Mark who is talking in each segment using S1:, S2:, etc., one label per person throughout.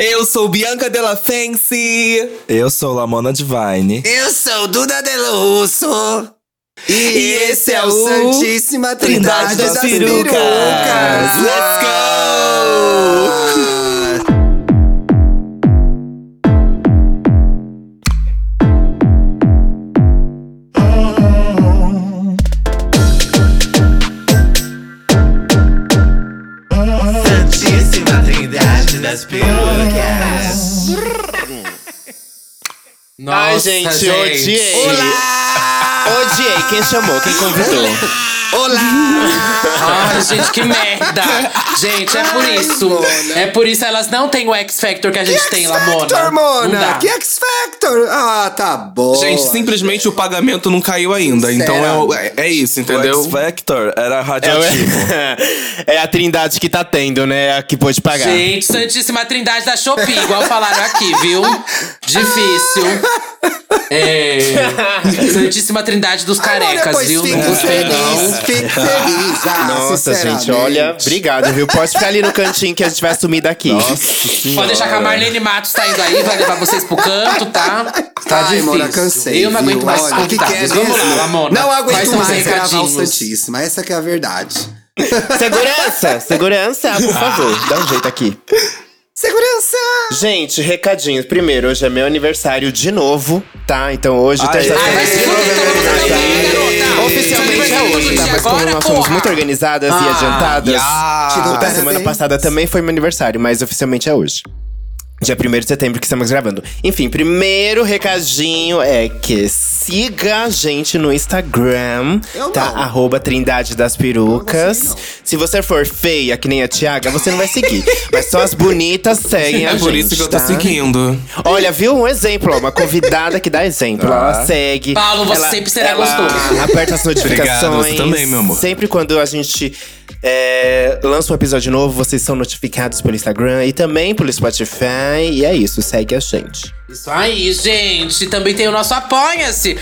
S1: Eu sou Bianca Della Fence.
S2: Eu sou Lamona Divine.
S3: Eu sou Duda Delo Russo. E,
S1: E
S3: esse é o Santíssima Trindade, das,
S1: Perucas.
S3: Perucas.
S1: Let's go!
S3: Santíssima Trindade das Perucas.
S4: Nossa,
S5: Ai, gente, odiei.
S3: Olá!
S5: Odiei. Quem chamou? Quem convidou?
S3: Olá!
S4: Ai, gente, que merda! Gente, é por isso. É por isso elas não têm o X Factor que a gente tem, Lamona.
S3: Factor,
S4: Não dá.
S3: Mona! Que X Factor? Ah, tá bom.
S1: Gente, simplesmente o pagamento não caiu ainda. Então
S3: Será?
S1: é o- é, é isso,
S2: O
S1: entendeu?
S2: X Factor era
S5: É,
S2: radioativo.
S5: o- é a trindade que tá tendo, né? A que pôde pagar.
S4: Gente, Santíssima Trindade da Shopee, igual falaram aqui, viu? Difícil. É. Santíssima Trindade dos
S3: Agora
S4: carecas,
S3: depois
S4: viu? Não
S3: Fique
S4: gostei, não.
S3: feliz, fique feliz. Ah,
S5: Nossa, gente,
S3: sinceramente.
S5: olha, obrigado, viu? Pode ficar ali no cantinho que a gente vai sumir daqui.
S4: Pode deixar que a Marlene Matos tá indo aí, vai levar vocês pro canto, tá? Tá
S3: Ai,
S4: difícil.
S3: Mona, cansei.
S4: Eu não aguento
S3: viu?
S4: mais
S3: Olha, o que
S4: convidados.
S3: que é
S4: Vamos lá, um
S3: mesmo?
S4: Lamona.
S3: Não
S4: Quais
S3: aguento
S4: são os
S3: mais gravar o
S4: recadinhos?
S3: Santíssima. Essa que é a verdade.
S5: Segurança! Segurança, por favor, dá um jeito aqui.
S3: Segurança!
S5: Gente, recadinhos. Primeiro, hoje é meu aniversário de novo, tá? Então hoje,
S2: Ai,
S5: terça-feira.
S2: ai, vai se
S4: Ah,
S1: é
S4: fuder, todo mundo tá ligado, garota.
S5: Oficialmente é hoje, tá? Mas como
S4: Agora,
S5: nós somos
S4: porra.
S5: muito organizadas e
S4: Ah,
S5: adiantadas.
S3: Te dou
S5: A semana
S3: parabéns.
S5: passada também foi meu aniversário, mas oficialmente é hoje. Dia 1 de setembro que estamos gravando. Enfim, primeiro recadinho é que siga a gente no Instagram,
S3: Eu
S5: tá?
S3: não.
S5: Arroba Trindade das Perucas.
S3: Eu não sei, não.
S5: Se você for feia, que nem a Tiaga, você não vai seguir. mas só as bonitas seguem a
S1: É
S5: gente.
S1: por isso que eu tô
S5: tá?
S1: seguindo.
S5: Olha, viu um exemplo, ó, uma convidada que dá exemplo. Ela segue.
S4: Paulo, você
S5: ela-
S4: sempre será
S5: ela
S4: gostoso.
S5: Aperta as notificações.
S1: Ah. Obrigado, você também, meu amor.
S5: Sempre quando a gente é, lança um episódio novo, vocês são notificados pelo Instagram e também pelo Spotify. E é isso, segue a gente.
S4: Isso aí, gente. Também tem o nosso Apoia-se.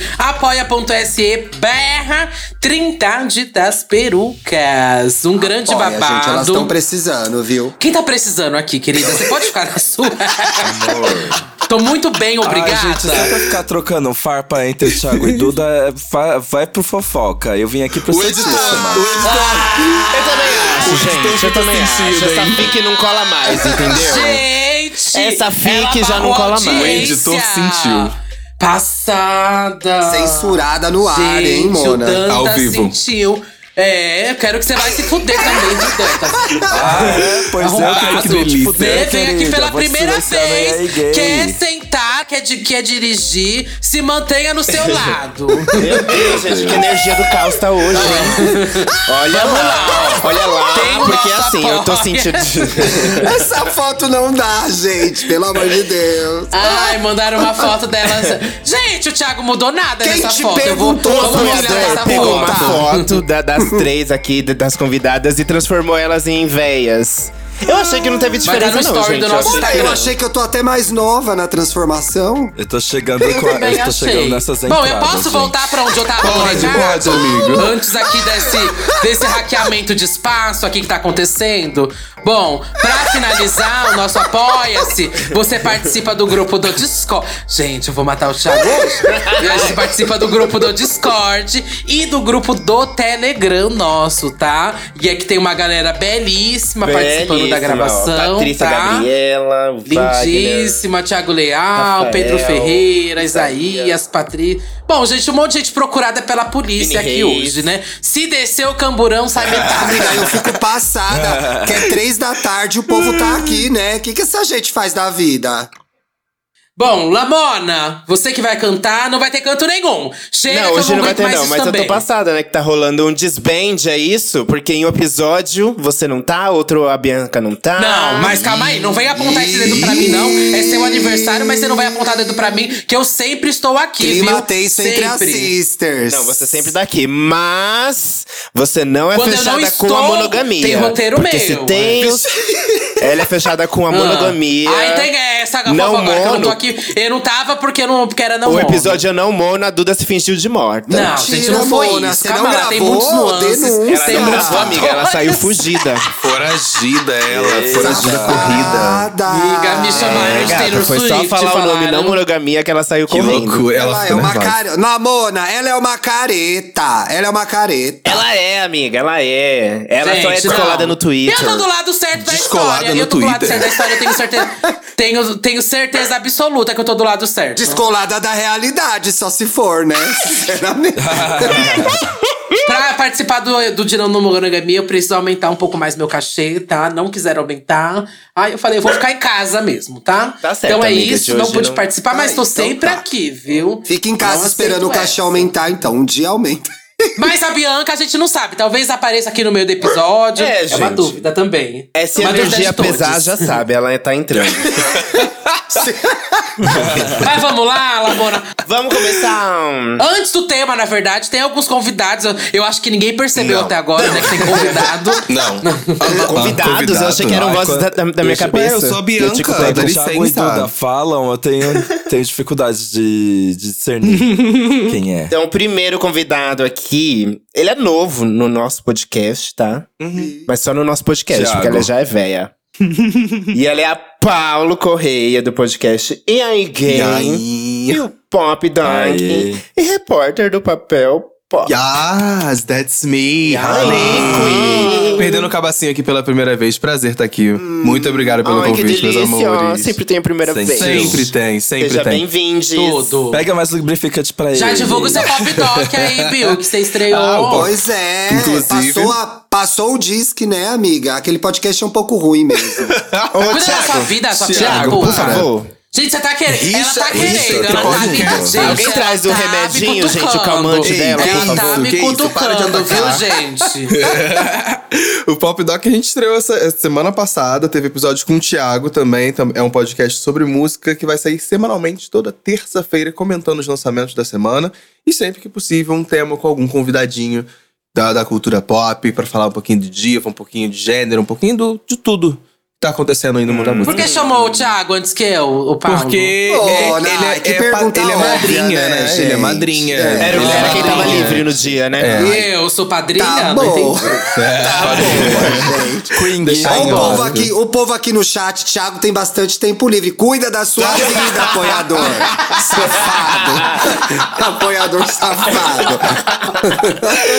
S4: Apoia.se barra Trindade das Perucas. Um grande
S3: Olha,
S4: babado.
S3: gente, elas estão precisando, viu?
S4: Quem tá precisando aqui, querida? Você pode ficar na sua? Tô muito bem, obrigada.
S2: Ai, gente,
S5: tá
S2: só pra ficar trocando farpa entre o Thiago e Duda, é, fa- vai pro fofoca. Eu vim aqui pro
S1: O editor,
S2: Santíssima.
S1: o
S4: Ah,
S1: editor.
S5: Eu também acho, gente. Eu também acho. Essa fique não cola mais, entendeu?
S4: Gente!
S5: Essa fique
S4: ela
S5: já não
S4: barrou
S5: cola
S4: a
S5: mais.
S4: audiência.
S1: O editor sentiu.
S4: Passada.
S3: Censurada no ar,
S4: Gente,
S3: hein, Mona?
S4: O Danta
S1: Ao vivo.
S4: sentiu. É, eu quero que você vai se fuder também, viu, Danta?
S2: Ah, é? Pois é, eu tenho que
S4: Arrombado.
S2: me
S1: delícia.
S2: fuder,
S4: vem aqui
S2: querida.
S4: pela
S2: Vou te
S4: primeira
S2: silenciar no EA
S4: vez. é
S2: Gay.
S4: Quer sentar, quer, di- quer dirigir, se mantenha no seu lado.
S5: Meu Deus, gente, que energia do caos tá hoje, hein? Olha lá, olha lá.
S4: Tem
S5: Porque
S4: nossa
S5: assim, eu tô
S4: apoia.
S5: sentindo.
S3: Essa foto não dá, gente, pelo amor de Deus.
S4: Ai, mandaram uma foto delas. Gente, o Thiago mudou nada
S3: Quem
S4: nessa
S3: te
S4: foto. Eu vou,
S3: perguntou,
S4: vamos
S3: Duda?
S4: olhar essa foto.
S5: pegou uma foto da- das três aqui, da- das convidadas, e transformou elas em véias. Eu achei que não teve
S4: Vai
S5: diferença,
S4: dar no
S5: não,
S4: story
S5: gente.
S4: do nosso
S5: Eu
S3: Olha,
S5: achei que
S3: Tá, eu
S4: Instagram.
S3: achei que eu tô até mais nova na transformação.
S2: Eu tô chegando com a,
S4: Também
S2: Eu tô chegando
S4: achei.
S2: nessas
S4: Bom,
S2: entradas,
S4: eu posso
S2: gente.
S4: voltar pra onde eu tava no
S1: Pode,
S4: recado?
S1: pode, amigo.
S4: Antes aqui desse, desse hackeamento de espaço aqui que tá acontecendo. Bom, pra finalizar o nosso Apoia-se, você participa do grupo do Discord. Gente, eu vou matar o Thiago hoje. A gente participa do grupo do Discord e do grupo do Telegram nosso, tá? E aqui tem uma galera belíssima,
S5: não.
S4: participando da
S5: Belíssima, ó,
S4: gravação,
S5: Patrícia
S4: tá?
S5: Gabriela, o Wagner.
S4: Lindíssima, Thiago Leal,
S5: Rafael,
S4: Pedro Ferreira,
S5: Isaías.
S4: Isaías, Patrícia. Bom, gente, um monte de gente procurada pela polícia
S5: Vini
S4: aqui
S5: Reis.
S4: hoje, né? Se descer o camburão, sai metade.
S3: Amiga, eu fico passada, que é três da tarde o povo tá aqui, né? O que, que essa gente faz da vida?
S4: Bom, Lamona, você que vai cantar, não vai ter canto nenhum. Chega
S5: Não,
S4: que
S5: hoje
S4: eu
S5: não vai
S4: aguento
S5: ter
S4: mais
S5: não,
S4: isso
S5: mas eu
S4: também.
S5: tô passada, né? Que tá rolando um desband, é isso? Porque em um episódio você não tá, outro a Bianca não tá.
S4: Não, mas calma aí, não vem apontar esse dedo pra mim, não. É seu aniversário, mas você não vai apontar dedo pra mim, que eu sempre estou aqui,
S3: Clima
S4: viu?
S3: tenso entre as
S5: assim,
S3: sisters.
S5: Não, você sempre tá aqui, mas você não é
S4: Quando eu
S5: fechada
S4: não
S5: com a
S4: estou,
S5: monogamia.
S4: tem roteiro
S5: porque
S4: meu.
S5: Se tem os- Ela é fechada com a
S4: Ah.
S5: monogamia.
S4: Aí tem essa, saga
S5: Não
S4: fofoca agora, que eu não
S5: mono.
S4: tô aqui. Eu não tava porque, não, porque era não
S5: O
S4: mono.
S5: episódio é não mono, a Duda se fingiu de morta.
S4: Não, gente,
S3: Mentira,
S4: não foi
S3: Mona,
S4: isso.
S3: você
S4: Calma
S3: não
S4: lá, tem
S3: gravou,
S4: muitos nuances.
S3: denúncia.
S4: Tem
S5: Ela
S4: muitos
S5: não, amiga, ela saiu
S4: fatores.
S5: fugida.
S1: Foragida ela, foragida
S3: Safada.
S1: corrida.
S4: Amiga, me chamaram
S5: É,
S4: de
S5: gata,
S4: Taylor
S5: foi
S4: Swift.
S5: só falar o nome não
S4: falaram.
S5: monogamia que ela saiu
S1: Que
S5: correndo.
S1: loucura. Ela,
S3: Ela é
S1: ficou
S3: uma
S1: nervosa.
S3: careta. Não, Mona, ela é uma careta. Ela é uma careta.
S5: Ela é, amiga, ela é. Ela só é
S4: Gente,
S5: descolada
S4: não.
S5: no Twitter.
S4: Eu tô do lado certo da
S1: Descolada
S4: história.
S1: no
S4: eu tô do lado
S1: Twitter.
S4: certo da história, eu tenho certeza. tenho, tenho certeza absoluta que eu tô do lado certo.
S3: Descolada da realidade, só se for, né? Sinceramente.
S4: Pra participar do, do Dinamo no Monogamia, eu preciso aumentar um pouco mais meu cachê, tá? Não quiseram aumentar. Aí eu falei, eu vou ficar em casa mesmo, tá?
S5: Tá certo,
S4: Então é
S5: amiga, de
S4: isso, não
S5: hoje
S4: pude
S5: não-
S4: participar, mas
S3: Ah,
S4: tô
S3: então
S4: sempre
S3: tá.
S4: aqui, viu?
S3: Fica em casa
S4: Não
S3: esperando o
S4: aceito
S3: cachê
S4: essa.
S3: aumentar, então. Um dia aumenta.
S4: Mas a Bianca a gente não sabe. Talvez apareça aqui no meio do episódio.
S5: É,
S4: É, uma
S5: gente.
S4: dúvida também.
S5: É, se
S4: uma
S5: a energia
S4: de todos.
S5: pesar, já sabe, ela tá entrando.
S4: Mas vamos lá, Lamona.
S5: Vamos começar. um,
S4: Antes do tema, na verdade, tem alguns convidados. Eu, eu acho que ninguém percebeu
S1: Não.
S4: até agora, né? Que tem convidado.
S1: Não. Ah,
S5: Convidados, eu achei que eram
S1: Ai,
S5: vozes
S1: quando-
S5: da, da- da minha
S1: Deixa-
S5: cabeça.
S1: Eu sou a
S5: Eu te
S1: Bianca, tá
S5: conto.
S1: dá
S2: Quando o Thiago e Duda
S1: licença.
S2: falam, eu tenho, tenho dificuldade de, de discernir quem é.
S5: Então, o primeiro convidado aqui, ele é novo no nosso podcast, tá? Mas só no nosso podcast,
S1: Thiago.
S5: porque ela já é véia. e ela é a Paulo Correia do podcast E aí, Gay?
S3: E aí?
S5: E o Pop Dunk.
S2: Aê.
S5: E repórter do papel Pop.
S1: Yes, that's me.
S5: Honey.
S1: Perdendo o cabacinho aqui pela primeira vez. Prazer estar aqui. Muito obrigado pelo
S5: Ai, que
S1: convite, meus
S5: delícia.
S1: amores.
S5: Sempre tem a primeira
S2: Sem
S5: vez.
S1: Sempre tem, sempre
S5: Seja
S1: tem.
S5: bem-vindos.
S4: Tudo.
S2: Pega mais lubrificante pra ele.
S4: Já divulga o seu pop doc aí, Bill, que você estreou.
S1: Ah, bom.
S3: Pois é.
S1: Inclusive-
S3: Passou, a, passou o disque, né, amiga? Aquele podcast é um pouco ruim mesmo.
S5: Ô,
S4: Cuida da sua
S5: Thiago,
S4: vida, sua filha da
S1: Thiago,
S4: puta.
S5: por favor.
S4: Gente, você tá querendo. Ela tá
S1: Richard,
S4: querendo. Ela tá
S1: pode
S4: me
S1: mudar.
S4: gente,
S5: Alguém
S4: ela
S5: traz o
S4: tá me
S5: remedinho, gente, o
S4: cutucando.
S5: calmante dela,
S1: por
S4: Ela tá
S1: favor.
S4: me
S1: Que isso, para de
S4: cutucando, viu,
S1: atacar.
S4: gente?
S1: o Pop Doc a gente estreou essa, essa semana passada, teve episódio com o Thiago também, tam- é um podcast sobre música que vai sair semanalmente toda terça-feira comentando os lançamentos da semana e sempre que possível um tema com algum convidadinho da, da cultura pop pra falar um pouquinho de diva, um pouquinho de gênero, um pouquinho do- de tudo que tá acontecendo aí no mundo da música.
S4: Por que chamou o Thiago antes que eu, o Paulo?
S1: Porque
S3: Ô,
S1: é-
S3: Nai,
S1: ele, é,
S3: que
S1: é pa-
S3: pergunta
S1: ele é
S3: óbvia, né,
S1: madrinha, né? Ele é
S3: gente?
S1: madrinha.
S3: É.
S5: Era,
S1: Ele é
S5: era quem tava
S1: madrinha.
S5: livre no dia, né?
S4: E eu sou padrinha? né? Então,
S3: Tá
S4: não
S3: bom.
S4: entendi.
S3: Tá bom, gente.
S2: Queen
S1: Deixa
S3: Ó,
S1: Tá
S3: o
S1: em
S3: povo,
S1: ordem.
S3: aqui, o povo aqui no chat, Thiago tem bastante tempo livre. Cuida da sua vida, apoiador. safado. apoiador safado.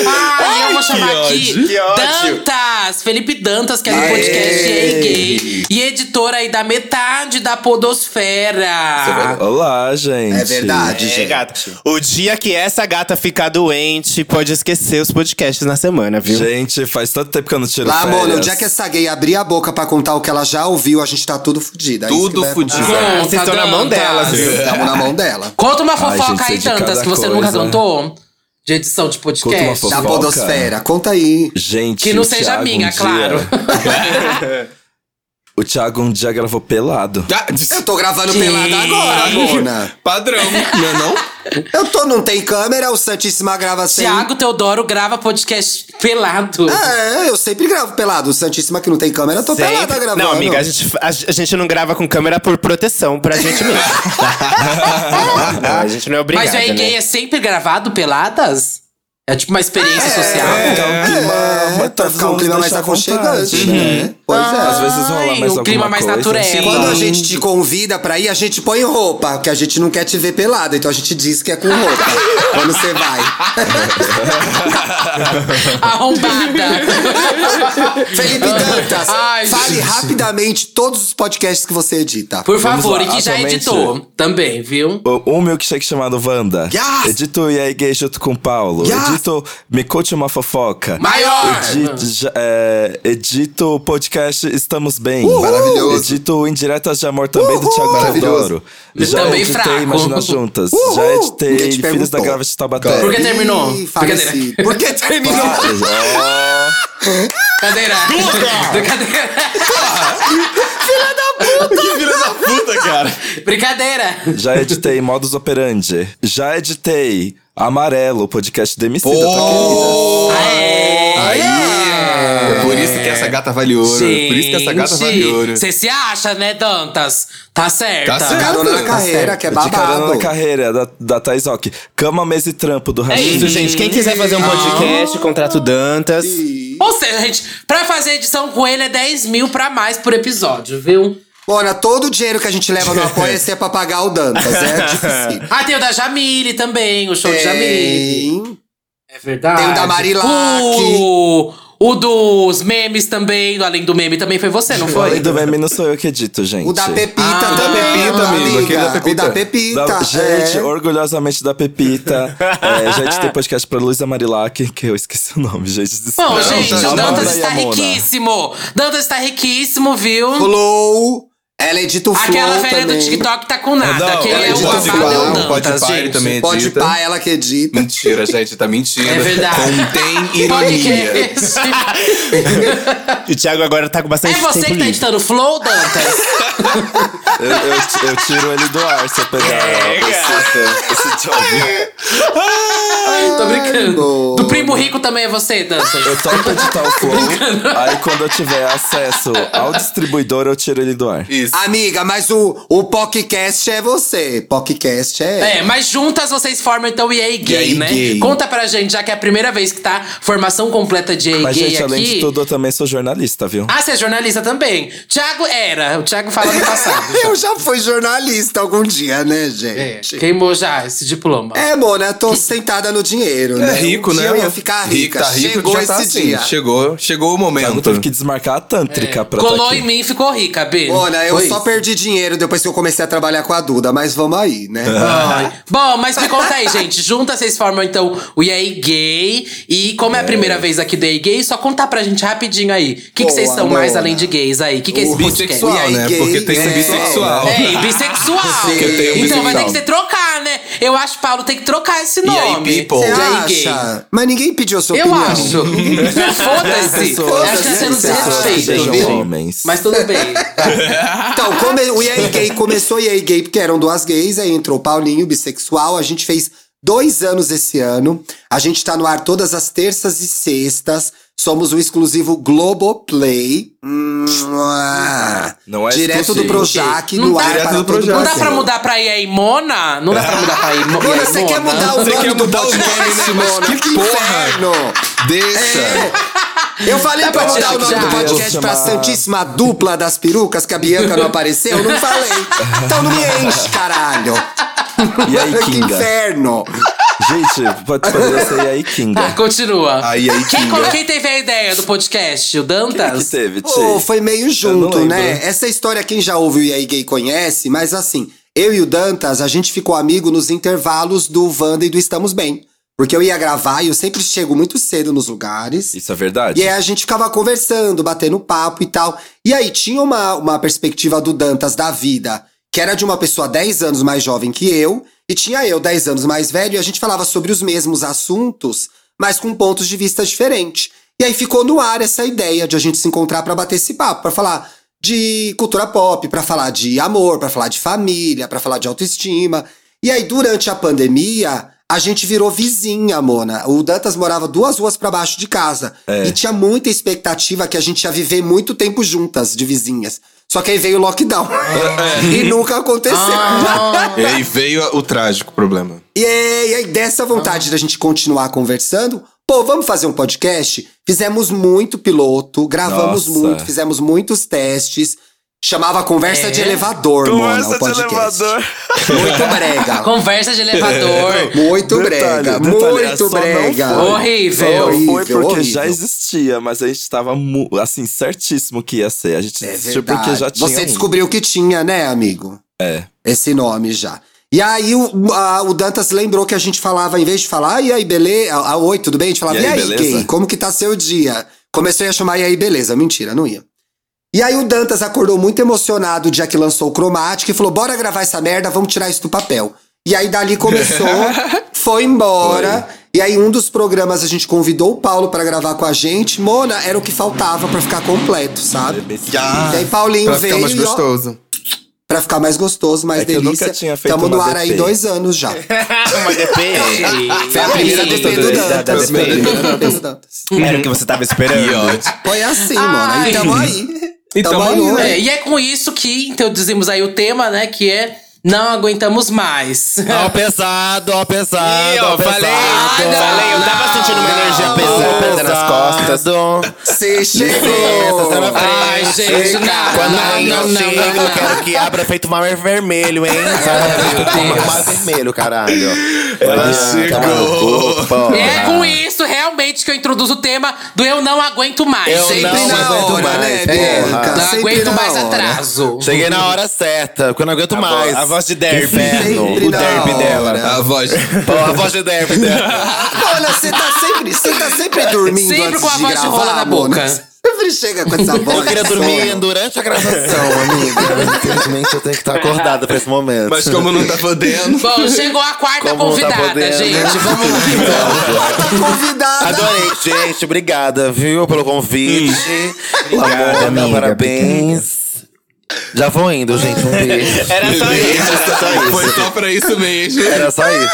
S4: Ai, eu vou chamar
S1: que
S4: aqui
S1: ódio.
S5: Que ódio.
S4: Dantas, Felipe Dantas, que é do
S3: Aê.
S4: podcast Ei Gay. E editora aí da metade da Podosfera.
S2: Olá, gente.
S3: Ah. É verdade,
S5: É,
S3: gente.
S5: gata. O dia que essa gata ficar doente, pode esquecer os podcasts na semana, viu?
S2: Gente, faz tanto tempo que eu não tiro
S3: Lá,
S2: férias.
S3: mano, o dia que é essa gay abrir a boca pra contar o que ela já ouviu, a gente tá tudo fudido. É isso que
S1: Tudo
S3: vai acontecer.
S1: fudido.
S5: Ah, vocês estão na mão delas, viu?
S3: Tamo na mão dela.
S4: Conta uma
S2: Ai,
S4: fofoca
S2: gente,
S4: aí,
S2: de cada
S4: Dantas, que você nunca
S2: coisa.
S4: contou. De edição de podcast.
S2: Conta uma
S3: Da
S2: Fofoca.
S3: podosfera. Conta aí.
S2: Gente,
S4: Que não
S2: o
S4: seja
S2: Thiago
S4: minha,
S2: um dia-
S4: claro.
S2: O Thiago um dia gravou pelado.
S1: Ah, disse-
S3: Eu tô gravando
S4: Gente.
S3: pelada agora, Mona.
S1: Padrão, não é não?
S3: Eu tô, não tem câmera, o Santíssima grava sem.
S4: Tiago Teodoro grava podcast pelado.
S3: É, eu sempre gravo pelado. O Santíssima que não tem câmera, eu tô
S5: Sempre-
S3: pelada gravando.
S5: Não, amiga, a gente, a, a gente não grava com câmera por proteção pra gente mesmo. não, a gente não é obrigado.
S4: Mas o Ei
S5: né?
S4: Gay é sempre gravado peladas? É tipo uma experiência social?
S1: É.
S2: Então, o clima-
S3: É,
S2: mas
S3: pra
S2: tá-
S3: ficar um
S2: vamos
S3: clima mais
S2: deixar à
S3: aconchegante,
S2: vontade,
S3: né? Pois é.
S2: Às vezes rola
S4: Ai,
S2: mais
S4: o
S2: alguma
S4: clima mais
S2: coisa,
S4: naturel.
S2: assim.
S3: Quando a
S4: Hum.
S3: gente te convida pra ir, a gente põe roupa, porque a gente não quer te ver pelada, então a gente diz que é com roupa quando você vai.
S4: Arrombada.
S3: Felipe Dantas,
S4: Ai,
S3: fale
S4: gente.
S3: rapidamente todos os podcasts que você edita.
S4: Por favor,
S2: lá,
S4: e que já
S2: atualmente-
S4: editou também, viu?
S2: O- Um milkshake chamado Wanda.
S3: Yes!
S2: Edito e aí gay junto com o Paulo.
S3: Yes!
S2: Edito Me Conte Uma Fofoca.
S4: Maior!
S2: Edito, ja- é, edito o podcast Estamos Bem.
S3: Maravilhoso.
S2: Edito Indiretas de Amor também do
S3: Uhul!
S2: Thiago
S3: Maravilhoso.
S2: Teodoro. Já
S4: Também
S2: editei
S4: fraco.
S2: Imagina Juntas.
S3: Uhul!
S2: Já
S3: Ninguém
S2: editei
S3: te
S2: Filhos da
S3: perguntou.
S2: Grávida de Taubaté.
S4: Por que terminou?
S3: Ih, faleci. Por que terminou?
S2: Ah,
S4: Cadeira! Brincadeira!
S5: Que filha da puta, cara.
S4: Brincadeira!
S2: Já editei Modus Operandi. Já tá editei Amarelo, o podcast do MC.
S1: Aê!
S4: Aê!
S1: É por isso que essa gata vale ouro. Por isso que essa gata tá vale ouro.
S4: Você se acha, né, Dantas? Tá certa.
S1: Tá certa.
S3: Carona na
S1: Tá
S3: carreira, que é
S2: De carona
S3: babado.
S2: na carreira da, da Thais Ock. Cama, mesa e trampo do
S5: É
S2: Rashid.
S5: isso, gente. Quem quiser fazer um podcast, contrato Dantas.
S4: Ou seja, gente, pra fazer edição com ele é 10 mil pra mais por episódio, viu?
S3: Bona, todo o dinheiro que a gente leva no apoia-se é pra pagar o Dantas. É difícil.
S4: Ah, tem o da Jamile também, o show de Jamile.
S3: Tem.
S4: É verdade.
S3: Tem o da Marilac.
S4: O, Uh, o dos memes também, do além do meme também foi você, não
S2: Além
S4: foi?
S2: do meme, não sou eu que edito, gente.
S3: O da Pepita
S4: Ah,
S3: também.
S1: o da Pepita, amigo,
S3: amiga.
S1: aquele da
S3: O da
S1: Pepita.
S3: Pepita.
S2: Da, gente,
S3: é.
S2: orgulhosamente da Pepita. é, já editei podcast pra Luísa Marilac, que eu esqueci o nome, gente.
S4: Bom,
S2: Não,
S4: gente,
S1: tá,
S4: o
S1: tá,
S4: Dantas
S1: manda aí,
S4: está
S2: Amona.
S4: riquíssimo. Dantas está riquíssimo, viu?
S3: Flow. Ela edita o Flow
S4: Aquela velha
S3: também.
S4: do TikTok tá com nada.
S2: Não,
S4: Aquele
S2: ela
S4: é o
S1: edita
S4: babado
S1: igual,
S4: é o
S1: o Podpah,
S4: Dantas,
S1: ele
S4: gente.
S1: também
S3: Pode
S1: edita.
S3: pá, ela que edita.
S1: Mentira, gente, tá mentindo.
S4: É verdade.
S1: Contém
S4: é
S1: ironia.
S4: Podcast.
S5: E o Thiago agora tá com
S4: É
S5: bastante
S4: você
S5: tempo
S4: que tá
S5: livre.
S4: editando o Flow, Dantas?
S2: Eu, eu- eu tiro ele do ar se eu pegar esse, esse job.
S4: Tô brincando.
S3: amor.
S4: Do Primo Rico também é você, Dantas?
S2: Eu toco editar o flow, aí quando eu tiver acesso ao distribuidor, eu tiro ele do ar.
S3: Ah,
S1: Isso.
S3: Amiga, mas o, o podcast é você. Podcast é.
S4: É, mas juntas vocês formam então o EA Gay,
S1: EA
S4: né?
S1: Gay.
S4: Conta pra gente, já que é a primeira vez que tá formação completa de EA
S2: Mas,
S4: Gay
S2: gente,
S4: aqui.
S2: além de tudo, eu também sou jornalista, viu?
S4: Ah, você é jornalista também. Tiago era. O Tiago fala no passado.
S3: é Eu já fui jornalista algum dia, né,
S4: É,
S3: gente?
S4: queimou já esse diploma.
S3: É, Mona, tô sentada no dinheiro,
S1: É
S3: né?
S1: rico,
S3: um
S1: né?
S3: dia Eu ia ficar rica.
S1: Tá rico,
S3: Chegou
S1: já tá
S3: esse
S1: assim.
S3: dia.
S1: Chegou, chegou o
S2: Eu
S1: momento.
S2: tive que desmarcar a tântrica pra tá
S4: É. Colou
S2: aqui.
S4: em mim e ficou rica, B.
S3: Mona, eu
S4: Foi
S3: só
S4: isso.
S3: perdi dinheiro depois que eu comecei a trabalhar com a Duda, mas vamos aí, né?
S1: Ah,
S4: Ai. Bom, mas me conta aí, gente. Juntas vocês formam, então, o EA Gay. E como é, a primeira vez aqui do EA Gay, só contar pra gente rapidinho aí. O que, que vocês
S3: Boa,
S4: são mais
S3: Mona.
S4: além de gays aí? O que, que é esse
S1: O bissexual,
S4: podcast?
S3: E aí,
S1: né?
S3: gay,
S1: Porque tem
S3: né?
S1: um bissexual.
S4: É, e bissexual.
S1: Porque tem um
S4: então vai ter
S1: bissexual.
S4: que ser trocar, né? Eu acho, Paulo, tem que trocar esse
S1: E
S4: nome.
S1: aí, people?
S3: Você
S4: E aí, gay.
S3: acha? Mas ninguém pediu sua
S4: Eu
S3: opinião.
S4: acho. Foda-se.
S3: Pessoas,
S4: Acho que tá sendo
S3: né? Pessoas
S4: desrespeito,
S2: sejam
S4: viu?
S2: homens.
S4: Mas tudo bem.
S3: Então, come- o EA Gay começou EA Gay, porque eram duas gays, aí entrou o Paulinho, bissexual. A gente fez dois anos esse ano. A gente tá no ar todas as terças e sextas. Somos o exclusivo Globoplay.
S4: Hum,
S3: Mua.
S2: Não é
S3: Direto
S2: exclusivo.
S3: do Projac,
S4: ah. Não
S3: no
S4: tá-
S3: ar.
S4: Direto
S3: para
S1: do
S3: todo
S1: Projac.
S4: Não
S3: Brasil.
S4: dá pra mudar pra EA Mona? Não dá pra mudar pra EA Mona?
S3: Mona, você quer mudar o
S1: Você
S3: nome
S1: quer
S3: do
S1: mudar o
S3: podcast,
S1: nome, né? Mas
S3: Mona?
S1: que porra.
S3: inferno.
S1: Deixa.
S3: Eu falei pra
S4: bom,
S3: mudar o
S4: Thiago,
S3: nome do
S4: já.
S3: podcast pra
S2: Chamar-
S3: Santíssima Dupla das Perucas, que a Bianca não apareceu? Não falei. Então não me enche, caralho.
S2: E aí,
S3: que
S2: Kinga?
S3: inferno.
S2: gente, pode poder ser e aí, Kinga.
S4: Ah, Continua.
S1: Aí, aí,
S4: quem,
S1: Kinga.
S4: qual- quem teve a ideia do podcast? O
S2: que
S4: Dantas?
S2: teve, Tchê?
S3: Pô, foi meio junto,
S2: lembro.
S3: né? Essa história quem já ouve o EA Gay conhece, mas assim, eu e o Dantas, a gente ficou amigo nos intervalos do Wanda e do Estamos Bem. Porque eu ia gravar e eu sempre chego muito cedo nos lugares.
S2: Isso é verdade?
S3: E aí a gente ficava conversando, batendo papo e tal. E aí tinha uma, uma perspectiva do Dantas da vida, que era de uma pessoa 10 anos mais jovem que eu, e tinha eu 10 anos mais velho, e a gente falava sobre os mesmos assuntos, mas com pontos de vista diferentes. E aí ficou no ar essa ideia de a gente se encontrar pra bater esse papo, pra falar de cultura pop, pra falar de amor, pra falar de família, pra falar de autoestima. E aí durante a pandemia, a gente virou vizinha, Mona. O Dantas morava duas ruas pra baixo de casa. E tinha muita expectativa que a gente ia viver muito tempo juntas, de vizinhas. Só que aí veio o lockdown. e nunca aconteceu.
S1: E aí veio o trágico problema.
S3: E aí, e aí, dessa vontade da gente continuar conversando, pô, vamos fazer um podcast? Fizemos muito piloto, gravamos
S2: Nossa.
S3: muito, fizemos muitos testes. Chamava Conversa
S4: É?
S3: de Elevador, Mona, o podcast. Muito brega.
S4: Conversa de elevador.
S3: É, Muito
S2: Detalhe,
S3: brega,
S2: detalhe,
S3: muito
S2: só não
S3: brega.
S2: foi.
S4: Horrível.
S2: Não foi
S3: É Horrível,
S2: É
S3: É
S2: porque
S3: horrível.
S2: já existia, mas a gente tava, mu- assim, certíssimo que ia ser. A gente
S3: É
S2: desistiu
S3: verdade.
S2: porque já tinha
S3: Você
S2: um.
S3: descobriu que tinha, né, amigo?
S2: É.
S3: Esse nome já. E aí o, a- o Dantas lembrou que a gente falava, em vez de falar, e aí, beleza? A, a, oi, tudo bem? A gente falava, e aí,
S2: beleza?"
S3: gay, como que tá seu dia? Comecei a chamar, e aí, beleza? Mentira, não ia. E aí o Dantas acordou muito emocionado o dia que lançou o Cromática e falou, bora gravar essa merda, vamos tirar isso do papel. E aí dali começou, foi embora. E aí um dos programas a gente convidou o Paulo pra gravar com a gente. Mona, era o que faltava pra ficar completo, sabe?
S2: Bebê-
S3: E aí Paulinho
S1: pra
S3: veio
S1: ficar mais
S3: e, ó,
S1: gostoso.
S3: pra ficar mais gostoso, mais
S2: É que eu
S3: delícia.
S2: nunca tinha feito
S3: Tamo no
S2: uma
S3: ar aí
S2: DP.
S3: dois anos já.
S5: Uma DP.
S4: Gente.
S3: Foi a primeira
S5: Ih,
S3: DP do
S5: da- da
S3: Dantas.
S5: DP.
S3: primeira DP do Dantas.
S5: Era o que você tava esperando.
S3: Foi assim, mano.
S4: Ai.
S3: E tamo aí.
S1: E tamo aí, né?
S4: É, e é com isso que então dizemos aí o tema, né? Que é não aguentamos mais.
S5: Ah.
S6: Ó, pesado, ó, pesado.
S5: Ih, ó, falei,
S4: não,
S5: falei, eu tava
S4: não,
S5: sentindo uma
S4: não,
S5: energia
S4: não,
S5: pesada nas costas.
S3: Você
S5: Essa
S3: chegou.
S5: cena
S4: Ai,
S5: fresca.
S4: gente,
S5: Quando
S4: não, não,
S5: eu
S6: assim,
S4: não,
S5: chego,
S4: não, não,
S5: eu quero que abra feito mar vermelho, hein? Sabe?
S4: Deus.
S5: Mar vermelho, caralho.
S1: Ela
S5: Ah,
S1: chegou.
S5: tá maluco,
S4: E é
S5: pô.
S4: com isso realmente que eu introduzo o tema do eu não aguento mais,
S5: Eu
S4: gente.
S5: não
S3: na
S5: aguento
S3: hora, né,
S5: mais.
S3: Bianca?
S5: porra.
S4: Não
S3: sempre
S4: aguento
S3: na
S4: mais
S3: hora.
S4: atraso.
S6: Cheguei na hora certa, porque eu não aguento mais.
S5: A voz de derby.
S3: Sempre
S5: Inferno. O
S3: na
S5: derby
S3: hora.
S5: dela.
S1: tá A voz.
S3: É,
S6: Ó, a voz de derby dela.
S3: Mona, você tá sempre, você tá sempre dormindo
S4: Sempre
S3: antes
S4: com a
S3: de
S4: voz de
S3: gravar,
S4: rola na boca.
S3: Mona. Sempre chega com essa voz.
S6: Eu queria
S3: de
S6: dormir
S3: sono.
S6: durante a tá gravação, amiga. Infelizmente eu tenho que estar acordada pra esse momento.
S1: Mas como não tá podendo.
S4: Bom, chegou a quarta
S6: Como não tá
S4: convidada,
S6: podendo.
S4: gente. Vamos lá.
S3: Tá convidada.
S6: Adorei, gente. Obrigada, viu, pelo convite.
S5: Obrigada,
S6: Amor, meu
S5: amiga,
S6: parabéns. Já vou indo, gente. Um beijo.
S5: Era
S3: É
S5: só isso.
S6: Era só
S1: Foi
S6: isso.
S1: só pra isso mesmo.
S6: Era só isso.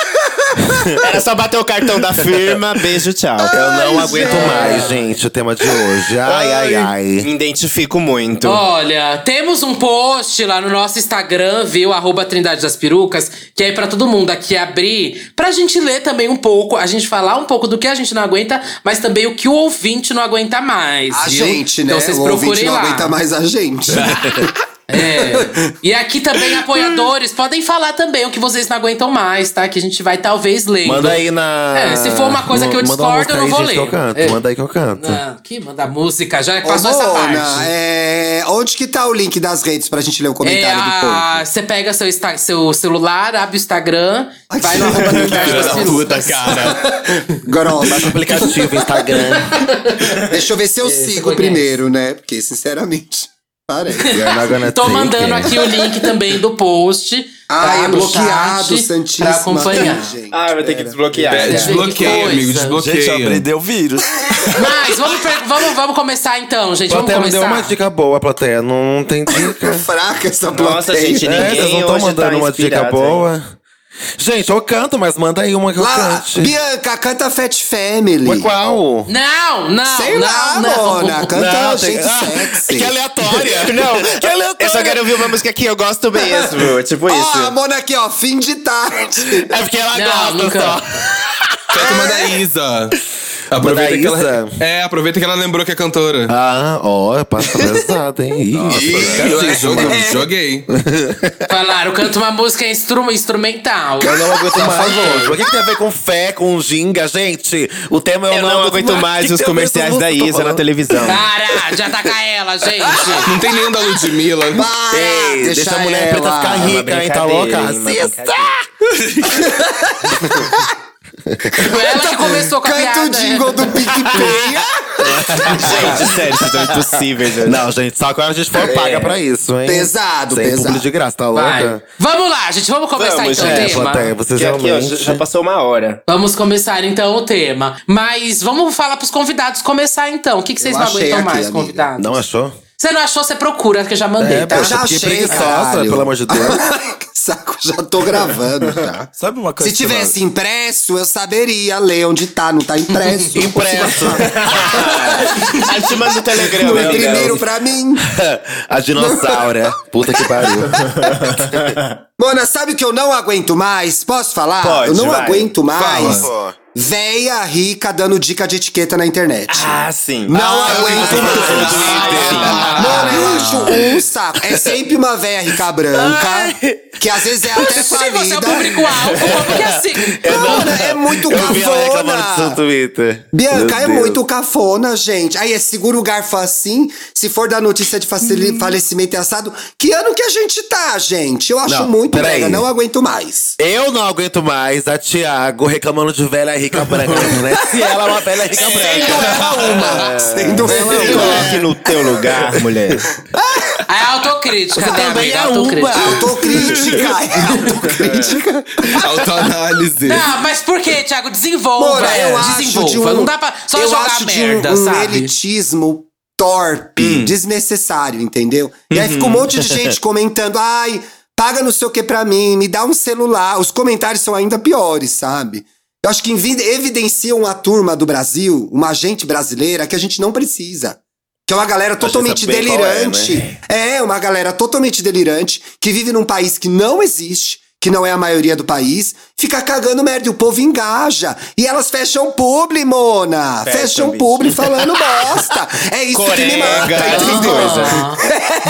S5: Era só bater o cartão da firma. Beijo, tchau.
S6: Eu não aguento mais, gente, o tema de hoje. Ai, ai, ai.
S5: Me identifico muito.
S4: Olha, temos um post lá no nosso Instagram, viu? Arroba Trindade das Perucas, que é pra todo mundo aqui abrir, pra gente ler também um pouco, a gente falar um pouco do que a gente não aguenta, mas também o que o ouvinte não aguenta mais.
S3: A
S4: viu?
S3: gente, né?
S4: Então vocês
S3: o ouvinte
S4: procurem
S3: não
S4: lá.
S3: aguenta mais a gente.
S4: É. E aqui também, apoiadores, podem falar também o que vocês não aguentam mais, tá? Que a gente vai talvez lendo.
S6: Manda aí na.
S4: É, se for uma coisa que eu
S6: Manda uma
S4: discordo,
S6: música
S4: eu não
S6: aí,
S4: vou
S6: gente, Que eu
S4: ler.
S6: canto.
S4: É.
S6: Manda aí que eu canto.
S4: Ah, que manda música, já
S3: Ô,
S4: passou essa
S3: Mona,
S4: parte.
S3: é, onde que tá o link das redes pra gente ler o
S4: É,
S3: comentário do povo?
S4: a- você pega seu, insta- seu celular, abre o Instagram,
S3: Ai,
S4: vai
S3: que
S4: no arroba
S3: filha
S4: Trindade das
S3: tá
S4: Perucas.
S1: cara.
S6: Baixa o
S3: Grossa.
S6: aplicativo, Instagram.
S3: Deixa eu ver se eu
S4: você
S3: sigo
S4: conhece.
S3: primeiro, né? Porque, sinceramente, parece.
S6: You're not gonna
S4: Tô
S6: take
S4: mandando
S6: it.
S4: aqui o link também do post.
S3: assim. Ah,
S4: tá?
S3: é
S4: No
S3: bloqueado,
S4: chat,
S3: Santíssima.
S4: Pra acompanhar.
S3: Gente.
S5: Ah, vai ter que desbloquear.
S1: É,
S4: gente, que
S1: desbloqueia,
S4: coisa.
S2: Gente,
S1: amigo,
S2: eu
S1: desbloqueia.
S2: aprendi o vírus.
S4: Mas vamos, per- vamos, vamos começar então, gente. Vamos
S6: Plateia me deu
S4: começar.
S6: uma dica boa, Plateia. Não, não tem dica.
S3: Fraca essa plateia.
S5: Nossa, gente, ninguém
S6: é, vocês não estão
S5: hoje
S6: mandando
S5: tá
S6: uma dica
S5: inspirado,
S6: boa. Gente, eu canto, mas manda aí uma que eu
S3: Lá,
S6: cante.
S3: Bianca, canta Fat Family.
S6: Mas qual?
S4: Não, não,
S3: Sei
S4: não,
S3: lá,
S4: não.
S3: Mona. Canta
S5: Não, tem-
S3: gente
S5: Ah,
S3: sexy.
S5: Que aleatória! Não,
S6: Que aleatória.
S5: eu só quero ouvir uma música que eu gosto mesmo. Tipo
S3: Ó,
S5: isso.
S3: a Mona aqui, ó. Fim de tarde.
S5: É porque ela
S4: Não,
S5: gosta
S4: nunca.
S5: só.
S1: Canta uma da Isa. Aproveita que ela.
S6: Isa?
S1: É, aproveita que ela lembrou que é cantora.
S6: Ah, ó, passa pesado, hein? Ih,
S1: Ih, joguei. joguei.
S4: Falaram, canta uma música instru- instrumental.
S6: Eu não aguento mais hoje. O que, que tem a ver com fé, com ginga, gente? O tema é o
S5: Eu não aguento
S6: O
S5: mais
S6: que
S5: os
S6: que tem a ver com
S5: comerciais
S6: música?
S5: da
S6: Eu tô
S5: Isa na
S6: falando.
S5: televisão.
S4: Ah, Para de atacar ela, gente.
S1: Não tem nenhum da Ludmilla.
S3: Para,
S6: Ei, deixa, a mulher
S3: ela.
S6: preta ficar rica, hein? Tá louca? Assista!
S4: Foi ela que começou com a
S3: Canta o
S4: piada.
S3: jingle do PicPay.
S5: Gente, sério, vocês são impossíveis. gente.
S6: Não, gente, só quando a gente
S5: É.
S6: for paga pra isso, hein?
S3: Pesado,
S6: Sem
S3: pesado.
S6: publi de graça, tá
S4: Vai.
S6: louca?
S4: Vamos lá, gente. Vamos começar
S5: Vamos,
S4: então
S5: gente.
S4: o
S6: É,
S4: tema.
S6: plateia, vocês
S5: Porque aqui, ó,
S6: realmente...
S5: já já tá- passou uma hora.
S4: Vamos começar então o tema. Mas vamos falar pros convidados começar então. O que, que vocês
S3: Eu
S4: não
S3: achei
S4: aguentam
S3: aqui,
S4: mais,
S3: amiga.
S4: convidados?
S6: Não é achou?
S4: Você não achou, você procura, que eu já mandei, tá?
S3: pô, já
S6: fiquei
S3: achei,
S6: preguiçosa,
S3: caralho.
S6: pelo amor de Deus.
S3: Que Saco, já tô gravando já.
S2: Sabe uma coisa
S3: Se
S2: que eu não-
S3: tivesse impresso, eu saberia ler onde tá, não tá impresso.
S6: Impresso.
S5: A gente manda o Telegram,
S3: Não
S5: né,
S3: imprimiram pra mim.
S6: a dinossaura. Puta que pariu.
S3: Mona, sabe o que eu não aguento mais? Posso falar?
S5: Pode,
S3: eu não
S5: vai.
S3: aguento mais.
S5: Fala.
S3: Véia rica dando dica de etiqueta na internet.
S5: Ah, sim.
S3: Não
S5: Ah,
S3: aguento
S5: eu
S3: mais.
S5: vi você no Twitter.
S3: Mano, eu acho um saco. É sempre uma véia rica branca, que às vezes é até
S4: Se você é o
S3: falida.
S4: público-alvo, como que é assim?
S3: Mano, é muito
S6: Eu vi ela reclamando
S5: Ah.
S6: do Ah, seu
S3: cafona.
S6: Twitter.
S3: Bianca,
S6: Meu
S3: é
S6: Deus.
S3: muito cafona, gente. Aí é segura o garfo assim. Se for da notícia de facili-
S6: Hum.
S3: falecimento e assado, que ano que a gente tá, gente? Eu acho
S6: Não,
S3: muito
S6: peraí. É.
S3: brega, não aguento mais.
S6: Eu não aguento mais a Tiago reclamando de velha rica branca, né? Se ela é uma velha rica
S3: Então,
S6: branca.
S3: é
S6: É.
S3: Sendo ela
S5: Se
S3: uma.
S5: coloque no teu lugar, mulher.
S4: É autocrítica, né,
S6: também
S4: amiga?
S6: é
S3: Autocrítica,
S4: autocrítica.
S3: é autocrítica.
S1: Autoanálise.
S4: Não, mas por que, Thiago? Desenvolva. é.
S3: Mora, eu acho
S4: desenvolva.
S3: de um-
S4: não dá pra só
S3: eu
S4: jogar
S3: acho de um-
S4: merda,
S3: um
S4: sabe? Hum.
S3: elitismo torpe, desnecessário, entendeu? E aí fica um monte de
S4: Uhum.
S3: gente comentando, ai, paga não sei o que pra mim, me dá um celular. Os comentários são ainda piores, sabe? Eu acho que envi- evidenciam a turma do Brasil, uma gente brasileira, que a gente não precisa. Que é uma galera
S6: gente
S3: totalmente
S6: sabe bem qual é, né?
S3: delirante. É, uma galera totalmente delirante que vive num país que não existe, que não é a maioria do país, fica cagando merda e o povo engaja. E elas fecham publi, Mona!
S5: Fecham,
S3: Fecham
S5: bicho.
S3: publi falando bosta! É isso que me mata,
S5: Corenga, essas
S3: entendeu?
S5: coisas.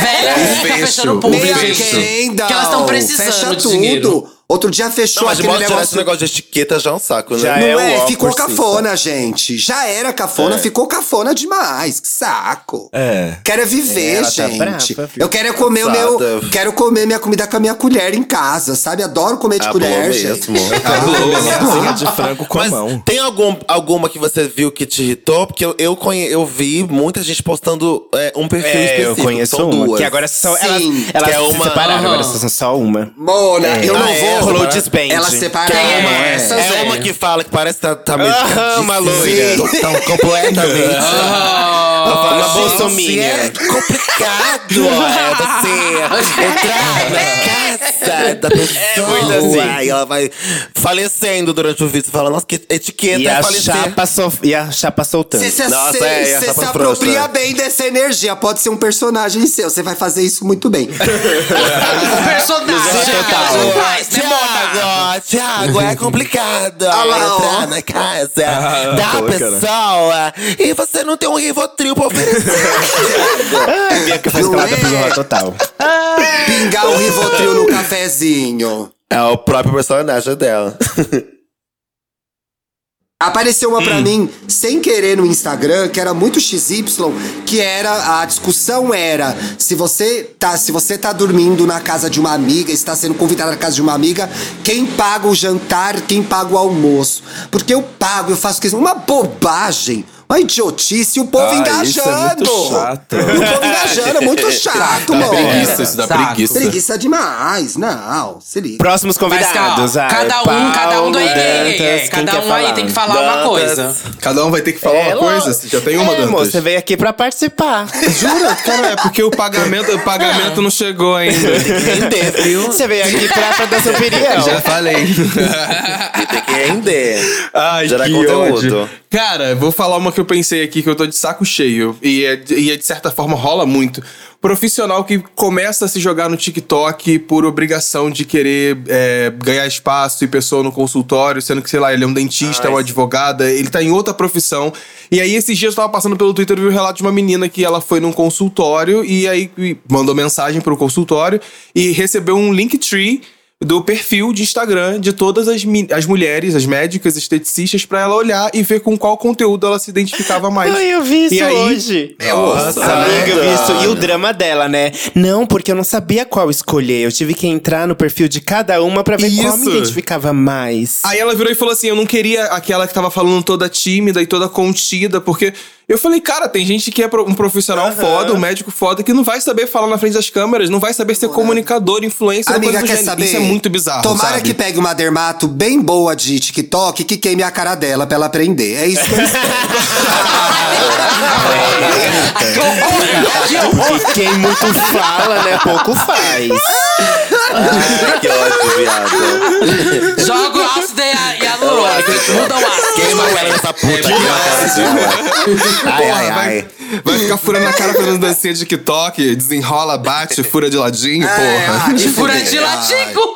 S4: Velha rica
S1: fecho,
S4: fechando
S1: um
S4: público,
S1: fecho.
S3: Meia
S4: gente.
S3: renda!
S4: Que elas estão precisando
S3: Fecha
S4: de
S3: tudo!
S4: dinheiro.
S3: Outro dia fechou
S6: Não, mas de
S3: aquele
S6: modo geral, esse
S3: negócio...
S6: negócio de etiqueta já é um saco, né?
S5: Já
S3: Não
S5: é
S3: é,
S5: o
S3: ficou
S5: awkward
S3: cafona, gente. Já era cafona, ficou cafona demais. Que saco.
S2: É.
S3: Quero é viver,
S5: Ela tá
S3: gente.
S5: brava, viu?
S3: eu quero é comer o meu.
S6: Cansada.
S3: Quero comer minha comida com a minha colher em casa, sabe? Adoro comer de
S6: Ah,
S3: colher,
S6: bom
S3: gente. Tá
S6: mesmo.
S2: Tá Lasanha de frango com a
S6: Mas
S2: mão.
S6: tem algum, alguma que você viu que te irritou? Porque eu, eu, conhe- eu vi muita gente postando é, um perfil
S5: É, eu
S6: específico.
S5: conheço
S6: são
S5: uma.
S6: duas.
S5: Que agora são.
S3: Sim.
S5: Elas,
S3: Que
S5: elas
S6: é
S5: se
S6: uma-
S5: separaram,
S4: Aham.
S5: agora são só uma.
S3: Mona, eu
S5: Ah,
S3: não
S5: é,
S3: vou.
S5: rolou
S3: Ela-
S5: o despendi.
S3: Ela separa
S4: Tem
S3: uma.
S4: essa,
S3: é.
S6: É
S4: Zé.
S6: uma que fala que parece que tá, tá
S5: Aham, Ah, uma loira.
S6: medicadíssima. Tão completamente. é
S4: Ah,
S5: uma
S6: Gente, é
S5: bolsominion.
S6: complicado é você entrar na casa da
S5: muito
S6: pessoa.
S5: assim.
S6: É ela vai falecendo durante o vídeo. Você fala, nossa, que etiqueta
S5: E
S6: é
S5: a,
S6: falecer.
S5: chapa sol- e a chapa soltando.
S3: Você se,
S6: Nossa,
S3: você-
S6: é,
S3: você
S6: essa
S3: se
S6: foi
S3: apropria
S6: frouxa.
S3: bem dessa energia. Pode ser um personagem seu. Você vai fazer isso muito bem.
S4: um personagem que elas não faz, né, Mona?
S6: Tiago, Tiago, é complicado
S3: Ah lá, ó.
S6: entrar na casa
S2: Ah,
S6: da
S2: pô, cara.
S6: pessoa e você não tem um Rivotril pra oferecer.
S5: que foi
S3: Não
S5: escalada
S3: é?
S5: pelo Jornal Total.
S3: Pingar o Rivotril no cafezinho.
S6: é o próprio personagem dela.
S3: Apareceu uma pra
S2: Hum.
S3: mim, sem querer, no Instagram, que era muito XY, que era. A discussão era: se você tá, se você tá dormindo na casa de uma amiga, está sendo convidada na casa de uma amiga, quem paga o jantar, quem paga o almoço? Porque eu pago, eu faço questão. Uma bobagem, uma idiotice, e o povo
S2: Ah,
S3: engajando.
S2: isso é muito chato.
S3: E o povo engajando, é muito chato,
S1: Dá
S3: mano.
S1: preguiça, isso dá
S4: Saco.
S1: preguiça.
S3: Preguiça demais, não, se liga.
S5: Próximos
S4: Mas,
S5: convidados.
S4: ó,
S5: ai,
S4: cada um,
S5: Paulo,
S4: cada um do aí,
S5: Dantas, quem
S4: cada
S5: quer
S4: um aí
S5: falar?
S4: tem que falar uma coisa.
S1: Cada um vai ter que falar
S5: É,
S1: uma coisa, se já tem uma,
S5: é,
S1: Dantas.
S5: amor, Você veio aqui pra participar.
S1: Jura? Cara, é porque o pagamento, o pagamento não chegou ainda.
S5: Entendeu? Você veio aqui pra, pra dar sua opinião.
S1: Já falei.
S6: E tem que render.
S1: Ai,
S6: Gerar
S1: que
S6: conteúdo.
S1: ódio. Cara, vou falar uma que eu pensei aqui que eu tô de saco cheio. E, é, de- e é, de certa forma rola muito. Profissional que começa a se jogar no TikTok por obrigação de querer é, ganhar espaço e pessoa no consultório, sendo que, sei lá, ele é um dentista, é uma advogada, ele tá em outra profissão. E aí, esses dias eu tava passando pelo Twitter e vi o relato de uma menina que ela foi num consultório e aí e mandou mensagem pro consultório e recebeu um Linktree do perfil de Instagram de todas as, mi- as mulheres, as médicas, esteticistas, pra ela olhar e ver com qual conteúdo ela se identificava mais.
S5: Ai, eu vi isso
S1: E aí- É, né,
S5: hoje.
S1: Nossa,
S5: Amiga, eu vi isso. E o
S6: Nada.
S5: drama dela, né? Não, porque eu não sabia qual escolher. Eu tive que entrar no perfil de cada uma pra ver qual me
S1: Isso.
S5: identificava mais.
S1: Aí ela virou e falou assim: Eu não queria aquela que tava falando toda tímida e toda contida, porque. Eu falei, cara, tem gente que é pro- um profissional foda, um médico foda, que não vai saber falar na frente das câmeras, não vai saber ser comunicador, influencer, ou
S3: Amiga,
S1: coisa do
S3: quer
S1: gênero.
S3: saber?
S1: Isso é muito bizarro.
S3: Tomara
S1: sabe?
S3: que pegue uma dermato bem boa de TikTok que queime a cara dela pra ela aprender. É isso que eu espero.
S4: Que horror, que horror.
S5: E quem muito fala, né, pouco faz.
S6: Ai, que ódio, viado.
S4: Joga o ácido e a, e a lua. Muda o ácido.
S6: Queima ela nessa puta. Ai,
S1: Porra,
S6: ai,
S1: vai,
S6: ai.
S1: vai ficar furando a cara fazendo dancinha de TikTok, desenrola, bate, fura de ladinho, porra.
S3: ah,
S4: E fura de
S3: fuder.
S4: latigo.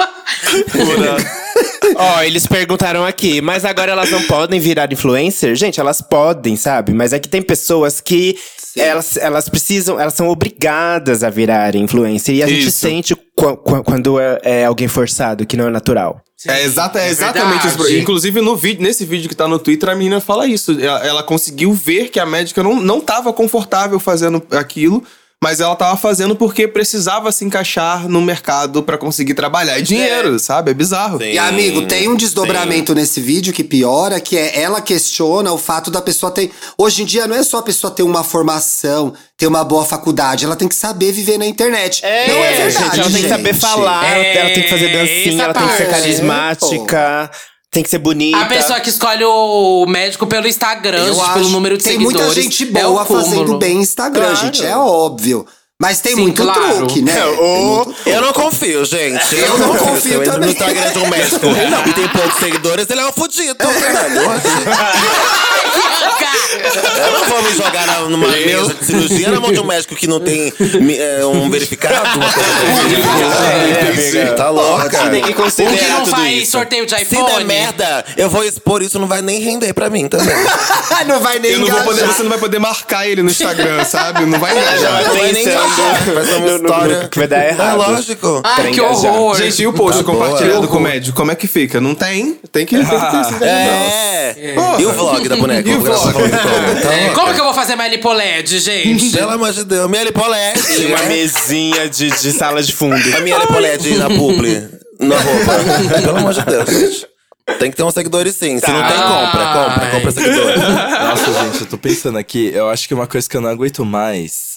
S5: Ó, eles perguntaram aqui, mas agora elas não podem virar influencer? Gente, elas podem, sabe? Mas é que tem pessoas que elas, elas precisam, elas são obrigadas a virar influencer. E a gente
S1: Isso.
S5: sente qu- qu- quando é, é alguém forçado, que não é natural.
S1: É, exata, é
S4: É
S1: exatamente isso.
S4: verdade.
S1: Inclusive, no vídeo, nesse vídeo que tá no Twitter, a menina fala isso. Ela, ela conseguiu ver que a médica não, não tava confortável fazendo aquilo, mas ela tava fazendo porque precisava se encaixar no mercado pra conseguir trabalhar. É dinheiro, sabe? É bizarro.
S6: Sim.
S3: E amigo, tem um desdobramento nesse vídeo que piora, que é ela questiona o fato da pessoa ter. Hoje em dia não é só a pessoa ter uma formação, ter uma boa faculdade, ela tem que saber viver na internet. não é verdade,
S5: gente, ela tem que saber falar,
S4: É,
S5: ela tem que fazer
S4: essa
S5: dancinha, ela tem que ser
S4: parte.
S5: carismática. Tem que ser bonita.
S4: A pessoa que escolhe o médico pelo Instagram,
S3: Eu
S4: gente,
S3: acho-
S4: pelo número de
S3: tem
S4: seguidores.
S3: muita gente
S4: é
S3: boa
S4: o cúmulo.
S3: fazendo bem Instagram,
S5: Claro.
S3: gente, é óbvio. Mas tem
S4: Sim,
S3: muito
S4: claro.
S3: truque, né?
S5: É,
S3: Tem
S5: o-
S3: muito
S6: Eu não confio, gente.
S3: Eu não confio
S6: Eu entro
S3: também.
S6: no Instagram de um médico não, que tem poucos seguidores, ele é um fudido, caralho. Eu não vou me jogar na- numa mesa de cirurgia na mão de um médico que não tem mi- é, um verificado, uma coisa tipo. desse.
S1: amiga.
S6: Tá louca.
S5: Tem que
S4: O que
S5: considerar
S4: não
S5: tudo
S4: faz
S5: isso.
S4: sorteio de
S6: Se der
S4: iPhone.
S6: merda, eu vou expor isso, não vai nem render pra mim tá também.
S3: truque. não vai nem
S1: Eu não vou
S3: engajar.
S1: poder, você não vai poder marcar ele no Instagram, sabe? Não vai engajar.
S6: Não vai nem engajar. Vai ser uma
S5: No- no- no-
S6: história.
S5: que vai dar errado.
S6: É lógico.
S4: Ai,
S5: Pra
S4: que
S5: engajar.
S4: horror.
S1: Gente, e o post
S6: Tá
S1: compartilhado
S6: boa.
S1: com o médico? Como é que fica? Não tem? Tem que. Tem que ter esse
S6: É.
S1: Porra.
S6: E o vlog da boneca?
S1: E o
S6: Vou gravar
S1: vlog?
S6: um vlog. Tá
S4: É,
S6: louca.
S4: como que eu vou fazer minha lipoled, gente?
S6: Pelo amor de Deus, minha
S5: Tem uma
S6: Lipolete.
S5: mesinha de, de sala de fundo.
S6: A minha Lipolete na publi, na roupa. Pelo amor de Deus, gente. Tem que ter uns seguidores sim. Se não tem, compra, compra, compra seguidores.
S2: Nossa, gente, eu tô pensando aqui. Eu acho que uma coisa que eu não aguento mais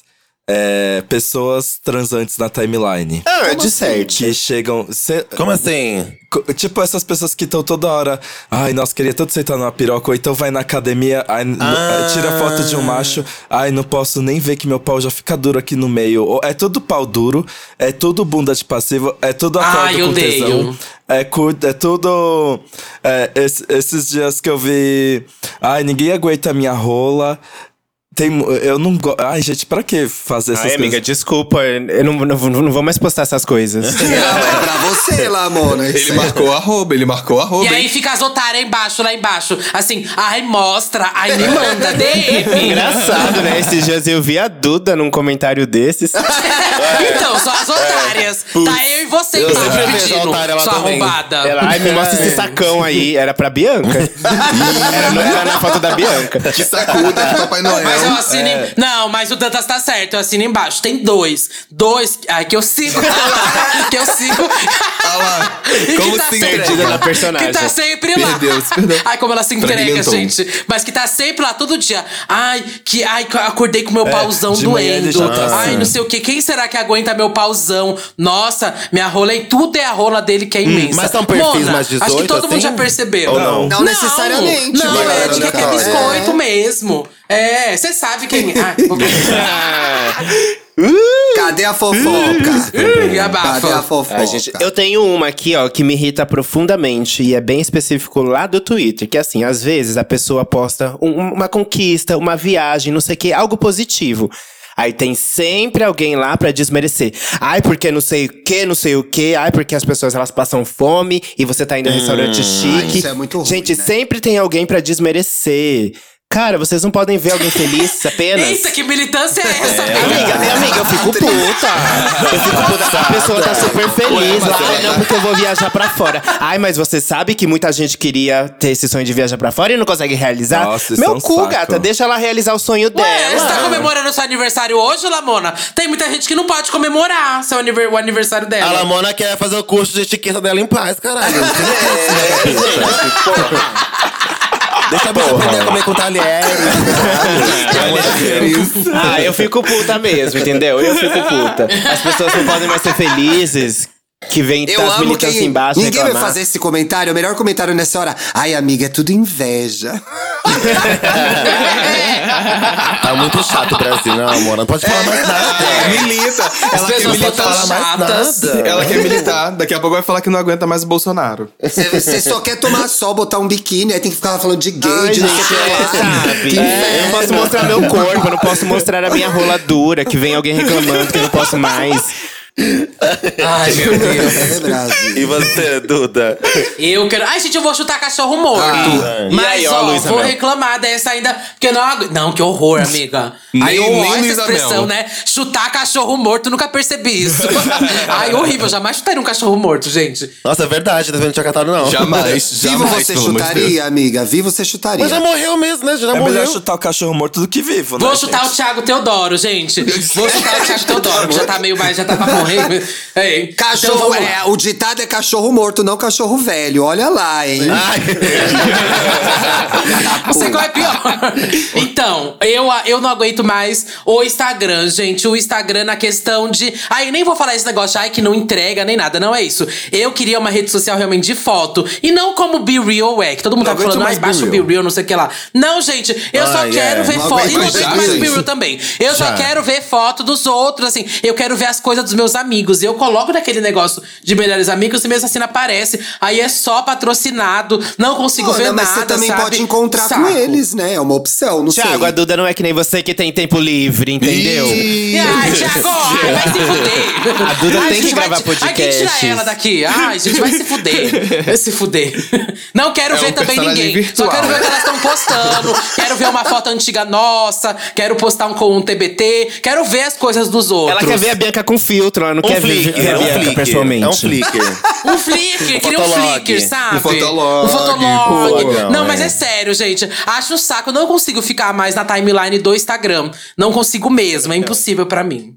S2: é pessoas transantes na timeline.
S1: é
S5: Ah, de certo.
S2: Que chegam. cê-
S6: Como assim?
S2: co- tipo essas pessoas que estão toda hora. Ai, nossa, queria tanto sentar numa piroca. Ou então vai na academia, ai, n-
S6: Ah.
S2: ai, tira foto de um macho. Ai, não posso nem ver que meu pau já fica duro aqui no meio. Ou- é todo pau duro, é tudo bunda de passivo, é tudo acordo
S4: Ai,
S2: com
S4: odeio.
S2: tesão. É, cur- é tudo. é, es- esses dias que eu vi. Ai, ninguém aguenta a minha rola. Tem, mu- eu não gosto. Ai, gente, pra que fazer essas
S5: Ai,
S2: coisas?
S5: amiga, desculpa. Eu não, não, não vou mais postar essas coisas.
S3: Não, é pra você, Lamona.
S1: Ele marcou a arroba, ele marcou a
S4: E
S1: arroba. hein?
S4: aí fica as otárias embaixo, lá embaixo. Assim, ai, mostra, ai, me manda, DM.
S5: É Engraçado, né? Esses dias eu vi a Duda num comentário desses.
S4: Então, só as otárias. Tá eu e você
S6: É. Eu
S4: embaixo
S6: sempre vejo a
S4: pedindo,
S6: otária lá
S4: sua
S6: também.
S4: arrombada.
S5: Ela, ai, me mostra esse sacão aí. Era pra Bianca. Era, no- era na foto da Bianca.
S1: Que sacuda, que Papai Noel.
S4: Mas eu assino. em- Não, mas o Dantas tá certo, eu assino embaixo. Tem dois. Dois. Ai, que eu sigo. que eu sigo.
S1: Ah lá.
S4: E que tá
S1: Como se
S4: sempre-
S5: perdida na personagem.
S4: Que tá sempre lá.
S1: Meu Deus, perdão.
S4: Ai, como ela se entrega,
S1: Fragmentou.
S4: gente. Mas que tá sempre lá, todo dia. Ai, que ai, que eu acordei com meu pauzão
S2: de manhã ele
S4: doendo.
S2: já tá
S4: ai,
S2: assim.
S4: não sei o que. Quem será que aguenta meu pauzão? Nossa, minha rola e tudo é a rola dele que é imensa.
S6: mas são perfis
S4: Mona,
S6: mais
S4: Acho que
S6: 18,
S4: todo mundo
S6: assim?
S4: já percebeu.
S6: Ou não?
S3: Não necessariamente,
S4: Não,
S3: galera,
S4: é de
S3: né,
S4: quem quer
S3: Carol?
S4: biscoito
S3: É.
S4: mesmo. É, você sabe quem. Ah, vou-
S3: é. Cadê a fofoca?
S4: e abafa.
S3: Cadê a fofoca?
S5: Ai, É gente, eu tenho uma aqui, ó, que me irrita profundamente e é bem específico lá do Twitter. Que assim, às vezes a pessoa posta um- uma conquista, uma viagem, não sei o que, algo positivo. Aí tem sempre alguém lá pra desmerecer. Ai, porque não sei o que, não sei o que. Ai, porque as pessoas elas passam fome e você tá indo em restaurante chique.
S3: isso é muito ruim,
S5: Gente,
S3: né?
S5: sempre tem alguém pra desmerecer. Cara, vocês não podem ver alguém feliz apenas.
S4: Eita, que militância é essa?
S5: Amiga, minha amiga, eu fico puta. Eu fico puta. A pessoa tá super feliz lá. Ai, não, porque eu vou viajar pra fora. Ai, mas você sabe que muita gente queria ter esse sonho de viajar pra fora e não consegue realizar?
S2: Nossa, isso é
S5: Meu
S2: um
S5: cu,
S2: saco.
S5: gata, deixa ela realizar o sonho
S4: Ué, você tá
S5: dela.
S4: comemorando seu aniversário hoje, Lamona? Tem muita gente que não pode comemorar seu aniver- o aniversário
S6: A
S4: dela.
S6: Lamona quer fazer o curso de etiqueta dela em paz, caralho. é, assim, Deixa a bicha aprender a comer com talheres.
S5: Ah, eu fico puta mesmo, entendeu? Eu fico puta. As pessoas não podem mais ser felizes. Que vem
S3: Eu
S5: das
S3: amo
S5: militâncias
S3: quem...
S5: embaixo
S3: Ninguém vai
S5: reclamar.
S3: fazer esse comentário. O melhor comentário nessa hora. Ai, amiga, é tudo inveja.
S4: É,
S6: Tá muito chato o Brasil, né, Lamona? Não pode falar mais nada.
S1: Milita. Ela quer
S4: pessoas são
S1: militar.
S4: tão
S1: fala mais
S4: chatas.
S1: nada. Ela quer militar. Daqui a pouco vai falar que não aguenta mais o Bolsonaro.
S3: Você só quer tomar sol, botar um biquíni, aí tem que ficar falando de gay,
S5: Ai,
S3: de não sei
S5: gente,
S3: o que lá.
S5: é, sabe?
S3: Que
S5: É, eu não posso mostrar meu corpo, eu não posso mostrar a minha rola dura, que vem alguém reclamando que eu não posso mais.
S4: Ai, meu Deus.
S3: inferno, né, Brasil.
S6: E você, Duda?
S4: Eu quero. Ai, gente, eu vou chutar cachorro morto.
S5: E
S4: Mas,
S5: aí, ó,
S4: ó,
S5: Luísa
S4: vou
S5: Mel?
S4: reclamar dessa ainda. Porque eu não agu... Não, que horror, amiga. aí
S1: Nem-
S4: eu
S1: nem
S4: essa
S1: Luísa
S4: expressão,
S1: Mel.
S4: né? Chutar cachorro morto, nunca percebi isso. Ai, horrível. Eu jamais chutaria um cachorro morto, gente.
S6: Nossa, é verdade, tá vendo? Não tinha catado, não.
S1: Jamais.
S3: Vivo
S1: jamais,
S3: você
S1: pelo amor de
S3: chutaria, amiga. Vivo você
S6: Mas já
S3: chutaria.
S6: morreu mesmo, né? Já
S2: É
S6: morreu.
S2: melhor chutar o cachorro morto do que vivo, né?
S4: Vou chutar
S2: gente?
S4: o Thiago Teodoro, gente. Vou chutar o Thiago Teodoro, que já tá meio mais, já tá pra rei. Ei, então
S3: Cachorro,
S4: vamos lá.
S3: é, o ditado é cachorro morto, não cachorro velho. Olha lá, hein?
S4: Não sei qual é pior. Então, eu, eu não aguento mais o Instagram, gente. O Instagram na questão de. Aí nem vou falar esse negócio, ai, que não entrega nem nada. Não é isso. Eu queria uma rede social realmente de foto. E não como Be Real é, que todo mundo
S6: Não
S4: tá falando,
S6: aguento
S4: ai,
S6: mais
S4: baixa o
S6: Be
S4: Be
S6: Real.
S4: Real, não sei o que lá. Não, gente, eu só
S6: Ai,
S4: quero
S6: é.
S4: ver
S3: Não
S4: foto.
S3: aguento mais
S4: E não aguento
S3: já,
S4: mais o Be
S3: gente.
S4: Real também. Eu só
S6: Já.
S4: quero ver foto dos outros, assim. Eu quero ver as coisas dos meus amigos. Eu coloco naquele negócio de melhores amigos e mesmo assim não aparece. Aí é só patrocinado, não consigo consigo
S3: Olha,
S4: ver
S3: mas
S4: nada,
S3: você também
S4: sabe?
S3: pode encontrar
S4: Saco.
S3: com eles, né? É uma opção, não
S5: Tiago,
S3: sei.
S5: a Duda não é que nem você que tem tempo livre, entendeu?
S4: Ai, Thiago, ai, vai se fuder.
S5: A Duda
S4: Ai,
S5: tem
S4: gente,
S5: que
S4: vai
S5: gravar
S4: ti- Ai, quem
S5: podcasts.
S4: tira ela daqui? Ai, gente, vai se fuder. Vai se fuder. Não quero
S1: É
S4: ver
S1: um
S4: também
S1: personagem
S4: ninguém.
S1: virtual.
S4: Só quero ver o que elas estão postando. quero ver uma foto antiga nossa. Quero postar um com um TBT. Quero ver as coisas dos
S5: Ela
S4: outros.
S5: quer ver a Bianca com filtro, ela não
S6: Um
S5: quer
S6: flicker,
S5: ver
S6: é
S5: a
S6: um
S5: Bianca
S6: flicker.
S5: pessoalmente.
S6: É um flicker.
S4: Um flicker, queria um
S6: fotolog.
S4: flicker, sabe?
S1: Um fotolog,
S4: Um fotolog.
S6: pô,
S4: Não,
S6: não,
S4: mas é sério, gente. Acho um saco. Não consigo ficar mais na timeline do Instagram. Não consigo mesmo. É impossível pra mim.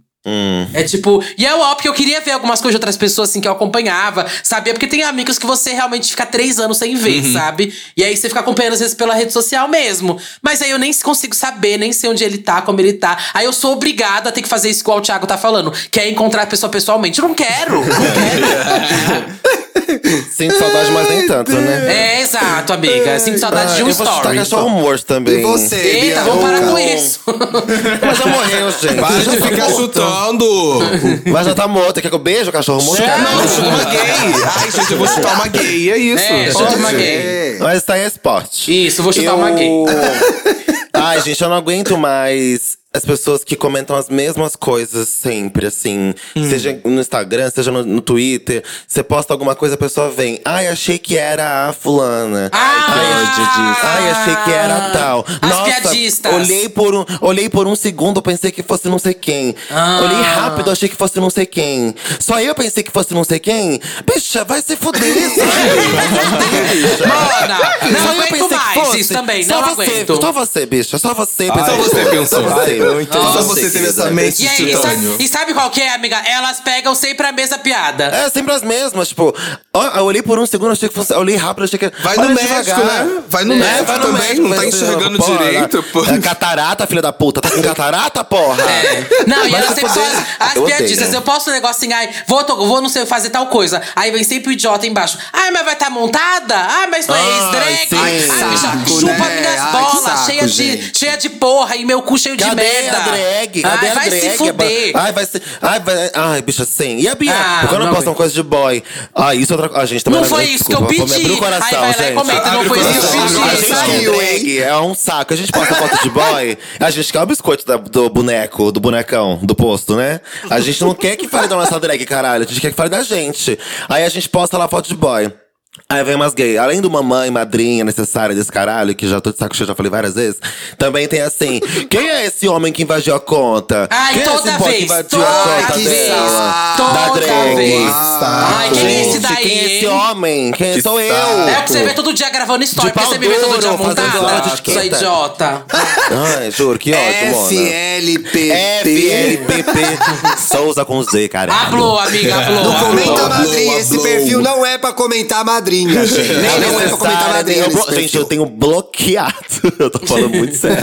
S4: É tipo, e é óbvio que eu queria ver algumas coisas de outras pessoas assim que eu acompanhava, sabia? Porque tem amigos que você realmente fica três anos sem ver, sabe? E aí você fica acompanhando às vezes pela rede social mesmo. Mas aí eu nem consigo saber, nem sei onde ele tá, como ele tá. Aí eu sou obrigada a ter que fazer isso que o Thiago tá falando, que é encontrar a pessoa pessoalmente. Eu não quero! Não quero.
S6: Sinto saudade, mas nem tanto, né?
S4: É, exato, amiga. Sinto saudade de um
S6: eu vou chutar
S4: story.
S6: cachorro morto também.
S3: E você, Bianca?
S4: Eita, vamos parar com
S6: Não.
S4: isso.
S6: Mas já morreu, gente.
S1: Para
S6: Já
S1: de
S6: tá
S1: ficar
S6: morto.
S1: chutando!
S6: Mas já tá morto. Quer que eu beijo o cachorro morto?
S1: Não, chuta uma gay! Ai, gente, eu vou chutar uma gay, é isso.
S4: É, chuta uma gay.
S6: Mas tá em esporte.
S4: Isso, vou chutar
S6: Eu-
S4: uma gay.
S6: Ai, gente, eu não aguento mais as pessoas que comentam as mesmas coisas sempre, assim.
S4: Hum.
S6: Seja no Instagram, seja no, no Twitter. Você posta alguma coisa, a pessoa vem. Ai, achei que era a fulana.
S4: Ah!
S6: Ai, Ai, achei que era tal.
S4: As
S6: Nossa,
S4: piadistas.
S6: Olhei por, um, olhei por um segundo, pensei que fosse não sei quem.
S4: Ah.
S6: Olhei rápido, achei que fosse não sei quem. Só eu pensei que fosse não sei quem. Bicha, vai se fuder. é sabe?
S4: Mona, não
S6: Só eu pensei
S4: aguento
S6: que
S4: mais
S6: fosse.
S4: isso também.
S6: Só
S4: Não
S6: você,
S4: aguento.
S6: Só você, bicha. Só você.
S1: Só
S6: pensou.
S1: Ah, é você pensou.
S6: Só você.
S2: Eu entendi.
S1: Só você teve essa mente
S4: E,
S1: de
S4: aí, e, sa-
S1: titânio.
S4: e sabe qual que é, amiga? Elas pegam sempre a mesma piada.
S6: É, sempre as mesmas, tipo, ó, eu olhei por um segundo, achei que fosse. Eu olhei rápido, achei que. é-
S1: Vai no
S6: Olha
S1: médico,
S6: devagar. É,
S1: né? Vai no médico também, não tá
S6: vai ser-
S1: enxergando
S6: porra,
S1: direito, pô.
S6: É catarata, filha da puta. Tá com catarata, porra?
S4: É. Não, e
S6: Vai
S4: elas
S6: se
S4: sempre são
S6: fuder.
S4: as, as
S6: Eu odeio. né?
S4: piadistas. Eu posto um negócio assim, ai, vou, to- vou não sei fazer tal coisa. Aí vem sempre o idiota embaixo. Ai, mas vai estar tá montada? Ai, mas não é
S6: Ai,
S4: ex-drag?
S6: sim.
S4: Ai, bicha,
S3: Saco,
S4: chupa
S3: né?
S4: minhas
S3: Ai, que
S4: bolas,
S3: saco,
S4: cheia, de,
S3: gente.
S4: cheia de porra e meu cu cheio de
S6: Cadê
S4: merda.
S6: a drag? Cadê
S4: ai,
S6: a
S4: vai
S6: drag?
S4: se fuder.
S6: Ai, vai se. Ai, vai... ai bicha, sim. E a Bia?
S4: Ah,
S6: Porque eu não,
S4: não,
S6: posso uma
S4: Bia.
S6: coisa de boy. Ah, isso é outra coisa. Ah, gente, também
S4: Não foi isso que eu
S6: desculpa, vou me
S4: pedi.
S6: abrir o
S4: Aí
S6: coração,
S4: vai lá e
S6: gente.
S4: comenta, não
S1: Abre
S4: foi
S1: o
S4: isso que
S1: coração,
S4: eu
S6: A
S4: pedi.
S1: Isso
S6: gente
S1: aí,
S6: que é
S4: sabe?
S6: drag é um saco. A gente posta foto de boy, a gente quer o biscoito da- do boneco, do bonecão, do posto, né? A gente não quer que fale da nossa drag, caralho. A gente quer que fale da gente. Aí a gente posta lá foto de boy. Aí vem umas gay. Além do mamãe, madrinha necessária desse caralho, que já tô de saco cheio, já falei várias vezes. Também tem assim, quem é esse homem que invadiu a conta?
S4: Ai,
S6: quem
S4: toda
S6: é esse boy
S4: vez,
S6: que invadiu a
S4: toda
S6: conta
S4: vez,
S6: dela? da
S4: toda
S6: drag.
S4: vez. Ai, quem é
S6: Gente,
S4: esse daí,
S6: Quem é esse
S4: hein?
S6: homem? Quem
S1: Que
S6: sou eu?
S1: saco.
S4: É o que você vê todo dia gravando história,
S6: De
S4: porque
S6: pau
S4: você me vê todo dia
S6: duro, fazendo hora um de
S4: montada. Sua
S6: esquenta.
S4: idiota.
S6: Ai, juro,
S4: É
S6: que ótimo, Mona.
S3: FLPT.
S6: FLPP Souza com Z, cara.
S4: Hablou, amiga, hablou.
S3: Não
S4: hablou.
S3: comenta
S1: Hablou,
S3: madrinha.
S1: hablou.
S3: Esse perfil não é pra comentar madrinha, gente.
S6: Não,
S3: Nem não é pra comentar madrinha.
S6: eu,
S3: nesse
S6: blo- gente,
S3: perfil.
S6: eu tenho bloqueado. Eu tô falando muito sério.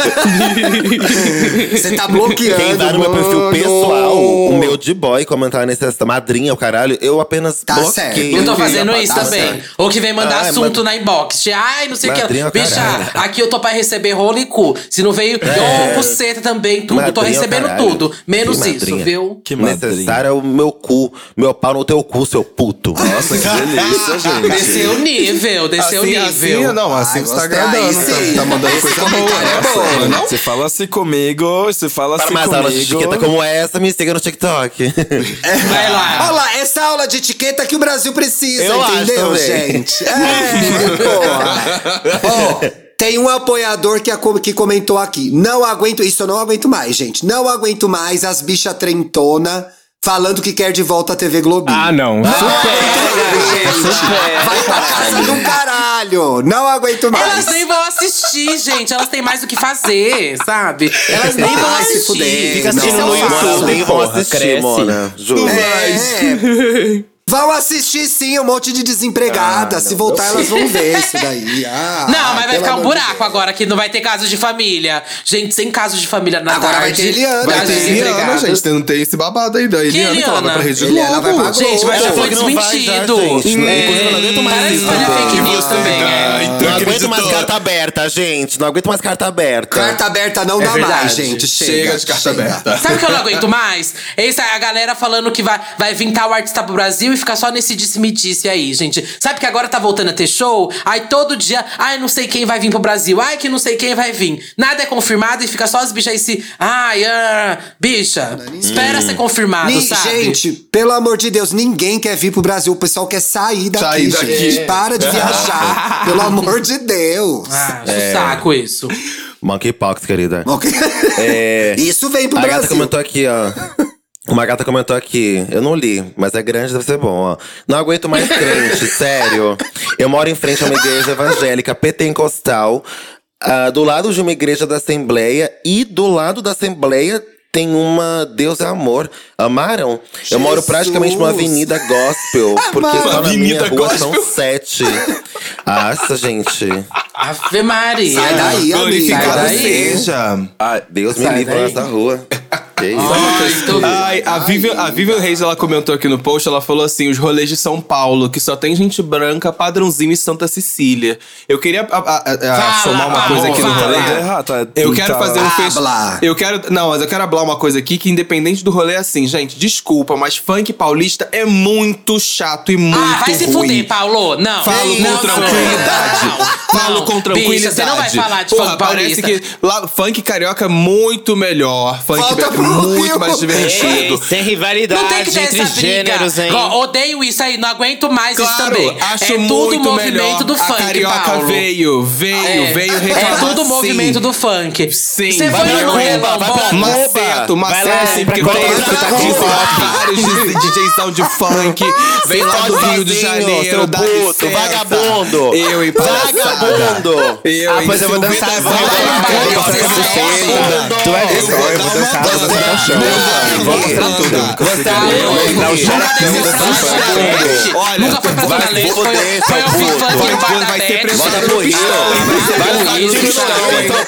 S3: Você tá bloqueando.
S6: Quem vai no meu perfil
S3: mano.
S6: pessoal, o meu de boy, comentar nesse essa madrinha, o caralho, eu apenas
S3: Tá certo.
S6: bloqueio.
S4: Eu tô fazendo isso
S6: Tá
S4: também.
S6: certo.
S4: Ou que vem mandar
S6: Ai,
S4: assunto
S6: mas-
S4: na inbox. De, ai, não sei o que.
S6: Madrinha,
S4: Bicha,
S6: caralho.
S4: aqui eu tô pra receber rolo e cu. Se não veio, ô, buceta também, tudo. tô
S6: Madrinha,
S4: recebendo
S6: caralho.
S4: tudo. Menos
S6: Que
S4: isso,
S6: madrinha.
S4: viu?
S2: Que madrinha.
S6: Necessário é o meu cu. Meu pau no teu cu, seu puto.
S2: Nossa, que delícia, gente.
S4: Desceu o nível, desceu o
S1: Assim,
S4: nível.
S1: assim, não, assim
S3: Ai,
S1: você tá
S3: gostei.
S1: agradando,
S3: Aí
S1: tá,
S3: sim.
S1: tá mandando coisa boa.
S3: comentário é
S1: né?
S3: bom,
S1: Não,
S2: Você fala assim comigo, você fala assim
S6: Para mais aulas de etiqueta
S2: comigo.
S6: como essa, me siga no TikTok.
S4: Vai
S3: Olha
S4: lá.
S3: lá, essa aula de etiqueta que o Brasil precisa,
S6: Eu acho
S3: entendeu,
S6: também.
S3: gente? É, porra. Ó, tem um apoiador que, aco- que comentou aqui. Não aguento, isso eu não aguento mais, gente. Não aguento mais as bichas trentona falando que quer de
S4: Ah,
S3: volta a TV Globinho.
S5: Ah, não.
S3: Vai pra casa do caralho. caralho! Não aguento mais!
S4: Elas nem vão assistir, gente. Elas têm mais o que fazer, sabe? Elas nem vão
S3: Ai, se
S4: assistir.
S3: fuder.
S5: Fica assistindo
S4: Não,
S5: no
S4: não.
S5: YouTube.
S6: Nem vão
S5: porra,
S6: assistir,
S5: cresce.
S6: Mona. Juro.
S4: É.
S3: É. Vão assistir sim, um monte de desempregada.
S4: Ah,
S3: se voltar, elas vão ver isso daí. Ah,
S4: Não, mas vai
S3: pelo
S4: ficar um
S3: amor de
S4: buraco
S3: Deus.
S4: agora, que não vai ter casos de família. Gente, sem casos de família na
S3: Agora vai
S4: tarde.
S3: ter Eliana,
S1: Vai
S3: Tá
S1: ter Eliana,
S4: desempregados.
S1: gente. Tem- Não tem esse babado aí da Eliana que ela
S4: Eliana?
S1: vai pra Rede Globo.
S3: Eliana vai pra Globo.
S4: Gente, mas já foi
S6: Não vai já,
S4: desmentido.
S6: gente. Não-
S4: É.
S6: inclusive, eu não aguento mais
S4: Para de
S6: isso
S4: espalhar
S6: também.
S1: Ah,
S4: fake news
S1: então
S4: também, é.
S6: Não aguento mais carta aberta, gente. Não aguento mais carta aberta.
S3: Carta aberta não
S4: É
S3: dá mais,
S4: verdade.
S3: gente. Chega,
S1: Chega de carta
S3: chega.
S1: aberta.
S4: Sabe o que eu não aguento mais? É isso, a galera falando que vai, vai vir tal artista pro Brasil e ficar só nesse disse-me-disse aí, gente. Sabe que agora tá voltando a ter show? Aí todo dia, ai, não sei quem vai vir pro Brasil, ai, que não sei quem vai vir. Nada é confirmado e fica só as bichas aí se. Ai, ah, bicha,
S1: Hum.
S4: espera ser confirmado,
S3: Ni-
S4: Ah, sabe?
S3: gente, pelo amor de Deus, ninguém quer vir pro Brasil. O pessoal quer sair daqui,
S1: Sair daqui.
S3: gente. Para de viajar. pelo amor de Deus.
S4: Ah, acho
S1: É.
S4: saco isso.
S6: Monkeypox, querida.
S3: Ok?
S6: É.
S3: Isso vem pro
S6: a gata
S3: Brasil.
S6: comentou aqui, ó. Uma gata comentou aqui, eu não li, mas é grande, deve ser bom, ó. Não aguento mais crente, sério. Eu moro em frente a uma igreja evangélica pentecostal, ah, do lado de uma igreja da Assembleia, e do lado da Assembleia tem uma Deus é amor. Amaram? Eu moro
S3: Jesus.
S6: praticamente numa avenida gospel, porque só na minha
S1: Avenida
S6: rua
S1: gospel.
S6: são sete. Nossa, gente.
S4: Ave Maria.
S3: Sai daí, amiga.
S4: Sai
S1: Glorificado
S4: Ah, daí.
S1: seja.
S2: É
S6: Ai, Deus me
S4: Sai
S6: livre
S4: daí.
S6: nessa rua. Que isso?
S4: Muito
S1: Ai, a Vivian, a Vivian Reis, ela comentou aqui no post, ela falou assim, os rolês de São Paulo, que só tem gente branca, padrãozinho e Santa Cecília. Eu queria a- a- a-
S4: Fala,
S1: somar uma
S4: Pablo,
S1: coisa aqui no
S4: fala.
S1: rolê.
S2: Tá errado, tá-
S1: Ah, Eu
S2: tá-
S1: quero
S4: Ah,
S1: fazer um fecho.
S3: Habla.
S1: Eu quero. Não, mas eu quero hablar uma coisa aqui que, independente do rolê, é assim, gente, desculpa, mas funk paulista é muito chato e muito.
S4: Ah, vai se
S1: ruim.
S4: fuder, Paulo. Não.
S1: Falo
S4: não,
S1: com tranquilidade.
S4: Não, não, não.
S1: Falo
S4: Não.
S1: com tranquilidade.
S4: Bicha, você não vai falar de
S1: Porra,
S4: funk
S1: parece
S4: paulista.
S1: que lá, funk carioca é muito melhor. Funk
S3: Volta
S1: é
S3: pro
S1: muito
S3: Rio.
S1: mais divertido.
S5: Sem rivalidade
S4: Não tem que ter
S5: entre
S4: essa briga.
S5: gêneros, hein?
S4: Ó, odeio isso aí, não aguento mais isso
S1: Claro,
S4: também.
S1: acho
S4: é tudo
S1: muito
S4: movimento
S1: melhor.
S4: do
S1: A
S4: funk,
S1: carioca
S4: Paulo.
S1: veio, veio, veio reclamar.
S4: é tudo
S1: sim.
S4: movimento do funk.
S1: Sim,
S4: Você
S1: vai
S4: foi no
S1: pra Cuba,
S4: Relão
S6: vai pra
S4: Bom?
S6: Cuba.
S5: Vai
S1: Maceto,
S5: lá,
S4: é,
S1: Maceto, sim,
S5: pra
S1: porque todo
S5: Cuba.
S1: mundo tá aqui, vários DJzão de funk, vem lá do Rio de Janeiro,
S6: seu
S1: dá
S6: puto,
S1: licença.
S6: vagabundo.
S1: Eu e
S6: Vagabundo!
S1: Eu,
S6: ah,
S1: hein,
S6: pois eu vou
S1: Silvia
S6: dançar,
S1: tá
S6: vou
S1: vai lá,
S6: dançar,
S1: vai
S6: vou
S1: lá,
S6: dançar, é um
S1: vai lá.
S5: Tu vai ver,
S1: Eu vou
S5: eu
S1: dar
S5: vou dançar, eu
S1: uma
S5: vou dançar o chão.
S1: dançada.
S5: Eu vou mostrar tudo.
S6: Você
S4: Eu,
S6: é
S4: eu,
S6: louco.
S4: eu, tá nunca desceu pra
S6: dançar
S4: Zona
S6: samba.
S4: Leste,
S1: tá Olha,
S4: Nunca foi pra
S6: vai
S4: Zona Leste,
S6: foder,
S4: foi foi ouvir
S6: vai foder,
S4: funk no Bar
S1: vai-
S4: da
S1: vai ter
S4: Bete.
S1: pressão
S6: Bota pro Rio. Vai
S4: Vai pro
S6: dançar
S4: Rio,
S6: time da
S4: vai.
S6: rua, seu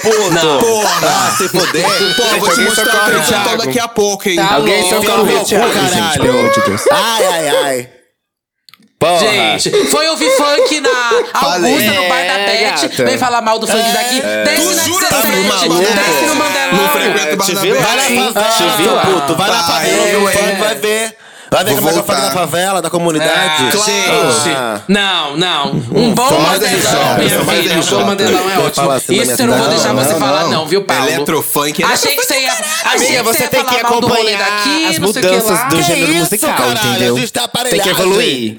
S6: puto. Ah, se fuder.
S1: Pô, eu vou te mostrar o crentão daqui a pouco, hein.
S4: Tá
S5: Alguém
S4: louco.
S5: socorre o Rio, Thiago, gente, pelo amor de Deus.
S6: Ai, ai, ai. Porra.
S4: Gente, foi ouvir funk na Augusta, no bar da
S5: É,
S4: Beth.
S5: gata.
S4: Vem falar mal do
S1: É.
S4: funk daqui. Desce na 17,
S1: tá maluco?
S4: desce no
S1: Não
S6: É,
S4: Mandelão.
S1: frequento o
S5: te
S1: Barnabé.
S5: viu?
S6: Vai
S5: Ah,
S6: na favela,
S5: te viu?
S6: seu puto. Vai na
S1: Tá,
S6: favela,
S1: eu,
S6: ouvir o funk,
S1: é.
S6: vai ver. Vai ver
S1: Vou
S6: como é que eu
S1: voltar.
S6: falo da favela, da comunidade.
S4: Ah,
S6: Ah.
S4: Gente, não, não. Um bom
S6: só mais
S4: Mandelão,
S6: RJ,
S4: minha
S6: só mais
S4: filha. Um
S6: RJ.
S4: bom Mandelão é
S6: Eu falo assim
S4: ótimo.
S6: na
S4: Isso
S6: minha
S4: eu não vou
S6: cidade.
S4: deixar
S6: Não,
S4: você
S6: não,
S4: falar,
S6: não.
S4: não, viu, Paulo?
S1: Eletrofunk. é
S4: Achei que você ia. Achei
S5: Amiga,
S4: que você
S5: você
S4: ia
S5: tem que
S4: falar mal do rolê daqui,
S5: acompanhar as
S4: não sei o que
S5: mudanças
S4: lá.
S5: do gênero
S6: isso,
S5: musical,
S6: caralho,
S5: entendeu?
S6: a gente
S5: Tem
S6: tá
S5: que
S6: aparelhado,
S5: evoluir.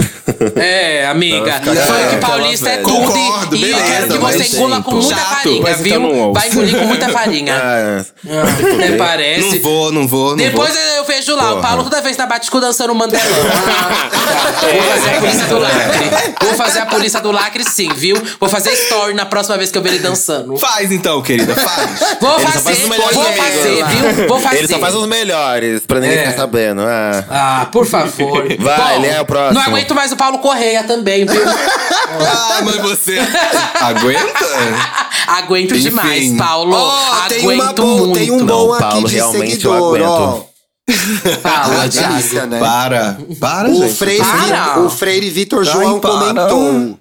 S4: É, amiga.
S6: ficar
S4: Funk
S6: quieto,
S4: paulista é
S6: velho.
S4: tudo. e-
S1: Concordo,
S4: E eu
S1: beleza,
S4: quero que você
S1: mas,
S4: engula
S1: gente,
S4: com muita
S1: chato,
S4: farinha,
S5: mas então não
S4: viu?
S5: ouço.
S4: Vai engolir com muita
S3: É.
S4: farinha.
S6: Ah,
S4: Até
S1: Não
S4: parece.
S1: vou, não vou, não
S4: Depois
S1: vou.
S4: eu vejo lá o Paulo toda vez na Baticu dançando o Mandelão. Vou fazer a polícia do lacre. Vou fazer a polícia do lacre sim, viu? Vou fazer story na próxima vez que eu ver ele dançando.
S1: Faz então, querida, faz.
S4: Vou
S6: Ele só
S4: fazer,
S6: faz
S4: vou
S6: os melhores
S4: fazer,
S6: amigos.
S4: viu? Vou fazer.
S6: Ele
S3: Assim.
S6: só faz os melhores, pra ninguém
S4: É.
S6: ficar sabendo. Ah.
S4: Ah, por favor.
S6: Vai,
S4: Bom,
S6: lê o próximo.
S4: Não aguento mais o Paulo Correia também, viu?
S1: ah, mas você
S2: é.
S1: aguenta?
S4: aguento
S1: Enfim.
S4: demais, Paulo.
S3: Ó,
S4: aguento
S3: tem, uma boa,
S4: muito.
S3: tem um
S6: Não,
S3: bom aqui
S6: Paulo,
S3: de
S6: realmente eu
S3: seguidor, ó.
S6: aguento.
S4: Fala,
S3: Ah,
S4: Thiago.
S3: delícia, né?
S1: Para, para,
S3: O
S1: gente.
S3: Freire,
S4: para.
S3: o Freire Vitor
S6: Tá,
S1: Ai,
S3: João
S1: para.
S3: comentou.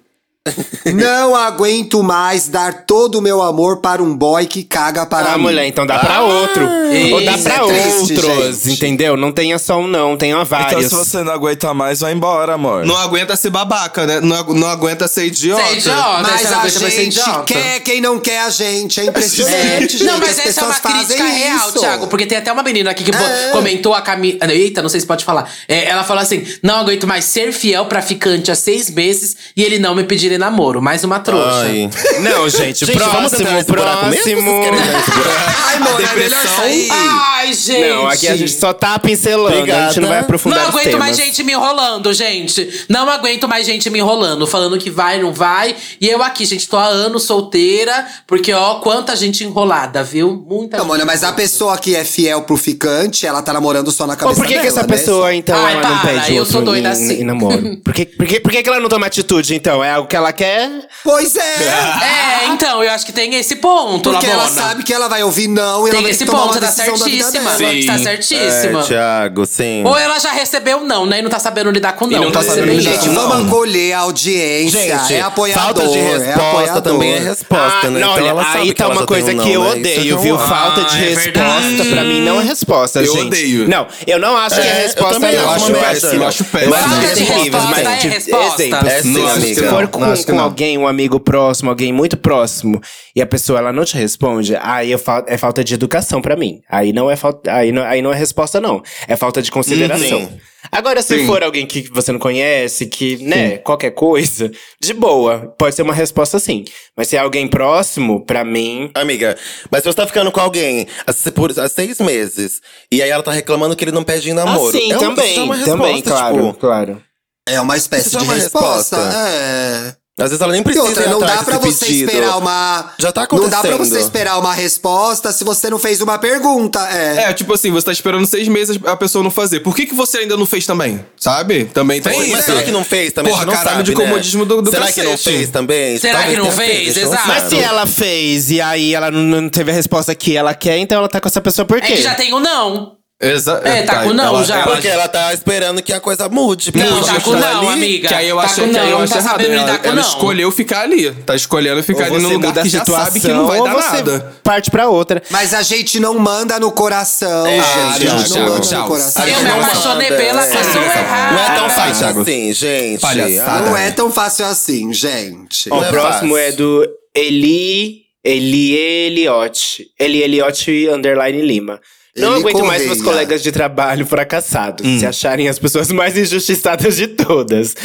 S3: Não aguento mais dar todo o meu amor para um boy que caga para
S5: Ah,
S3: mim.
S5: mulher, então dá pra outro. Ou dá
S4: isso
S5: pra
S3: é triste,
S5: outros,
S3: gente.
S5: entendeu? Não tenha só um não, tenha
S2: Então,
S5: vários.
S2: se você não aguenta mais, vai embora, amor.
S1: Não aguenta ser babaca, né? Não, agu- não aguenta ser idiota.
S4: Ser idiota,
S3: Mas
S4: essa
S3: a
S4: aguenta, vai ser
S3: gente
S4: idiota.
S3: quer quem não quer a gente. É impressionante, gente.
S4: Não, mas
S3: As
S4: essa é
S3: pessoas
S4: uma crítica
S3: fazem
S4: real,
S3: isso.
S4: Thiago. Porque tem até uma menina aqui que pô-
S3: É.
S4: comentou a Camila. Eita, não sei se pode falar. É, ela falou assim: não aguento mais ser fiel pra ficante há seis meses e ele não me pedir mentira e namoro. Mais uma trouxa.
S6: Ai.
S5: Não, gente,
S6: Gente, vamos entrar
S5: próximo,
S6: nesse buraco mesmo?
S5: próximo.
S6: Vocês querem entrar nesse buraco?
S1: Ai, mano, é melhor sair.
S3: Ah,
S4: Ai, gente.
S5: Não, aqui a gente só tá pincelando, a gente
S6: Obrigada.
S5: não vai aprofundar
S4: Não
S5: os
S4: aguento
S5: temas.
S4: mais gente me enrolando, gente. Não aguento mais gente me enrolando, falando que vai, não vai. E eu aqui, gente, tô há anos solteira, porque ó, quanta gente enrolada, viu? Muita
S3: Não, mano, então, mas a pessoa que é fiel pro ficante, ela tá namorando só na
S5: Ou
S3: cabeça
S5: por que, que
S3: dela,
S5: essa
S3: né?
S6: é?
S5: pessoa, então,
S4: Ai,
S5: ela não
S4: para,
S5: pede
S4: eu
S5: outro
S4: sou doida
S5: em-
S4: assim.
S5: em namoro? Por que, por, que, por que que ela não toma atitude, então? É algo que ela quer?
S3: Pois é!
S4: É, então, eu acho que tem esse ponto,
S3: Porque
S4: Lamona.
S3: ela sabe que ela vai ouvir não e ela
S4: Tem
S3: vai
S4: esse
S3: ter que tomar
S4: ponto,
S3: uma
S4: tá
S3: decisão da vida
S4: certíssima.
S3: dela.
S4: Tá certíssima.
S6: É, Thiago, sim.
S4: Ou ela já recebeu não, né? E não tá sabendo lidar com não.
S2: não tá
S4: Esse
S2: sabendo
S4: daí.
S2: lidar
S3: é, Gente,
S2: Não.
S3: vamos acolher a audiência.
S6: Gente,
S3: é apoiador.
S6: falta de
S3: é
S6: resposta
S3: apoiador.
S6: também é resposta,
S5: Ah,
S6: né?
S5: não,
S6: então
S5: olha,
S6: ela sabe
S5: aí
S6: que
S5: tá
S6: ela
S5: uma
S6: só
S5: coisa
S6: tem um
S5: que eu
S6: não, né? Isso
S5: odeio,
S6: não
S5: viu?
S6: há.
S5: Falta de
S4: Ah, é
S5: resposta
S4: verdade.
S5: pra mim não é resposta,
S2: Eu
S5: gente.
S2: odeio.
S5: Não, eu não acho que é
S6: É, eu
S5: resposta
S6: também
S5: não.
S6: acho
S5: eu
S6: merda.
S5: assim,
S6: Eu
S2: acho péssimo.
S5: Mas
S4: Falta de
S5: tem níveis,
S4: resposta,
S5: mas,
S4: é
S5: tipo,
S4: resposta.
S5: exemplos.
S6: É sim,
S5: Não,
S6: amiga.
S5: Se for
S2: Não,
S5: com,
S2: acho que
S5: com
S2: não.
S5: alguém, um amigo próximo, alguém muito próximo, e a pessoa ela não te responde, aí eu fal- é falta de educação pra mim. Aí não é falta, aí não, aí não é resposta não, é falta de consideração.
S6: Uhum.
S5: Agora, se
S2: Sim.
S5: for alguém que você não conhece, que, né, qualquer coisa, de boa, pode ser uma resposta sim. Mas se é alguém próximo, pra mim,
S6: Amiga, mas se você tá ficando com alguém há se- por há seis meses e aí ela tá reclamando que ele não pede em
S3: Ah,
S6: namoro.
S5: Assim,
S6: é um-
S5: também,
S6: isso é uma resposta,
S5: também, claro,
S6: tipo,
S5: claro.
S3: É uma espécie
S6: Isso é
S3: de
S6: uma
S3: resposta.
S6: resposta.
S3: É.
S6: Às vezes ela nem
S3: E
S6: precisa.
S3: outra,
S6: ir
S3: não
S6: atrás
S3: dá pra
S6: desse
S3: você
S6: pedido.
S3: esperar uma.
S6: Já tá
S3: Não dá pra
S6: acontecendo.
S3: você esperar uma resposta se você não fez uma pergunta. É.
S2: É, tipo assim, você tá esperando seis meses a pessoa não fazer. Por que, que você ainda não fez também? Sabe? Também
S4: É
S2: tem
S6: Mas
S2: isso.
S6: será que não fez também?
S2: Porra,
S6: a gente não
S2: caralho
S6: sabe,
S2: de comodismo
S6: né?
S2: do- do
S6: Será que não
S2: cacete.
S6: fez também?
S4: Será
S6: Talvez
S4: que não
S6: tenha
S4: fez?
S6: a gente não
S4: Exato.
S5: Mas
S6: sabe.
S5: se ela fez e aí ela não- não teve a resposta que ela quer, então ela tá com essa pessoa por
S4: É
S5: quê?
S4: que já tem o não.
S2: Exa
S4: É, tá com não
S2: ela-
S4: já.
S6: É porque ela tá esperando que a coisa mude. porque
S4: Não,
S6: ela
S4: tá com
S6: tá
S4: não,
S6: ali.
S4: amiga.
S2: Que aí eu
S4: tá
S2: acho,
S4: com
S2: que aí
S4: não,
S2: eu
S4: não
S2: acho
S4: tá
S2: errado.
S4: sabendo
S2: Ela,
S4: lidar com
S2: ela
S4: não.
S2: escolheu ficar ali. Tá escolhendo ficar
S5: Ou
S2: ali num
S5: você
S2: lugar
S5: muda a
S2: que já
S5: situação,
S2: sabe que não vai
S5: ou
S2: dar
S5: você
S2: nada.
S5: parte pra outra.
S3: Mas a gente não manda no coração, gente.
S2: Thiago,
S3: a gente não
S2: Thiago,
S3: manda
S2: Thiago.
S3: no coração.
S6: A
S4: Eu
S6: gente
S4: me
S6: não
S4: apaixonei
S6: manda,
S4: pela
S6: é.
S4: pessoa errada.
S6: Não é tão fácil
S2: Thiago.
S6: assim, gente.
S2: Palhaçada.
S3: Não é tão fácil assim, gente.
S5: Ó,
S6: Não
S5: o
S6: é
S5: próximo
S6: fácil.
S5: é do Eli. Eli Eliotti. Eli Eliotti underline Lima. Não
S3: Eli
S5: aguento mais
S3: Correia.
S5: meus colegas de trabalho fracassados
S2: Hum.
S5: se acharem as pessoas mais injustiçadas de todas.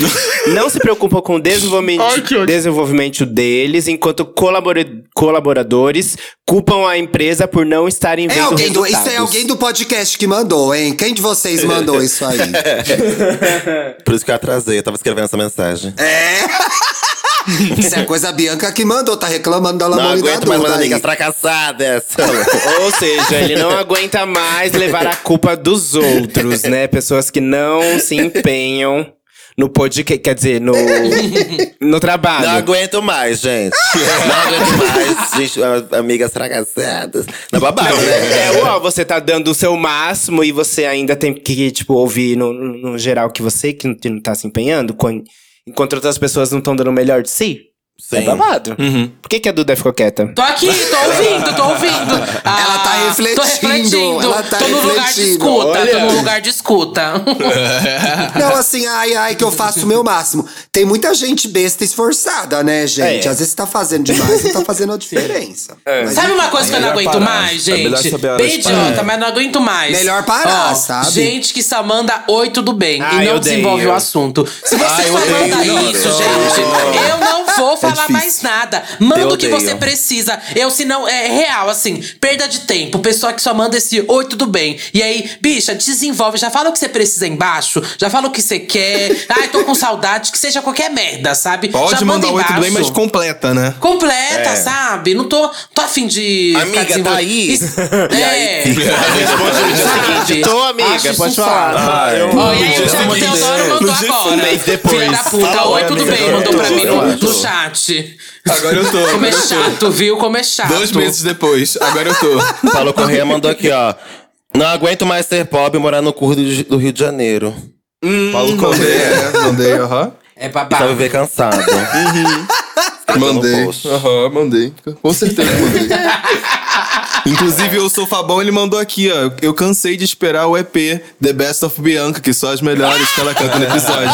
S5: Não se preocupam com o desenvolvimento, desenvolvimento deles, enquanto colabore- colaboradores culpam a empresa por não estarem
S3: É
S5: vendo
S3: alguém do,
S5: resultados.
S3: isso é alguém do podcast que mandou, hein? Quem de vocês mandou isso aí?
S6: Ah, Por isso que eu atrasei, eu tava escrevendo essa mensagem.
S3: Isso é coisa a Bianca que mandou, tá reclamando da
S6: não
S3: lamoridadora.
S6: aguento mais umas
S3: aí.
S6: amigas fracassadas.
S5: Ou seja, ele não aguenta mais levar a culpa dos outros, né? Pessoas que não se empenham no podcast, quer dizer, no, no
S6: Não
S5: trabalho.
S6: aguento mais, gente. Não aguento mais, gente. ah, Amigas fracassadas. Na babado, né?
S5: É, ó, você tá dando o seu máximo e você ainda tem que, tipo, ouvir no, no geral que você que não, que não tá se empenhando, quan- enquanto outras pessoas não estão dando o melhor de si. É
S6: Sim. Uhum.
S5: babado. Por que, que a Duda ficou quieta?
S4: Tô aqui, tô ouvindo, tô ouvindo. Ah,
S3: Ela tá refletindo,
S4: Tô refletindo.
S3: ela tá
S4: tô no lugar de
S3: refletindo.
S4: escuta, tô
S5: Olha.
S4: no lugar de escuta.
S3: Não, assim, ai, ai, que eu faço o meu máximo. Tem muita gente besta esforçada, né, gente?
S5: É.
S3: Às vezes você tá fazendo demais, não tá fazendo a diferença. Mas
S4: Sabe uma coisa que eu não
S2: melhor
S4: aguento
S2: parar.
S4: mais,
S2: É melhor
S4: gente?
S2: saber a hora
S4: Bem
S2: de parar.
S4: idiota, mas não aguento mais.
S3: Melhor parar, sabe?
S4: Gente que só manda oi, tudo bem.
S5: Ah,
S4: e não
S5: eu odeio.
S4: desenvolve o assunto. Se você
S6: Ah, eu
S4: só
S6: odeio,
S4: manda
S6: eu
S4: isso,
S6: adoro.
S4: gente, eu não
S2: É
S4: vou falar mais nada. Manda
S6: Eu
S4: o que
S6: odeio.
S4: você precisa. Eu, se não, é real, assim, perda de tempo. Pessoa que só manda esse oi, tudo bem. E aí, bicha, desenvolve. Já fala o que você precisa embaixo. Já fala o que você quer. Ai, tô com saudade. Que seja qualquer merda, sabe?
S2: Pode
S4: já manda
S2: mandar oito bem, mas
S4: embaixo.
S2: completa, né?
S4: Completa, sabe? Não tô, tô afim de. ficar
S6: Amiga,
S4: desenvol-
S6: tá aí?
S4: Isso- É. Sabe?
S5: Tô, amiga,
S4: Acho isso
S5: pode
S4: um
S5: falar.
S4: saco.
S6: Ah, eu-
S4: Ó, e aí,
S6: Pelo
S4: o Thiago
S6: amor de
S4: Teodoro
S6: Deus.
S4: mandou
S2: No dia
S4: agora.
S2: seguinte,
S5: depois.
S4: Filha da puta,
S5: Fala,
S4: oi, tudo
S5: amiga,
S4: bem,
S5: eu
S4: mandou pra
S6: tô,
S4: mim
S6: eu
S4: no,
S6: tô.
S4: no chat.
S2: Agora eu tô.
S4: Como
S2: agora
S4: é
S2: eu tô.
S4: chato, viu? Como é chato.
S2: Dois meses depois, agora eu tô.
S6: Paulo Corrêa mandou aqui, ó. Não aguento mais ser pobre e morar no curso do Rio de Janeiro.
S2: Paulo Correia, é, mandei, aham.
S4: É
S6: E só
S4: babado.
S6: viver cansado.
S2: Mandei.
S6: no post.
S2: Aham, mandei. Com certeza mandei. Inclusive, o Sofabão, ele mandou aqui, ó. Eu cansei de esperar o EP The Best of Bianca, que só as melhores que ela canta no episódio.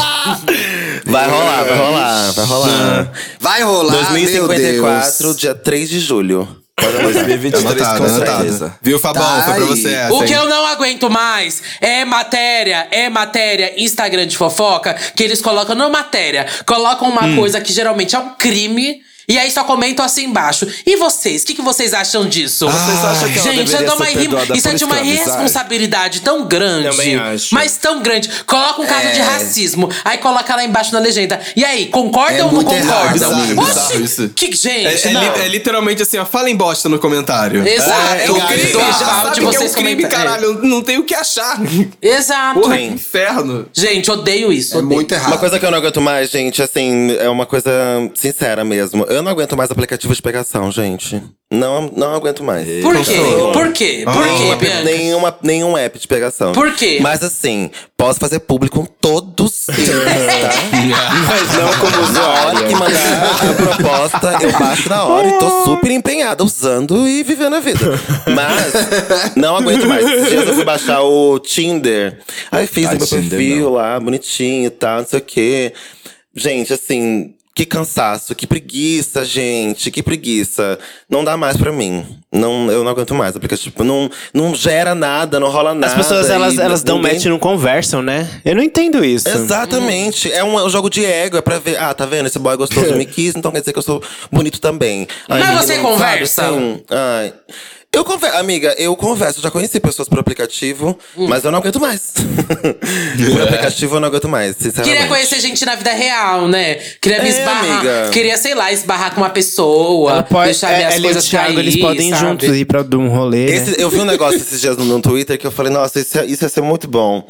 S6: Vai rolar, vai rolar, vai rolar.
S3: Vai rolar, meu Deus.
S6: 2054, dia 3 de julho. Pode anotar.
S2: 2023,
S1: Anotado,
S2: com
S1: anotado.
S2: certeza.
S1: Viu, Fabão?
S3: Tá
S1: Foi pra
S3: aí.
S1: você essa,
S4: O que
S2: é
S1: hein?
S4: eu não aguento mais é matéria, é matéria, Instagram de fofoca, que eles colocam, não matéria, colocam uma
S1: Hum.
S4: coisa que geralmente é um crime. E aí só comentam assim embaixo. E vocês? O que, que vocês acham disso?
S2: Vocês acham que ela
S4: Gente,
S2: deveria
S4: é de
S2: ser
S4: uma irre-
S2: perdoada
S4: isso é
S2: por
S4: de uma
S2: escravizar?
S4: responsabilidade tão grande.
S5: Também acho.
S4: Mas tão grande. Coloca um caso
S1: É.
S4: de racismo, aí coloca lá embaixo na legenda. E aí, concordam
S3: É
S4: ou não
S3: muito errado,
S4: concordam?
S1: bizarro, bizarro
S4: Oxi,
S1: isso.
S4: que gente,
S1: É, é li-
S4: não.
S1: é literalmente assim, ó. Falem bosta no comentário.
S4: Exato.
S1: É, é um
S4: Cara,
S1: crime.
S4: bizarro
S1: Já
S4: de
S1: sabe que é um
S4: vocês
S1: crime,
S4: comentar-
S1: caralho. Eu Não tenho o que achar.
S4: Exato.
S1: Porra, que inferno.
S4: Gente, odeio isso.
S3: É
S4: odeio.
S3: muito errado.
S6: Uma coisa que eu não aguento mais, gente, assim, é uma coisa sincera mesmo. Eu não aguento mais aplicativo de pegação, gente. Não, não aguento mais.
S4: Por quê?
S5: Ah.
S4: Por quê? Por quê,
S6: Nenhuma-
S4: Bianca?
S6: nenhuma, nenhum app de pegação.
S4: Por quê?
S6: Mas assim, posso fazer público com todos eles, tá? Mas não como usuário. Na hora que mandar a proposta, eu baixo na hora e tô super empenhada, usando e vivendo a vida. Mas não aguento mais. Esses dias eu fui baixar o Tinder. Aí fiz
S2: Ah,
S6: o meu
S2: Tinder
S6: perfil
S2: não.
S6: lá, bonitinho e tal, não sei o quê. Gente, assim… Que cansaço, que preguiça, gente, que preguiça. Não dá mais pra mim. Não, eu não aguento mais. Porque, tipo, não, não gera nada, não rola nada.
S5: As pessoas, elas,
S6: e
S5: elas dão
S6: ninguém-
S5: match e não conversam, né? Eu não entendo isso.
S6: Exatamente. É um, é um jogo de ego, é pra ver. Ah, tá vendo? Esse boy gostoso me quis, então quer dizer que eu sou bonito também.
S4: Mas
S6: menina,
S4: você
S6: sabe,
S4: conversa?
S6: assim, ai. Eu converso, amiga, eu converso, eu já conheci pessoas por aplicativo, mas eu não aguento mais. por aplicativo eu não aguento mais, sinceramente.
S4: Queria conhecer gente na vida real, né? Queria me
S6: É,
S4: esbarrar.
S6: amiga.
S4: Queria, sei lá, esbarrar com uma pessoa.
S5: Ela pode,
S4: deixar
S5: é,
S4: minhas
S5: ela e o
S4: coisas
S5: Thiago,
S4: cair,
S5: eles podem ir
S4: sabe?
S5: juntos ir pra um rolê. né?
S6: Esse- eu vi um negócio esses dias no, no Twitter que eu falei, nossa, isso, ia- isso ia ser muito bom.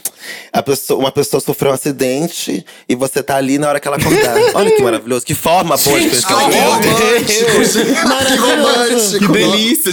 S6: A pessoa, uma pessoa sofreu um acidente e você tá ali na hora que ela acordar. Olha que maravilhoso, que forma boa de pensar.
S1: Que
S6: naquilo.
S1: romântico, gente.
S3: que romântico.
S1: Que delícia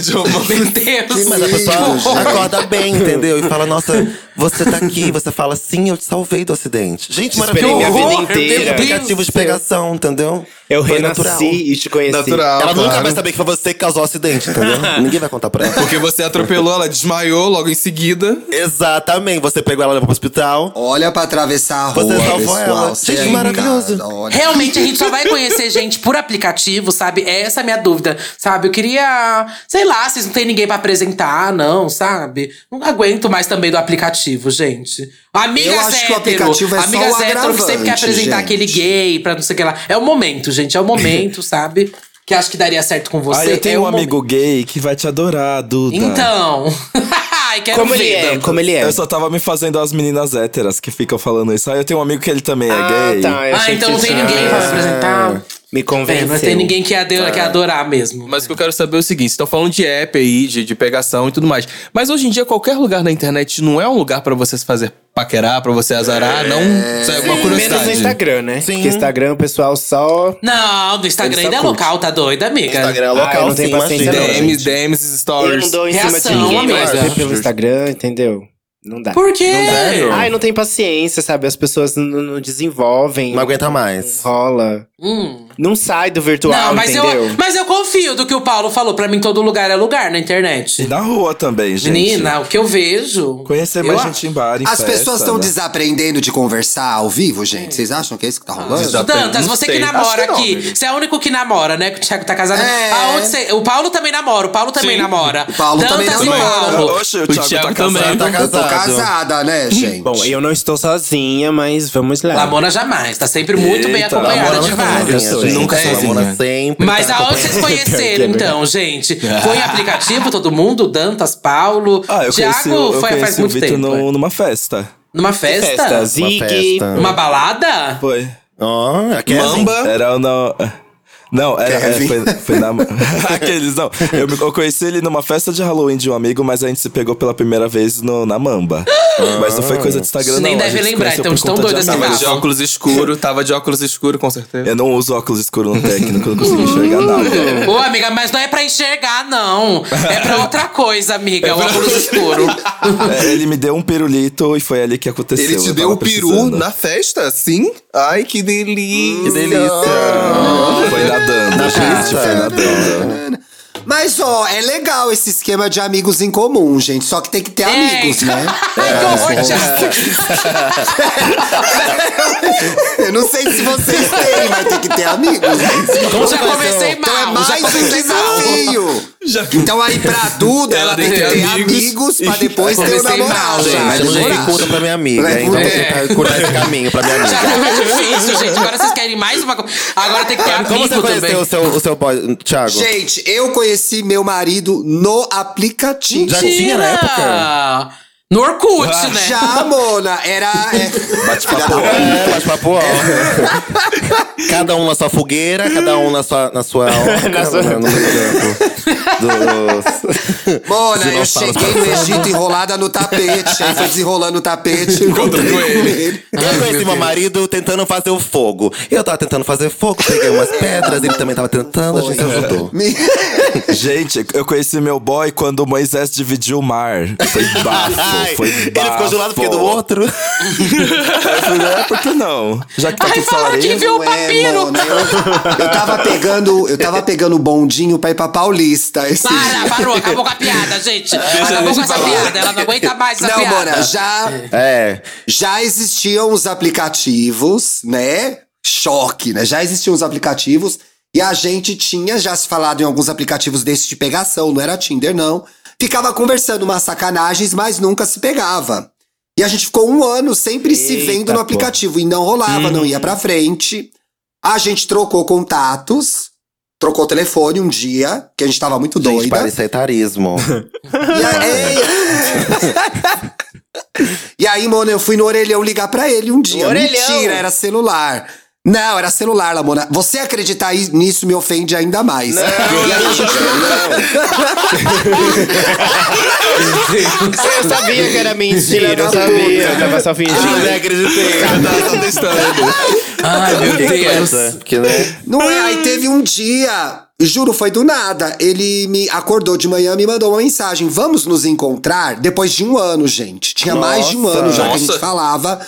S5: tipo
S1: de romance.
S4: Meu Deus.
S6: Mas a pessoa acorda bem, entendeu? E fala, nossa, você tá aqui. Você fala, sim, eu te salvei do acidente. Gente,
S5: Esperei
S6: maravilhoso.
S5: minha vida
S6: Eu tenho
S5: inteira.
S6: aplicativo de pegação, entendeu?
S5: Eu
S6: Foi
S5: renasci
S6: natural.
S5: e te conheci.
S1: Natural,
S6: Ela nunca
S1: claro.
S6: vai saber que foi você que causou o acidente, entendeu? Ninguém vai contar pra ela.
S1: Porque você atropelou, ela desmaiou logo em seguida.
S6: Exatamente. Você pegou ela e levou pro hospital.
S3: Olha pra atravessar a rua,
S6: Você salvou
S3: pessoal.
S6: ela.
S3: Você
S6: Gente,
S3: é
S6: maravilhoso.
S3: educado, olha.
S4: Realmente, a gente só vai conhecer gente por aplicativo, sabe? É Essa é a minha dúvida, sabe? Eu queria, sei lá, vocês não tem ninguém pra apresentar, não, sabe? Não aguento mais também do aplicativo, gente. Amigas
S3: Eu acho que o
S4: hétero,
S3: aplicativo é só
S4: amigas
S3: o
S4: hétero que sempre quer
S3: agravante,
S4: apresentar
S3: gente.
S4: aquele gay pra não sei o que lá. É o momento, gente, é o momento, sabe? Que acho que daria certo com você.
S2: Ah, eu tenho
S4: é o
S2: um amigo tá.
S4: momento.
S2: gay que vai te adorar, Duda.
S4: Então. Ai, quero
S5: Como
S4: ver.
S5: ele é,
S4: Dantas.
S5: como ele é.
S2: Eu só tava me fazendo as meninas héteras que ficam falando isso. Ah, eu tenho um amigo que ele também é
S5: Ah,
S2: gay.
S5: tá. eu
S4: Ah,
S5: achei
S4: então
S5: que
S4: não tem
S5: tinha-
S4: ninguém pra apresentar.
S5: Me
S4: É,
S5: convenceu.
S4: não tem ninguém que adorar, que adorar mesmo.
S1: Mas o que eu quero saber é o seguinte: estão falando de app aí, de, de pegação e tudo mais. Mas hoje em dia, qualquer lugar na internet não é um lugar pra você se fazer paquerar, pra você azarar, não. Isso é uma
S5: Menos no
S1: curiosidade.
S5: Instagram, né?
S6: Sim.
S5: Porque Instagram o pessoal só...
S4: Não, do Instagram
S5: Ele só
S4: ainda é
S5: curte.
S4: local, tá doida, amiga?
S6: Instagram é
S5: Ah, eu
S6: local,
S5: não tenho
S6: sim,
S5: paciência,
S2: né?
S6: imagina.
S5: não, gente.
S1: DMs, DMs,
S5: Eu não
S1: stories.
S5: dou em cima de
S4: Reação,
S5: ninguém,
S4: amigo.
S5: mas foi pelo
S1: Justo.
S5: Instagram, entendeu? Não dá.
S4: Por quê?
S5: Ai, não tem paciência, sabe? As pessoas n- n- não desenvolvem.
S6: Não aguenta mais.
S5: Rola.
S4: Hum.
S5: Não sai do virtual,
S4: Não, mas eu,
S5: entendeu?
S4: mas eu confio do que o Paulo falou. Pra mim, todo lugar é lugar na
S2: E
S4: internet.
S2: na rua também, gente.
S4: Menina, o que eu vejo.
S2: Conhecer mais
S4: Eu-
S2: gente em bar, em
S3: As
S2: festa,
S3: pessoas estão
S2: né?
S3: desaprendendo de conversar ao vivo, gente? Vocês acham que é isso que tá rolando?
S1: Já-
S4: Dantas,
S1: Não
S4: você
S1: sei.
S4: que namora
S1: Acho que não,
S4: aqui.
S1: amigo.
S4: Você é o único que namora, né? Que o Thiago tá casado.
S3: É.
S4: Aonde você- o Paulo também namora, o Paulo também
S1: Sim.
S4: namora.
S3: O Paulo
S4: Dantas
S3: também
S4: e
S3: namora.
S4: Paulo.
S2: Ah, Oxe, o,
S1: O
S2: Thiago,
S1: Thiago
S2: tá
S1: também.
S2: casado.
S6: Tá
S3: Eu tô
S6: casado.
S3: casada, né, gente?
S5: Bom, eu não estou sozinha, mas vamos lá.
S4: Lamona jamais, tá sempre muito bem
S2: Eita,
S4: acompanhada
S2: Lamona tá
S4: de
S2: nunca
S4: vários.
S2: sozinha, gente.
S6: Nunca
S1: É,
S6: sou
S1: sozinha.
S6: Lamona sempre.
S4: Mas
S6: tá
S4: aonde
S6: acompanhando.
S4: vocês conheceram,
S2: né?
S4: então, gente? Foi em aplicativo, todo mundo? Dantas, Paulo.
S2: Ah, eu
S4: Thiago
S2: conheci, o- eu
S4: foi faz
S2: conheci o
S4: muito
S2: Vitor
S4: tempo. é.
S2: no- numa festa.
S4: Numa festa?
S5: Festa,
S6: Uma
S5: Zig.
S6: festa.
S4: Uma balada?
S2: Foi.
S6: Ó, aqui é assim.
S1: Mamba.
S2: Era o não. Não, era, é,
S3: Kevin.
S2: foi, foi na. Aqueles, não. Eu, me- eu conheci ele numa festa de Halloween de um amigo, mas a gente se pegou pela primeira vez no, na Mamba. mas não foi coisa de Instagram,
S4: Isso
S2: não.
S4: nem
S2: a
S4: deve
S2: gente se
S4: lembrar,
S2: conheceu
S4: então,
S2: por
S4: de tão
S2: conta
S4: doido
S2: de
S4: assim.
S2: amigos.
S1: Tava de óculos escuro, tava de óculos escuro, com certeza.
S2: Eu não uso óculos escuros no técnico, não consigo enxergar
S4: Uhum.
S2: nada.
S4: Ô, amiga, mas não é pra enxergar, não. É pra outra coisa, amiga. O óculos escuro.
S2: É, ele me deu um pirulito e foi ali que aconteceu.
S1: Ele te
S2: eu
S1: deu
S2: tava
S1: o peru
S2: precisando.
S1: na festa? Sim? Ai, que delícia.
S6: Que delícia.
S2: Foi nadando,
S6: Na
S2: gente,
S6: pista.
S2: foi nadando.
S3: Mas, ó, é legal esse esquema de amigos em comum, gente. Só que tem que ter amigos, né?
S4: Ai, que horror, Thiago.
S3: Eu não sei se vocês têm, mas tem que ter amigos. né?
S4: Já comecei
S3: Então é
S4: mal. Já
S3: mais um
S4: comecei mal.
S3: desafio.
S1: Já
S3: Então aí pra Duda, ela, tem que ter amigos, pra depois
S1: e-
S3: ter o
S4: Comecei
S3: namorado.
S4: mal,
S6: Gente,
S4: gente,
S6: mas eu
S4: não
S6: já
S4: sei.
S6: dei conta pra minha amiga,
S3: Vai
S6: hein? então vou
S3: mudar.
S6: tentar curtar esse caminho pra minha
S4: É. Já
S6: amiga.
S4: tá difícil, gente. Agora vocês querem mais uma coisa. Agora tem que ter amigo
S6: Como você
S4: também.
S6: conheceu o seu, o seu boy, Thiago?
S3: Gente, eu conheci meu marido no aplicativo.
S6: Já tinha na época?
S4: No Orkut, né?
S3: Ah, Já, Mona, era. é,
S6: Bate-papo. É, bate-papo. ó. cada um na sua fogueira, cada um na sua. Na sua na
S5: sua-
S6: no, no campo. Dos-
S3: Mona, eu
S6: dinossauros
S3: cheguei no Egito enrolada no tapete. Aí foi desenrolando o tapete. Encontrei com ele.
S6: Eu conheci meu marido tentando fazer o fogo. Eu tava tentando fazer fogo, peguei umas pedras, ele também tava tentando, a gente se ajudou.
S3: Me-
S2: Gente, eu conheci meu boy quando o Moisés dividiu o mar. Foi bafo, foi bafo.
S6: ele ficou de um lado porque do outro.
S2: Eu falei, é, por que não? Já que tá
S4: Ai,
S2: aqui
S4: falaram
S2: falarei.
S4: que viu o
S3: Não é,
S4: papiro.
S3: Mona, eu, eu tava pegando, eu tava pegando o bondinho pra ir pra Paulista. Esse
S4: Para, parou, acabou com a piada, gente. acabou com essa piada. Ela não aguenta mais essa
S3: Não,
S4: piada.
S3: Mona, já,
S6: É.
S3: já existiam os aplicativos, né? Choque, né? Já existiam os aplicativos e a gente tinha já se falado em alguns aplicativos desses de pegação, não era Tinder, não. Ficava conversando umas sacanagens, mas nunca se pegava. E a gente ficou um ano sempre se
S5: Eita,
S3: vendo no
S5: pô.
S3: aplicativo e não rolava, não ia pra
S4: Uhum.
S3: frente. A gente trocou contatos, trocou telefone um dia, que a gente tava muito
S6: Gente,
S3: doida.
S6: para isso é etarismo.
S3: E aí, e aí, Mona, eu fui no orelhão ligar pra ele um dia.
S5: Orelhão?
S3: Mentira, era celular. Não, era celular, Lamona. Você acreditar i- nisso me ofende ainda mais. E aí a gente-
S5: Eu sabia que era mentira, eu
S3: da
S5: sabia. é Eu tava só fingindo.
S6: acreditei.
S4: Ai, meu Deus.
S6: Porque, né?
S3: Não é, aí teve um dia, juro, foi do nada. Ele me acordou de manhã, me mandou uma mensagem. Vamos nos encontrar depois de um ano, gente. Tinha mais de um
S6: Nossa.
S3: ano já que a
S1: Nossa.
S3: gente falava.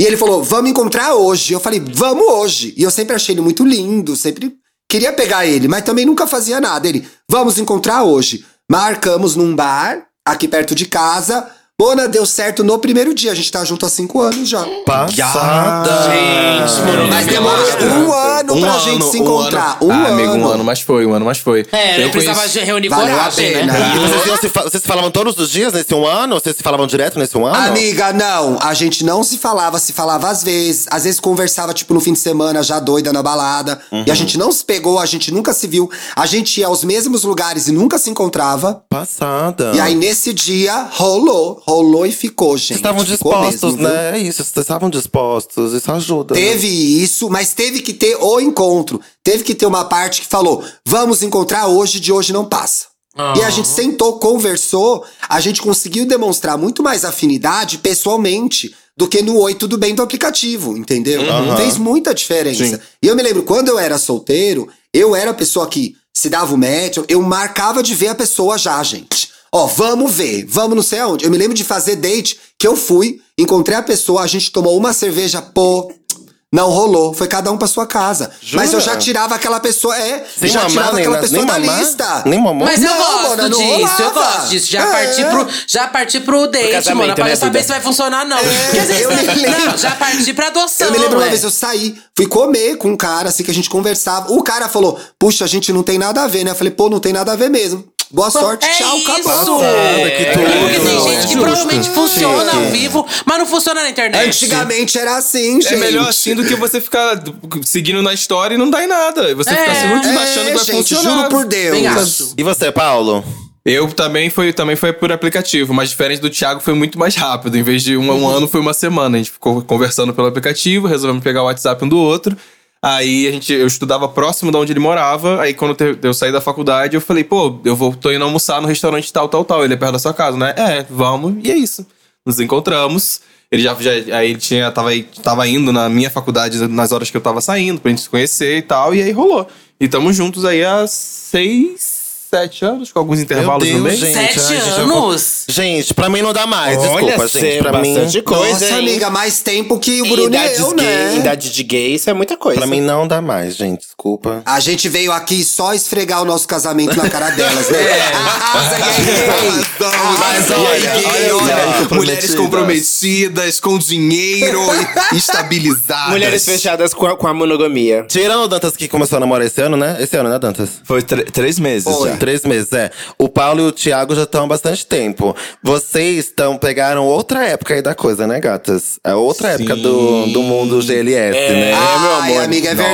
S3: E ele falou, vamos encontrar hoje. Eu falei, vamos hoje. E eu sempre achei ele muito lindo, sempre queria pegar ele, mas também nunca fazia nada. Ele, vamos encontrar hoje. Marcamos num bar, aqui perto de casa. Mona, deu certo no primeiro dia. A gente tá junto há cinco anos já.
S6: Passada.
S3: Mas demorou um ano pra gente se encontrar.
S1: Um
S3: Um
S1: ano. Ah, amigo, um
S3: ano.
S1: ano, mas foi, um ano, mas foi.
S4: É, não precisava
S1: conheci-
S4: de reunir
S3: Valeu a
S4: coragem,
S3: pena.
S4: né?
S6: E vocês, iam se fa- vocês se falavam todos os dias nesse um ano? Vocês se falavam direto nesse um ano?
S3: Amiga, não. A gente não se falava, se falava às vezes. Às vezes conversava, tipo, no fim de semana, já doida na balada. E
S6: Uhum.
S3: a gente não se pegou, a gente nunca se viu. A gente ia aos mesmos lugares e nunca se encontrava.
S6: Passada.
S3: E aí, nesse dia, rolou. Rolou e ficou, gente.
S6: Ah. Vocês estavam
S3: Ficou
S6: dispostos,
S3: mesmo, viu?
S6: né? É isso, vocês estavam dispostos. Isso ajuda. né?
S3: Teve isso, mas teve que ter o encontro. Teve que ter uma parte que falou: vamos encontrar hoje, de hoje não passa. E a gente sentou, conversou, a gente conseguiu demonstrar muito mais afinidade pessoalmente do que no Oi Tudo Bem do aplicativo, entendeu?
S6: Aham.
S3: Fez muita diferença.
S1: Sim.
S3: E eu me lembro, quando eu era solteiro, eu era a pessoa que se dava o match, eu marcava de ver a pessoa já, gente. Ó, vamos ver, vamos não sei aonde. Eu me lembro de fazer date que eu fui, encontrei a pessoa, a gente tomou uma cerveja, pô. Não rolou, foi cada um pra sua casa.
S6: Jura?
S3: Mas eu já tirava aquela pessoa, é,
S6: Sem
S3: já
S6: mamar,
S3: tirava
S6: nem
S3: aquela
S6: na-
S3: pessoa
S6: nem
S3: da
S6: mamar,
S3: lista.
S6: nem mamar.
S4: Mas eu
S3: Não,
S4: gosto
S3: Mona, não
S4: disso, eu
S3: rolava.
S4: gosto disso. Já
S3: É.
S4: parti pro, já parti pro date,
S5: casamento,
S4: Mona, pra
S5: né,
S4: eu saber
S5: Duda?
S4: se vai funcionar, não. Porque às vezes-
S3: É. eu me
S4: não,
S3: lembro.
S4: já parti pra adoção.
S3: Eu me lembro uma
S4: ué.
S3: vez, eu saí, fui comer com um cara, assim, que a gente conversava. O cara falou, puxa, a gente não tem nada a ver, né? Eu falei, pô, não tem nada a ver mesmo. Boa sorte,
S4: é
S3: tchau,
S4: isso! É
S3: acabou.
S6: Passada, que tudo.
S4: Porque tem gente que
S6: Justo.
S4: provavelmente funciona
S6: Chique.
S4: ao vivo, mas não funciona na
S3: É
S4: internet.
S3: Antigamente era assim, gente.
S1: É melhor assim do que você ficar d- seguindo na história e não dá em nada. E você
S4: É.
S1: ficar se muito
S3: É,
S1: achando que vai
S3: gente,
S1: funcionar. né?"
S3: juro por Deus.
S4: Bem acho.
S6: E você, Paulo?
S1: Eu também foi, também foi por aplicativo, mas diferente do Thiago, foi muito mais rápido. Em vez de um, um ano, foi uma semana. A gente ficou conversando pelo aplicativo, resolvemos pegar o WhatsApp um do outro. Aí a gente, eu estudava próximo de onde ele morava. Aí quando te- eu saí da faculdade, eu falei, pô, eu vou, tô indo almoçar no restaurante tal, tal, tal. Ele é perto da sua casa, né? É, vamos. E é isso. Nos encontramos. Ele já, já aí ele tinha, tava, aí- tava indo na minha faculdade nas horas que eu tava saindo, pra gente se conhecer e tal. E aí rolou. E estamos juntos aí há seis, sete anos, com alguns intervalos
S6: Deus,
S1: no meio.
S6: gente.
S4: Sete
S6: ai, gente, eu vou-
S4: anos?
S6: Gente, pra mim não dá mais. Desculpa, gente.
S5: Seba,
S6: Pra mim,
S5: bastante coisa,
S3: Nossa,
S5: hein?
S3: amiga, mais tempo que o
S5: E
S3: Bruno e
S5: idades
S3: eu,
S5: gay,
S3: né?
S5: Idade de gay, isso é muita coisa.
S6: pra mim não dá mais, gente. Desculpa.
S3: A gente veio aqui só esfregar o nosso casamento na cara delas, né? Arrasa, gay!
S1: Mas
S3: Arrasa,
S1: olha,
S3: gay,
S1: olha, olha,
S6: Comprometidas.
S1: mulheres comprometidas, com dinheiro e estabilizadas.
S5: Mulheres fechadas com a, com a monogamia.
S6: Tirando o Dantas que começou a namorar esse ano, né? Esse ano, né, Dantas?
S2: Foi tre- três meses
S3: Foi.
S2: já.
S6: Três meses, é. O Paulo e o Thiago já estão há bastante tempo. Vocês estão, pegaram outra época aí da coisa, né, gatas? É outra época do, do mundo GLS,
S3: É,
S6: né?
S3: Ai, amiga, é
S1: Nossa.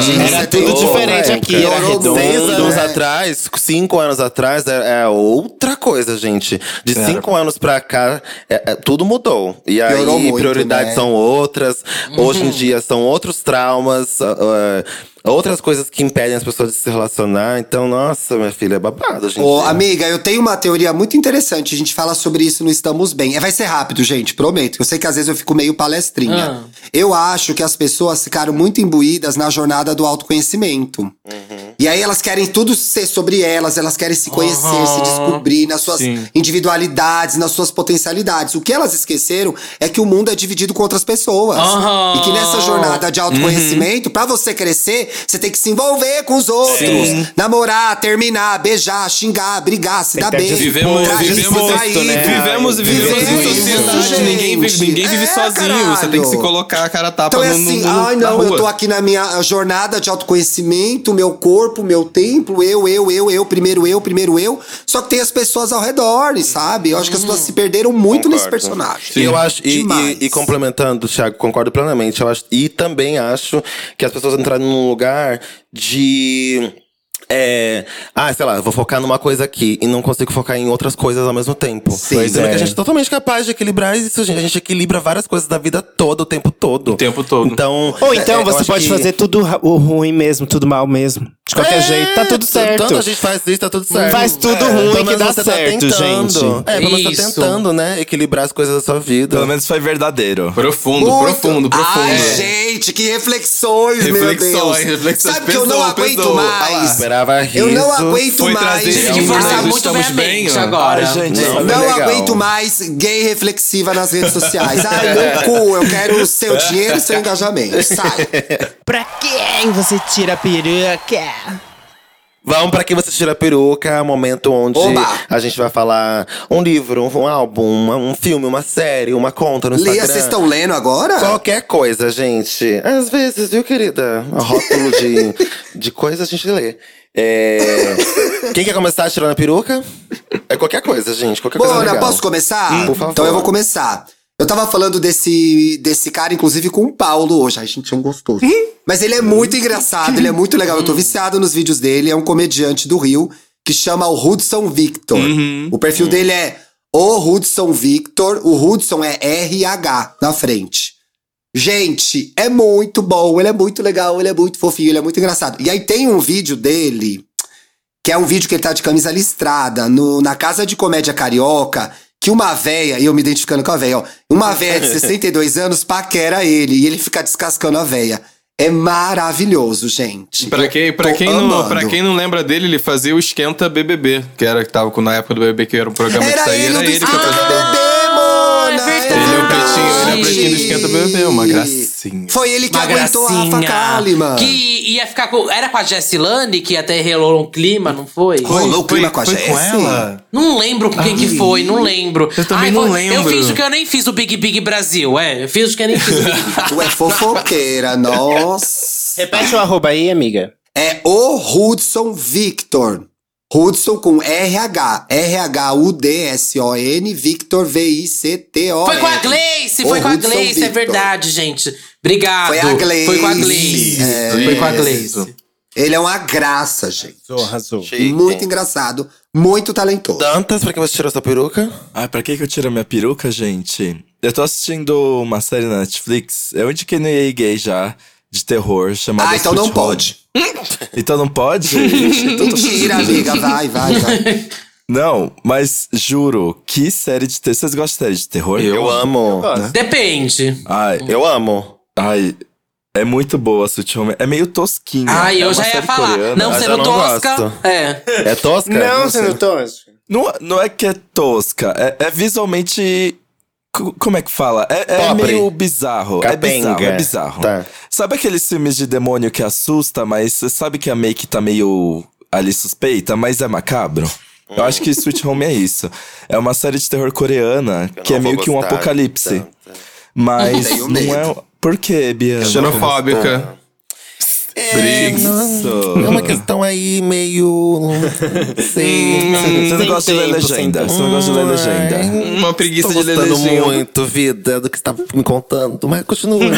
S3: verdade.
S1: Era
S3: Você
S6: Era
S3: tem
S6: tudo
S3: toda
S6: diferente
S3: a
S6: aqui.
S3: época.
S6: Era
S3: Piorou
S6: redondo.
S3: muito,
S6: Seis anos
S3: né?
S6: atrás, cinco anos atrás, é, é outra coisa, gente. De cinco anos pra cá, é- é, tudo mudou. E aí,
S3: Piorou muito,
S6: prioridades
S3: né?
S6: são outras. Hoje em dia, são outros traumas. ah, ah, Outras coisas que impedem as pessoas de se relacionar. Então, nossa, minha filha, é babado, gente.
S3: Ô, amiga, eu tenho uma teoria muito interessante. A gente fala sobre isso no Estamos Bem. É, vai ser rápido, gente, prometo. Eu sei que às vezes eu fico meio palestrinha.
S4: Ah.
S3: Eu acho que as pessoas ficaram muito imbuídas na jornada do autoconhecimento. E aí elas querem tudo ser sobre elas, elas querem se conhecer,
S4: Aham.
S3: se descobrir nas suas
S2: Sim.
S3: individualidades, nas suas potencialidades. O que elas esqueceram é que o mundo é dividido com outras pessoas.
S4: Aham.
S3: E que nessa jornada de autoconhecimento, pra você crescer, você tem que se envolver com os outros. Namorar, terminar, beijar, xingar, brigar, se dar
S5: que
S3: bem.
S2: Vivemos,
S3: trair, se
S2: vivemos,
S3: trair.
S5: né?
S2: vivemos, vivemos,
S3: tá Vivemos
S2: em
S3: isso,
S2: sociedade.
S3: gente.
S2: ninguém vive, ninguém vive
S3: É,
S2: sozinho. Você tem
S3: caralho. É,
S2: que se colocar a cara tapa
S3: Então é
S2: no, no,
S3: assim,
S2: no,
S3: ai
S2: na
S3: não,
S2: rua.
S3: eu tô aqui na minha jornada de autoconhecimento, meu corpo, meu templo, eu, eu, eu, eu, primeiro eu, primeiro eu. Só que tem as pessoas ao redor, sabe? Eu acho que as pessoas se perderam muito nesse
S6: Concordo.
S3: personagem.
S6: E eu acho, e,
S3: Demais.
S6: e- e complementando, Thiago, concordo plenamente. Eu acho, e também acho que as pessoas entraram num lugar de. é, ah, sei lá, eu vou focar numa coisa aqui e não consigo focar em outras coisas ao mesmo tempo.
S3: Sim.
S6: Pois Sendo
S2: é.
S6: que a gente é totalmente capaz de equilibrar isso, gente. A gente equilibra várias coisas da vida toda, o tempo todo. O
S2: tempo todo.
S6: Então,
S5: Ou
S6: é,
S5: então
S6: eu
S5: você
S6: acho
S5: pode
S6: que-
S5: fazer tudo ra- o ruim mesmo, tudo mal mesmo. De qualquer
S6: É,
S5: jeito, tá tudo certo.
S6: Tanto a gente faz isso, tá tudo certo.
S5: Faz tudo ruim
S6: pelo
S5: que
S6: menos
S5: dá
S6: você tá
S5: certo,
S6: tentando.
S5: gente.
S6: É, pelo menos tá
S4: Isso.
S6: tentando, né? Equilibrar as coisas da sua vida.
S2: Pelo menos foi verdadeiro.
S1: Profundo,
S3: Muito.
S1: profundo, profundo.
S3: Ai,
S1: É.
S3: gente, que reflexões, meu Deus.
S2: Reflexões, reflexões.
S3: Sabe que eu não
S2: Pessoa,
S3: aguento
S2: pessoa. Olha lá.
S3: mais.
S6: Esperava
S3: Eu não
S6: riso.
S3: aguento
S2: Foi
S3: mais.
S2: trazer-
S4: Tive que
S2: Não,
S4: forçar
S2: mas
S4: muito
S2: estamos
S4: minha
S2: bem,
S4: mente
S2: ó.
S4: agora.
S2: Ai, gente,
S6: Não, é
S2: isso
S3: Não
S6: legal.
S3: aguento mais gay reflexiva nas redes sociais. Ai, meu cu, eu quero o seu dinheiro e seu engajamento. Sai.
S5: Pra quem você tira a peruca?
S6: Vamos pra que você tira a peruca, é um momento onde
S3: Oba!
S6: a gente vai falar um livro, um álbum, uma- um filme, uma série, uma conta no
S3: Lia,
S6: Instagram.
S3: vocês estão lendo agora?
S6: Qualquer coisa, gente. Às vezes, viu, querida? Um Rótulo de, de coisa a gente lê. É... Quem quer começar tirando a peruca? É qualquer coisa, gente. Qualquer coisa
S3: Bona,
S6: legal.
S3: posso começar?
S6: por favor.
S3: Então eu vou começar. Eu tava falando desse, desse cara, inclusive, com o Paulo hoje. Ai, gente, é um gostoso. Mas ele é muito engraçado, ele é muito legal. Eu tô viciado nos vídeos dele. É um comediante do Rio que chama o Hudson Victor.
S6: Uhum.
S3: O perfil dele é o Hudson Victor. O Hudson é RH na frente. Gente, é muito bom, ele é muito legal, ele é muito fofinho, ele é muito engraçado. E aí tem um vídeo dele que é um vídeo que ele tá de camisa listrada no- na casa de comédia carioca, que uma véia, e eu me identificando com a véia, ó, uma véia de 62 anos paquera ele e ele fica descascando a véia. É maravilhoso, gente.
S2: Pra quem, pra,
S3: Tô
S2: quem não,
S3: amando.
S2: pra quem não lembra dele, ele fazia o Esquenta BBB, que era que tava com- na época do BBB, que era um programa que
S3: Era
S2: saía,
S3: ele o
S2: era
S3: do
S2: ele que
S3: Esquenta
S2: apresentava.
S3: Bebê, mona!
S4: Ah, verdade.
S2: Ele é o pretinho, ele é o pretinho do
S4: Gente.
S2: Esquenta BBB, uma gracinha.
S3: Foi ele que
S4: Uma
S3: aguentou a
S4: gracinha.
S3: Rafa Kalimann.
S4: Que ia ficar com. Era com a Jessilane que até relou um clima, não foi?
S3: Rolou o clima com a
S2: foi
S3: Jessie?
S2: com ela?
S4: Não lembro com quem que foi, não lembro.
S2: Eu também não
S4: foi- Eu
S2: lembro.
S4: fiz que eu nem fiz o Big Big Brasil, é. Eu fiz que eu nem fiz o Big Big
S3: Tu é fofoqueira, nossa.
S5: Repete o arroba aí, amiga.
S3: É o Hudson Victor. Hudson com RH. R-H-U-D-S-O-N, Victor V-I-C-T-O.
S4: Foi com a Gleice, foi
S3: Ô,
S4: com a
S3: Hudson
S4: Gleice, é
S3: Victor.
S4: verdade, gente. Obrigado.
S3: Foi a Gleice.
S4: Foi com a Gleice.
S3: É,
S4: foi com a
S3: isso.
S4: Gleice.
S3: Ele é uma graça, gente.
S5: arrasou.
S6: Chique.
S3: Muito engraçado, muito talentoso.
S6: Dantas, pra que você tirou sua peruca?
S2: Ai, pra que que eu tiro a minha peruca, gente? Eu tô assistindo uma série na Netflix, eu indiquei no EA Gay já, de terror, chamada
S3: Ah, então não
S2: Sweet Home.
S3: pode.
S2: Então não pode? Então tô-
S3: Mentira, amiga. Vai, vai, vai.
S2: Não, mas juro, que série de terror... Vocês gostam de série de terror?
S6: Eu amo.
S4: Depende.
S2: Ai,
S6: Eu amo.
S2: ai, é muito boa a Sweet Home. É meio tosquinha.
S4: Ai,
S2: é
S4: eu
S2: uma
S4: Ah, já ia
S2: série
S4: falar.
S2: coreana.
S4: não
S6: mas eu
S4: sendo
S6: não
S4: tosca.
S6: gosto.
S4: É.
S6: É tosca?
S5: Não, você
S6: sei.
S5: não tô.
S2: Não, não é que é tosca, é, é visualmente. co- Como é que fala? É, é
S6: Pobre.
S2: meio bizarro. É bizarro,
S6: Capenga.
S2: é bizarro.
S6: Tá.
S2: Sabe aqueles filmes de demônio que assusta, mas você sabe que a make tá meio ali suspeita, mas é macabro? Eu acho que Sweet Home é isso. É uma série de terror coreana
S6: Eu
S2: que é
S6: não
S2: meio
S6: vou
S2: que um
S6: gostar Tá,
S2: apocalipse.
S6: tanto.
S2: Mas
S3: Tenho
S2: não é.
S3: medo.
S2: Ah. Por quê, Bianca?
S1: Xenofóbica.
S2: Isso.
S6: É uma bonecas estão aí meio. não sei.
S2: Você não
S5: Sem
S2: gosta de ler
S5: tempo, sem
S2: legenda. Você não gosta de ler legenda.
S1: Uma preguiça
S6: Tô
S1: de ler
S6: gostando
S1: legenda.
S6: muito, vida, do que você tá me contando. Mas continua.
S2: É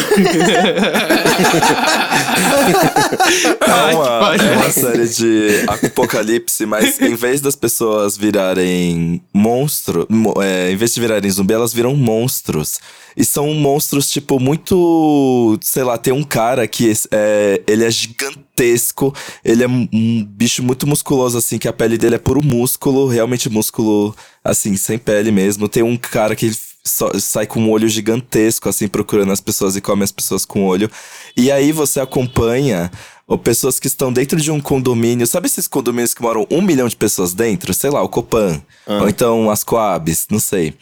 S2: uma,
S1: que
S2: é uma série de apocalipse, mas em vez das pessoas virarem monstro, mo- é, em vez de virarem zumbi, elas viram monstros. E são monstros, tipo, muito. Sei lá, tem um cara que é, ele é gigantesco, ele é um- um bicho muito musculoso, assim, que a pele dele é puro músculo, realmente músculo, assim, sem pele mesmo. Tem um cara que só- sai com um olho gigantesco, assim, procurando as pessoas e come as pessoas com o olho. E aí você acompanha ou pessoas que estão dentro de um condomínio. Sabe esses condomínios que moram um milhão de pessoas dentro? Sei lá, o Copan. Ou então as Coabs, não sei.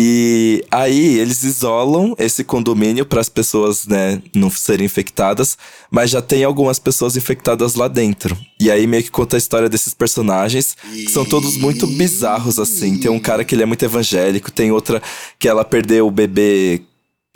S2: E aí eles isolam esse condomínio para as pessoas, né, não serem infectadas, mas já tem algumas pessoas infectadas lá dentro. E aí meio que conta a história desses personagens, que são todos muito bizarros assim. Tem um cara que ele é muito evangélico, tem outra que ela perdeu o bebê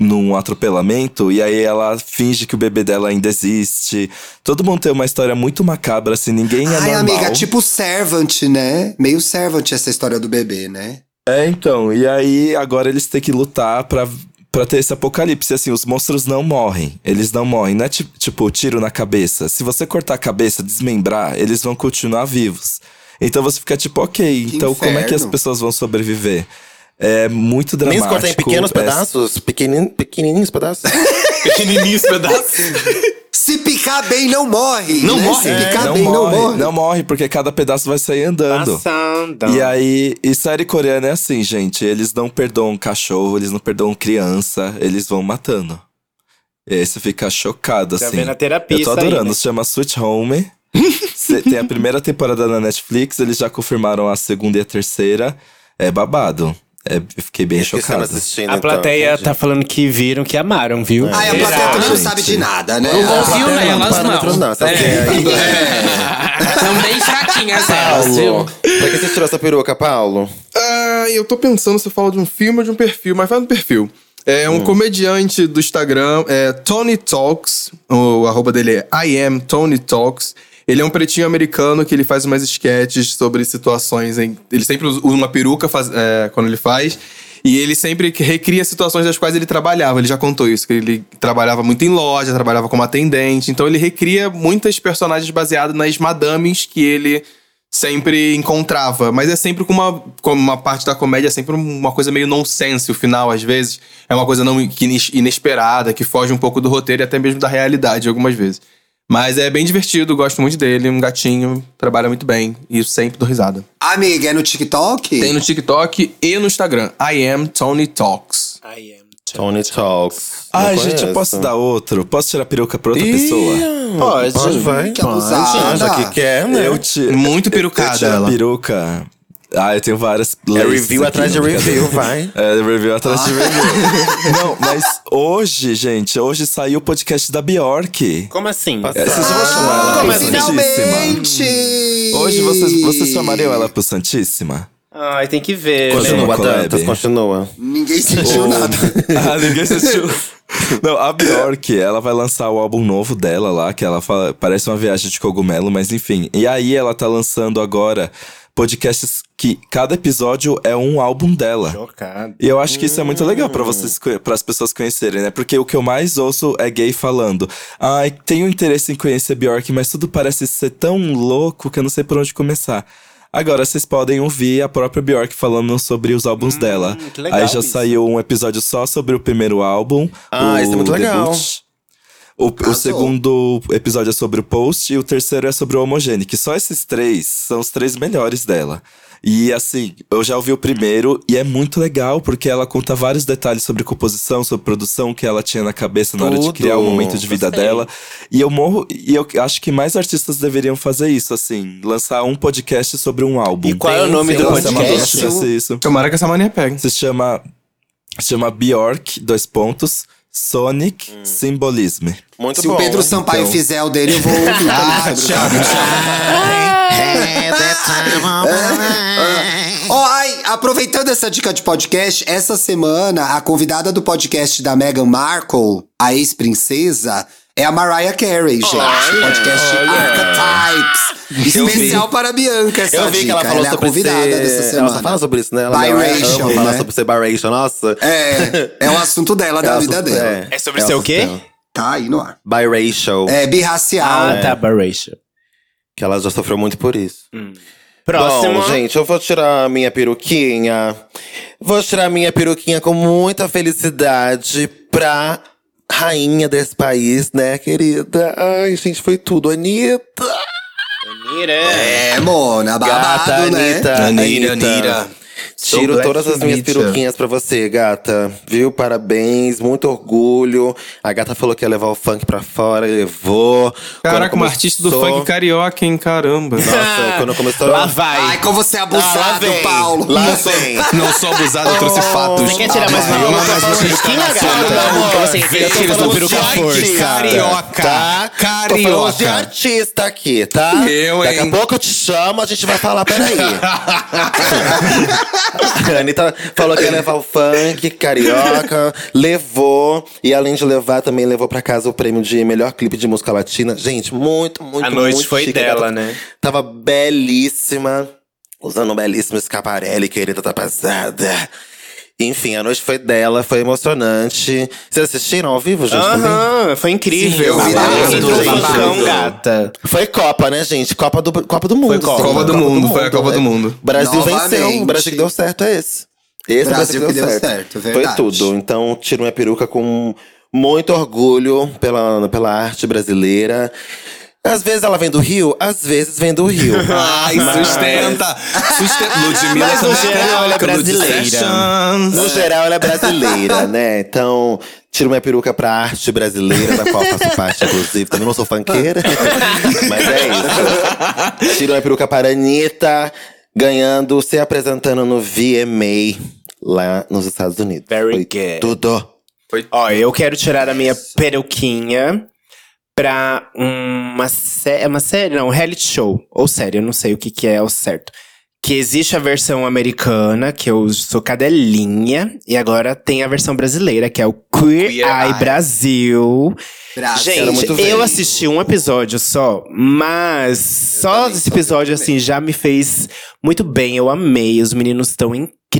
S2: num atropelamento e aí ela finge que o bebê dela ainda existe. Todo mundo tem uma história muito macabra assim, ninguém é
S3: Ai,
S2: normal.
S3: amiga, tipo servant, né? Meio servant essa história do bebê, né?
S2: É, então, e aí agora eles têm que lutar pra, pra ter esse apocalipse. Assim, os monstros não morrem. Eles não morrem. Não é ti- tipo tiro na cabeça. Se você cortar a cabeça, desmembrar, eles vão continuar vivos. Então você fica tipo, ok,
S3: Que
S2: então como é que as
S3: inferno.
S2: pessoas vão sobreviver? É muito
S6: Nem
S2: dramático.
S6: se cortar em pequenos
S2: é-
S6: pedaços. Pequenin, pequenininhos pedaços.
S1: Pequenininhos pedaços.
S3: Se picar bem, não morre.
S1: Não
S3: né?
S1: morre,
S3: Se
S1: é,
S3: picar
S2: não
S3: bem,
S2: morre,
S3: não morre.
S2: não morre, porque cada pedaço vai sair andando.
S5: Passando.
S2: E aí, e série coreana é assim, gente. Eles não perdoam cachorro, eles não perdoam criança, eles vão matando. E aí você fica chocado,
S5: Já
S2: assim.
S5: vê na Tá terapia
S2: Eu tô
S5: isso aí,
S2: adorando,
S5: né?
S2: se chama Sweet Home. Cê- Tem a primeira temporada na Netflix, eles já confirmaram a segunda e a terceira. É babado. É, eu fiquei bem
S6: tá
S2: chocado.
S6: Então,
S5: A plateia tá falando que viram, que amaram, viu?
S3: Ai, a
S5: Será?
S3: plateia também não
S2: gente.
S3: sabe de nada, né?
S4: Não
S3: A
S4: confio
S3: plateia-
S4: nelas,
S6: para outras
S4: não.
S6: não, tá essas
S4: É. São bem fraquinhas elas, viu?
S6: Paulo, pra que você tirou essa peruca, Paulo?
S1: Ah, eu tô pensando se eu falo de um filme ou de um perfil, mas vai no perfil. É
S2: Hum.
S1: um comediante do Instagram, é Tony Talks, o arroba dele é I am Tony Talks. Ele é um pretinho americano que ele faz umas sketches sobre situações em. Ele sempre usa uma peruca faz- é, quando ele faz. E ele sempre recria situações das quais ele trabalhava. Ele já contou isso, que ele trabalhava muito em loja, trabalhava como atendente. Então ele recria muitas personagens baseadas nas madames que ele sempre encontrava, mas é sempre com uma, com uma parte da comédia, é sempre uma coisa meio nonsense o final, às vezes. É uma coisa não que ines- inesperada, que foge um pouco do roteiro e até mesmo da realidade algumas vezes. Mas é bem divertido, gosto muito dele, um gatinho, trabalha muito bem e sempre dou risada.
S3: Amiga, é no TikTok?
S1: Tem no TikTok e no Instagram, I am Tony Talks.
S5: I am.
S6: Tony Talks.
S2: Ai,
S6: Não
S2: gente, eu
S6: conheço.
S2: posso dar outro? Posso tirar a peruca pra outra pessoa?
S6: Pode, pode, vai.
S3: que abusada.
S6: Pode, já que
S2: é.
S6: quer, né?
S2: Eu ti-
S1: Muito
S2: eu
S1: perucada
S2: tiro a
S1: ela.
S2: peruca. Ah, eu tenho várias
S6: É
S2: laces
S6: review
S2: aqui,
S6: atrás de
S2: não, brincadeira.
S6: review, vai. Ah.
S2: É, review atrás de review. Não, mas hoje, gente, hoje saiu o podcast da Bjork.
S5: Como assim?
S2: É, vocês
S6: Ah.
S2: vão chamar ela
S3: Ai,
S2: pro
S5: assim?
S2: Santíssima?
S3: finalmente!
S2: é Hoje vocês, vocês chamariam ela pro Santíssima?
S5: Ai, tem que ver. né?
S2: Continua,
S6: Continua, Dantas,
S2: Caleb.
S6: continua.
S3: Ninguém sentiu nada.
S2: ah, ninguém assistiu. Não, a Bjork, ela vai lançar o álbum novo dela lá, que ela fala, parece uma viagem de cogumelo, mas enfim. E aí ela tá lançando agora podcasts que cada episódio é um álbum dela.
S5: Chocado.
S2: E eu acho que isso é muito legal pra vocês, para as pessoas conhecerem, né? Porque o que eu mais ouço é gay falando: "Ai, tenho interesse em conhecer Bjork, mas tudo parece ser tão louco que eu não sei por onde começar". Agora vocês podem ouvir a própria Bjork falando sobre os
S6: Hum,
S2: álbuns dela.
S5: que legal
S2: Aí já
S5: isso.
S2: saiu um episódio só sobre o primeiro álbum.
S6: Ah,
S2: o
S6: isso é muito legal.
S2: debut. O, o
S3: Arrasou.
S2: segundo episódio é sobre o post e o terceiro é sobre o homogêneo. Que só esses três são os três melhores dela. E assim, eu já ouvi o primeiro e é muito legal porque ela conta vários detalhes sobre composição, sobre produção que ela tinha na cabeça na hora de
S6: Tudo.
S2: criar o momento de vida dela. E eu morro e eu acho que mais artistas deveriam fazer isso, assim, lançar um podcast sobre um álbum.
S5: E qual é o nome
S2: Se
S5: do
S2: a Madonna
S5: podcast?
S2: fizesse isso.
S1: Tomara que essa mania pegue.
S2: Se chama se chama Bjork, dois pontos, Sonic Simbolismo.
S6: Muito
S3: Se
S6: bom.
S3: o Pedro Sampaio
S2: então.
S3: fizer o dele, eu vou ouvir.
S1: Ah, Thiago,
S6: É,
S3: Ó, ai, aproveitando essa dica de podcast, essa semana a convidada do podcast da Meghan Markle, a ex-princesa, É a Mariah Carey, gente. O podcast Archetypes. Especial para a Bianca essa
S6: Eu vi
S3: dica.
S6: que ela falou
S3: é a
S6: sobre
S3: convidada
S6: ser...
S3: dessa
S6: Ela
S3: semana.
S6: só fala sobre isso, né? Ela ela
S3: Biracial,
S6: ama falar
S3: né?
S6: sobre ser biracial, nossa.
S3: É, é o assunto dela, da
S6: Ela
S3: vida
S6: só-
S3: dela.
S5: É sobre
S6: Ela
S5: ser
S6: só-
S5: o quê?
S3: Tá aí no ar.
S6: Biracial.
S3: É birracial.
S5: Ah, tá, biracial.
S6: Que ela já sofreu muito por isso.
S5: Próximo.
S6: Bom, gente, eu vou tirar a minha peruquinha. Vou tirar a minha peruquinha com muita felicidade pra rainha desse país, né, querida? Ai, gente, foi tudo. Anitta!
S3: É, mona, babado,
S6: Gata,
S3: né?
S6: Anitta.
S2: Anira, Anira.
S6: Tiro
S1: glad
S6: todas
S1: to
S6: as minhas
S1: meet
S6: peruquinhas pra você, gata. Viu? Parabéns, muito orgulho. A gata falou que ia levar o funk pra fora, levou.
S1: Caraca,
S6: Quando
S1: uma artista do
S6: começou-
S1: funk carioca, hein? Caramba.
S6: Nossa, quando começou.
S5: Lá vai.
S3: Ai, como você é
S6: Ah, lá
S3: abusado,
S6: vem.
S3: Paulo.
S6: Lá vem.
S1: Não sou abusado, eu trouxe fatos.
S5: Você quer tirar mais uma
S1: Eu amo
S5: roupa pra
S1: as
S5: falar
S1: músicas
S5: de quem,
S1: da
S5: gata?
S1: Sônia.
S5: Amor, você quer
S6: tô
S5: tirar sua
S6: falando
S5: peruca
S6: de
S5: à força.
S1: Carioca.
S6: Tá?
S1: Carioca.
S6: Tô falando de artista aqui, tá?
S1: Eu,
S6: Daqui
S1: hein?
S6: a pouco eu te chamo, a gente vai falar, peraí. a Anitta falou que ia levar o funk, carioca, levou. E além de levar, também levou pra casa o prêmio de melhor clipe de música latina. Gente, muito, muito,
S5: A noite
S6: muito
S5: foi
S6: chique.
S5: dela,
S6: Ela
S5: né?
S6: Tava belíssima. Usando um belíssimo escaparelli, querida, tá passada. Enfim, a noite foi dela, foi emocionante. Vocês assistiram ao vivo, gente? também?
S5: Aham, foi incrível.
S3: Sim, eu vi na
S5: Babado,
S3: rede, gente.
S5: Babadão, gata.
S6: Foi Copa, né, gente? Copa do, Copa do Mundo.
S5: Foi Copa.
S6: sim.
S1: Copa do Mundo, foi a Copa do Mundo.
S6: O Brasil
S3: Novamente.
S6: venceu. O Brasil que deu certo é esse. Esse é o
S3: Brasil que deu certo, verdade.
S6: Foi tudo. Então, tiro minha peruca com muito orgulho pela, pela arte brasileira. Às vezes ela vem do Rio, às vezes vem do Rio.
S1: Ai, sustenta! Sustenta. Ludmilla
S6: Mas no
S1: também
S6: geral,
S1: carioca,
S6: ela é
S1: Blood
S6: brasileira.
S1: Sessions.
S6: No geral, ela é brasileira, né? Então, tiro minha peruca pra arte brasileira, da qual eu faço parte, inclusive. Também não sou fanqueira, mas é isso. Tiro minha peruca para Anitta, ganhando, se apresentando no VMA, lá nos Estados Unidos.
S5: Very
S6: Foi
S5: good.
S6: Tudo.
S5: Ó, eu quero tirar a minha peruquinha pra uma série. Uma série? Não, um reality show. Ou série, eu não sei o que, que é ao certo. Que existe a versão americana, que eu sou cadelinha, e agora tem a versão brasileira, que é o Queer,
S4: Queer
S5: Eye
S4: Eye.
S5: Brasil.
S3: Braço, era
S5: Gente,
S3: muito
S5: eu
S3: feio.
S5: assisti um episódio só, mas só
S3: também,
S5: esse episódio, assim, já me fez muito bem. Eu amei, os meninos estão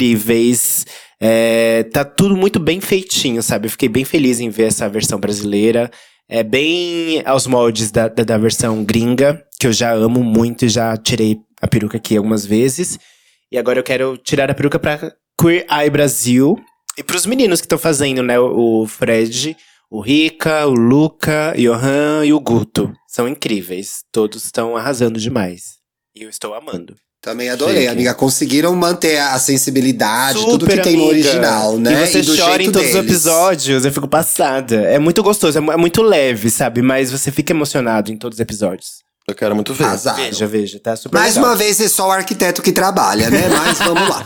S5: incríveis. É, tá tudo muito bem feitinho, sabe? Eu fiquei bem feliz em ver essa versão brasileira. É bem aos moldes da, da, da versão gringa, que eu já amo muito e já tirei a peruca aqui algumas vezes. E agora eu quero tirar a peruca pra Queer Eye Brasil. E pros meninos que estão fazendo, né? O o Fred, o Rica, o Luca, Johan e o Guto. São incríveis. Todos estão arrasando demais. E eu estou amando.
S3: Também adorei,
S5: Chique.
S3: amiga. Conseguiram manter a sensibilidade, Ah, tudo que tem no
S5: amiga.
S3: original, né?
S5: E você
S3: do
S5: chora em
S3: jeito
S5: todos os
S3: deles.
S5: episódios. Eu fico passada. É muito gostoso, é mu- é muito leve, sabe? Mas você fica emocionado em todos os episódios.
S6: Eu quero muito ver.
S3: Arrasaram.
S5: Veja, veja. Tá super
S3: Mais
S5: legal.
S3: uma vez, é só o arquiteto que trabalha, né? Mas vamos lá.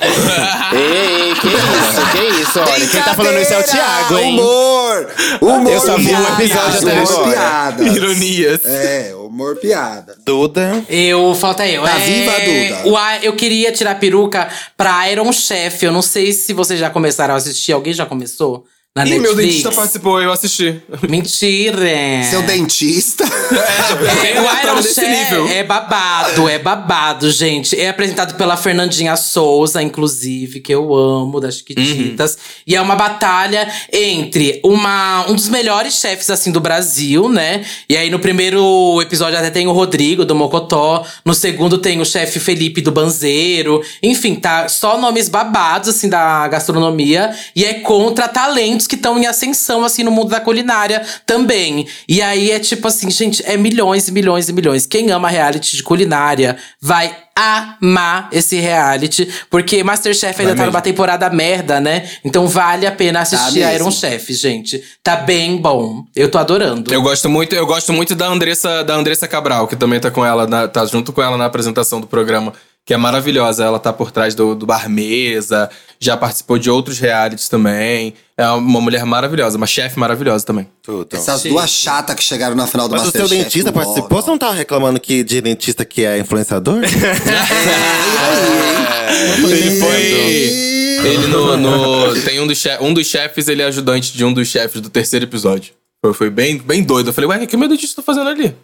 S5: Ei, ei, que isso, que isso. Olha, quem tá falando isso é o Thiago, hein?
S3: Humor! Humor,
S5: Eu só vi um
S3: piadas,
S5: episódio até
S3: humor,
S5: agora.
S3: piadas.
S1: Ironias.
S3: É, humor, piada.
S6: Duda.
S4: Eu, falta eu.
S3: Tá viva, Duda?
S4: é, o a- eu queria tirar a peruca pra Iron Chef. Eu não sei se vocês já começaram a assistir. Alguém já começou? Na
S1: Ih,
S4: Netflix?
S1: meu dentista participou, eu assisti.
S4: Mentira!
S3: Seu dentista.
S4: É,
S1: Eu
S4: o
S1: tava
S4: Iron
S1: nesse
S4: Chef
S1: nível.
S4: é babado, é babado, gente. É apresentado pela Fernandinha Souza, inclusive, que eu amo, das Chiquititas.
S1: Uhum.
S4: E é uma batalha entre uma, um dos melhores chefes, assim, do Brasil, né? E aí, no primeiro episódio até tem o Rodrigo, do Mocotó. No segundo tem o chefe Felipe, do Banzeiro. Enfim, tá só nomes babados, assim, da gastronomia. E é contra talentos que estão em ascensão, assim, no mundo da culinária também. E aí é tipo assim, gente, é milhões e milhões e milhões. Quem ama reality de culinária vai amar esse reality, porque Masterchef ainda tá numa temporada merda, né? Então vale a pena assistir
S3: mesmo.
S4: Iron Chef, gente. Tá bem bom. Eu tô adorando.
S1: Eu gosto muito, eu gosto muito da Andressa, da Andressa Cabral, que também tá com ela, na- tá junto com ela na apresentação do programa, que é maravilhosa. Ela tá por trás do, do Bar Mesa, já participou de outros realities também. É uma mulher maravilhosa, uma chefe maravilhosa também.
S6: Tudo.
S3: Essas duas chatas que chegaram na final do
S6: Mas o seu
S3: Masterchef. não
S6: dentista participou? Você não tá reclamando que de dentista que é influenciador?
S1: Ele foi. Ele no. no- tem um dos, che- um dos chefes, ele é ajudante de um dos chefes do terceiro episódio. Foi, foi bem, bem doido. Eu falei, ué, o que o meu dentista tá fazendo ali?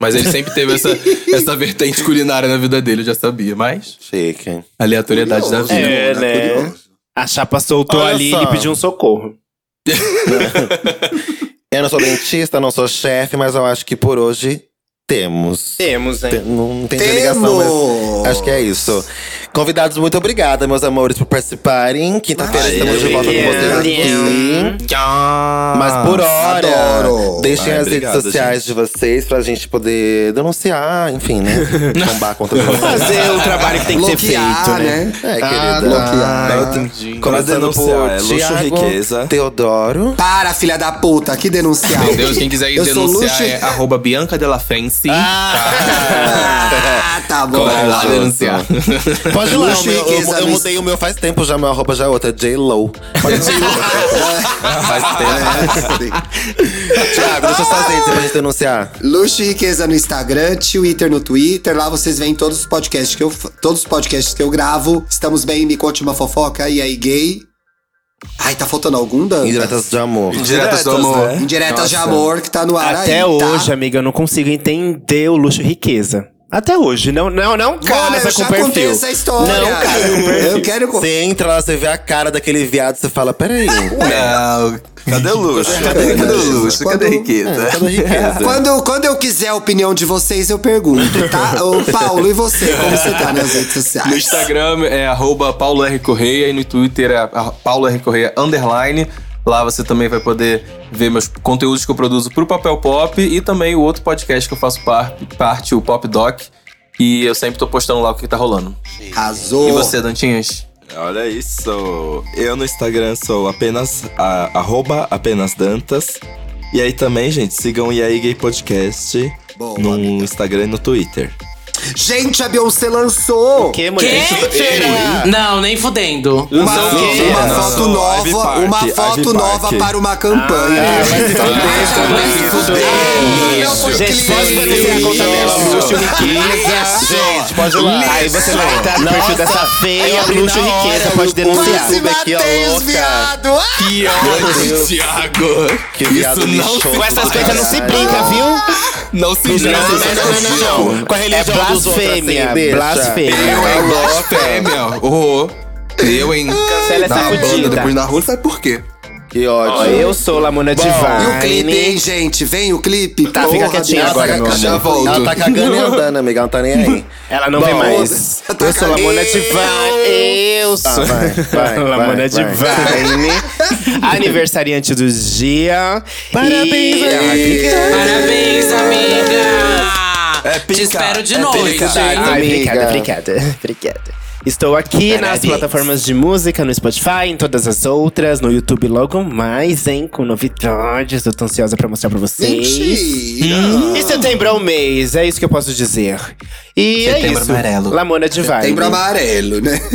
S1: Mas ele sempre teve essa, essa vertente culinária na vida dele, eu já sabia. Mas,
S6: Chique.
S1: aleatoriedade da vida.
S5: É, né?
S6: Curioso.
S5: A chapa soltou
S6: Olha
S5: ali
S6: só.
S5: e pediu um socorro.
S6: Eu não sou dentista, não sou chefe, mas eu acho que por hoje temos.
S5: Temos,
S6: Tem-
S5: hein?
S6: Não tem ligação, mas
S3: Temos!
S6: acho que é isso. Convidados, muito obrigada, meus amores, por participarem. Quinta-feira
S3: Ai,
S6: estamos de volta com vocês
S5: né?
S6: aqui. Mas por hora,
S3: Adoro.
S6: deixem
S2: Ai,
S6: as
S2: obrigado,
S6: redes sociais de vocês pra gente poder denunciar, enfim, né? Combar contra vocês.
S5: Fazer o trabalho que tem que ser
S3: Bloquear,
S5: feito, né?
S6: É,
S1: Ah,
S6: querida.
S1: bloquear.
S6: Então,
S1: Entendi.
S2: Pra
S6: Começando
S2: denunciar,
S6: por
S2: é luxo,
S6: Thiago
S2: riqueza.
S6: Teodoro.
S3: Para, filha da puta, que denunciar.
S1: Meu Deus, quem quiser ir
S3: Eu sou
S1: denunciar
S3: luxo-
S1: é arroba Bianca Della Fence.
S3: Ah, tá bom.
S1: Corre lá
S6: Nossa.
S1: denunciar.
S6: Pode ir lá,
S3: Luxo
S6: o meu- eu,
S3: riqueza,
S6: eu
S3: mis-
S6: mudei o meu faz tempo já, meu arroba já é outra, J-Lo. Pode ir
S2: Faz tempo.
S6: Thiago, deixa suas redes pra gente denunciar.
S3: Luxo e Riqueza no Instagram, Twitter no Twitter. Lá vocês veem todos os podcasts que eu, fa- todos os podcasts que eu gravo. Estamos bem, me conte uma fofoca. E aí, gay? Ai, tá faltando algum, Dan?
S6: Indiretas de amor.
S1: Diretas do amor.
S2: né?
S3: Indiretas de amor que tá no ar aí,
S5: Até
S3: tá?
S5: hoje, amiga, eu não consigo entender o luxo e riqueza. Até hoje. Não, não, não
S3: Mano,
S5: casa
S3: eu
S5: é com
S3: já
S5: o perfil.
S3: contei essa história.
S5: Não casa com o perfil.
S3: Eu quero... co-
S6: Você entra lá, você vê a cara daquele viado, você fala, peraí.
S1: Não.
S2: Cadê o luxo? Cadê, cadê o luxo? Cadê a riqueza?
S6: Toda riqueza.
S3: É, Quando eu, quando eu quiser a opinião de vocês, eu pergunto, tá? Ô, Paulo, e você? Como você tá nas redes sociais?
S1: No Instagram é arroba Paulo R. Correia e no Twitter é a- Paulo R. Correia underline. Lá você também vai poder ver meus conteúdos que eu produzo pro Papel Pop e também o outro podcast que eu faço par- parte, o Pop Doc. E eu sempre tô postando lá o que tá rolando.
S3: Arrasou.
S1: E você, Dantinhas?
S2: Olha isso. Eu no Instagram sou apenas a- arroba apenas Dantas. E aí também, gente, sigam e aí Gay Podcast
S3: Boa,
S2: no Instagram e no Twitter.
S3: Gente, a Beyoncé lançou
S5: Que, mulher?
S4: Que? Não, nem fudendo.
S3: uma,
S1: Lançou o quê?
S3: uma
S1: Lançou
S3: foto
S2: Ivy
S3: nova,
S2: Park,
S3: uma
S2: Ivy
S3: foto
S2: Park.
S3: nova para uma campanha.
S5: Ah, vai se fuder,
S3: Ah, vai se
S5: isso.
S3: fuder.
S5: Isso.
S3: Meu
S5: Gente, pode
S3: Deus.
S5: fazer a conta dela, luxo e riqueza.
S6: Gente, pode ir lá.
S5: Aí você vai entrar no perfil dessa feia,
S6: eu abri
S5: luxo e
S6: na hora,
S5: riqueza,
S6: eu
S5: pode
S6: vi o
S5: denunciar.
S6: público. aqui, ó,
S3: Matheus,
S6: louca.
S3: viado! Ah!
S1: Que ódio, Thiago!
S6: Que viado lixoso
S5: Com essas
S6: do
S5: coisas não se
S6: caralho.
S5: brinca, viu?
S1: Não se
S5: Não, não, não, não, não.
S6: Com a
S5: É
S6: religião dos outros, assim,
S5: blasfêmia,
S6: bicha.
S5: blasfêmia.
S1: Eu, hein? Blasfêmia. Oh, eu, hein?
S5: Ela é
S1: Na Tá banda,
S5: sacudida.
S1: depois na rua, não sabe por quê.
S6: Que
S5: Ó,
S6: ódio.
S5: Eu sou Lamona
S3: E o clipe, hein,
S5: Divine.
S3: gente? Vem o clipe.
S5: Tá, fica quietinho
S3: viado.
S5: agora, meu
S3: Já
S5: amor.
S3: volto.
S6: Ela tá cagando e andando, amiga. Ela não tá nem aí.
S5: Ela não vem mais.
S3: Tá
S5: Eu sou Lamona Ah,
S3: cagando.
S5: Divine. Eu
S6: Tá,
S5: sou.
S6: vai, vai,
S5: Lamona
S6: vai, vai.
S5: Divine. Aniversariante do dia.
S6: Parabéns,
S5: E-
S6: amiga.
S4: Parabéns, amiga!
S5: É
S4: Te espero de noite,
S5: Ai,
S4: hein?
S5: obrigada,
S6: Amiga.
S5: obrigada, obrigada. Estou aqui nas plataformas de música, no Spotify, em todas as outras, no YouTube logo mais, hein? Com novidades, eu tô ansiosa pra mostrar pra vocês.
S3: Mentira.
S5: E setembro é o mês, é isso que eu posso dizer. E é
S1: Setembro
S5: isso.
S1: amarelo.
S5: Lamona de
S3: Lembra amarelo, né?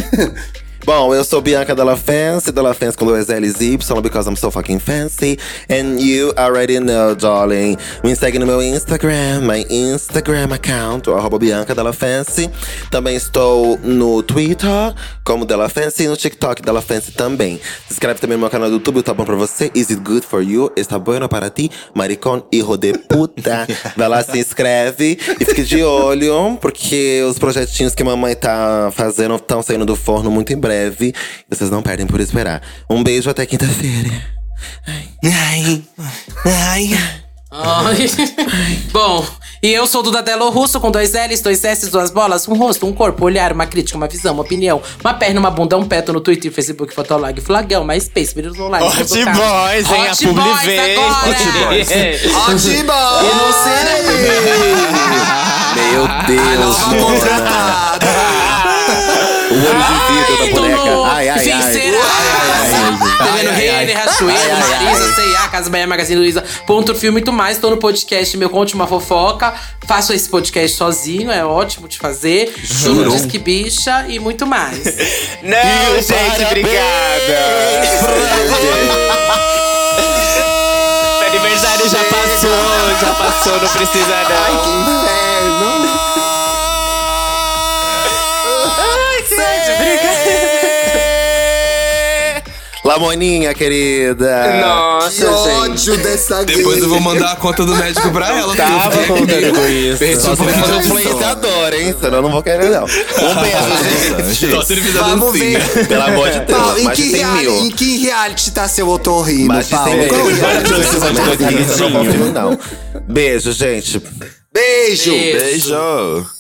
S6: Bom, eu sou Bianca Della Fancy, Della Fancy com dois L's e Y, because I'm so fucking fancy. And you already know, darling. Me segue no meu Instagram, my Instagram account, o arroba Bianca Della Fancy. Também estou no Twitter, como Della Fancy, e no TikTok Della Fancy também. Se inscreve também no meu canal do YouTube, tá bom pra você? Is it good for you? Está bueno para ti? Maricón, hijo de puta. Vai lá, se inscreve e fique de olho, porque os projetinhos que mamãe tá fazendo estão saindo do forno muito em breve. Vocês não perdem por esperar. Um beijo até quinta-feira.
S4: Ai. Bom, e eu sou Duda Delo Russo, com dois L's, dois S's, duas bolas, um rosto, um corpo, um olhar, uma crítica, uma visão, uma opinião, uma perna, uma bunda, um pé, tô no Twitter, Facebook, Fotolog, Flagão, MySpace, vídeos online.
S5: Hot
S4: Fotocard.
S5: Tipo, tá. Boys, hein? A
S4: Hot
S5: publi
S4: Boys
S5: vem.
S4: agora!
S3: Ótimo! E não
S6: Meu Deus, Mona. O olho de vidro da boneca. Ai, ai, ai.
S4: Devendo Rene, Rachoeiro, Marisa, C&A, Casa Bahia, Magazine Luiza, Ponto Filme muito mais. Tô no podcast Meu Conte Uma Fofoca. Faço esse podcast sozinho, é ótimo de fazer. Tô no Disque Bicha e muito mais.
S5: Não, gente, obrigada. Aniversário já passou, já passou, não precisa não.
S3: Inferno! é?
S6: Lá a Moninha, querida.
S3: Que
S5: Nossa,
S3: ódio dessa gay.
S1: Depois eu vou mandar a conta do médico pra ela.
S5: Tava
S1: porque eu fiquei
S5: contando com
S1: comigo.
S5: isso.
S1: Perdi
S6: Só se
S1: o
S6: ele
S1: bonde.
S6: for um influenciador, hein? Senão eu não vou querer, não. Um beijo,
S1: Só se
S6: gente.
S1: ele fizer
S3: Vamos
S1: dancinha.
S3: ver.
S6: Pelo amor de Deus,
S3: Paulo, em,
S6: mais de
S3: que
S6: 100
S3: reality,
S6: mil.
S3: em que reality tá seu otorrino,
S6: Mais de 100
S3: Paulo?
S6: mil.
S3: Qual é reality
S6: Eu
S3: você tá?
S6: não confio, não. Beijo, gente.
S3: Beijo!
S4: Beijo.
S2: Beijo.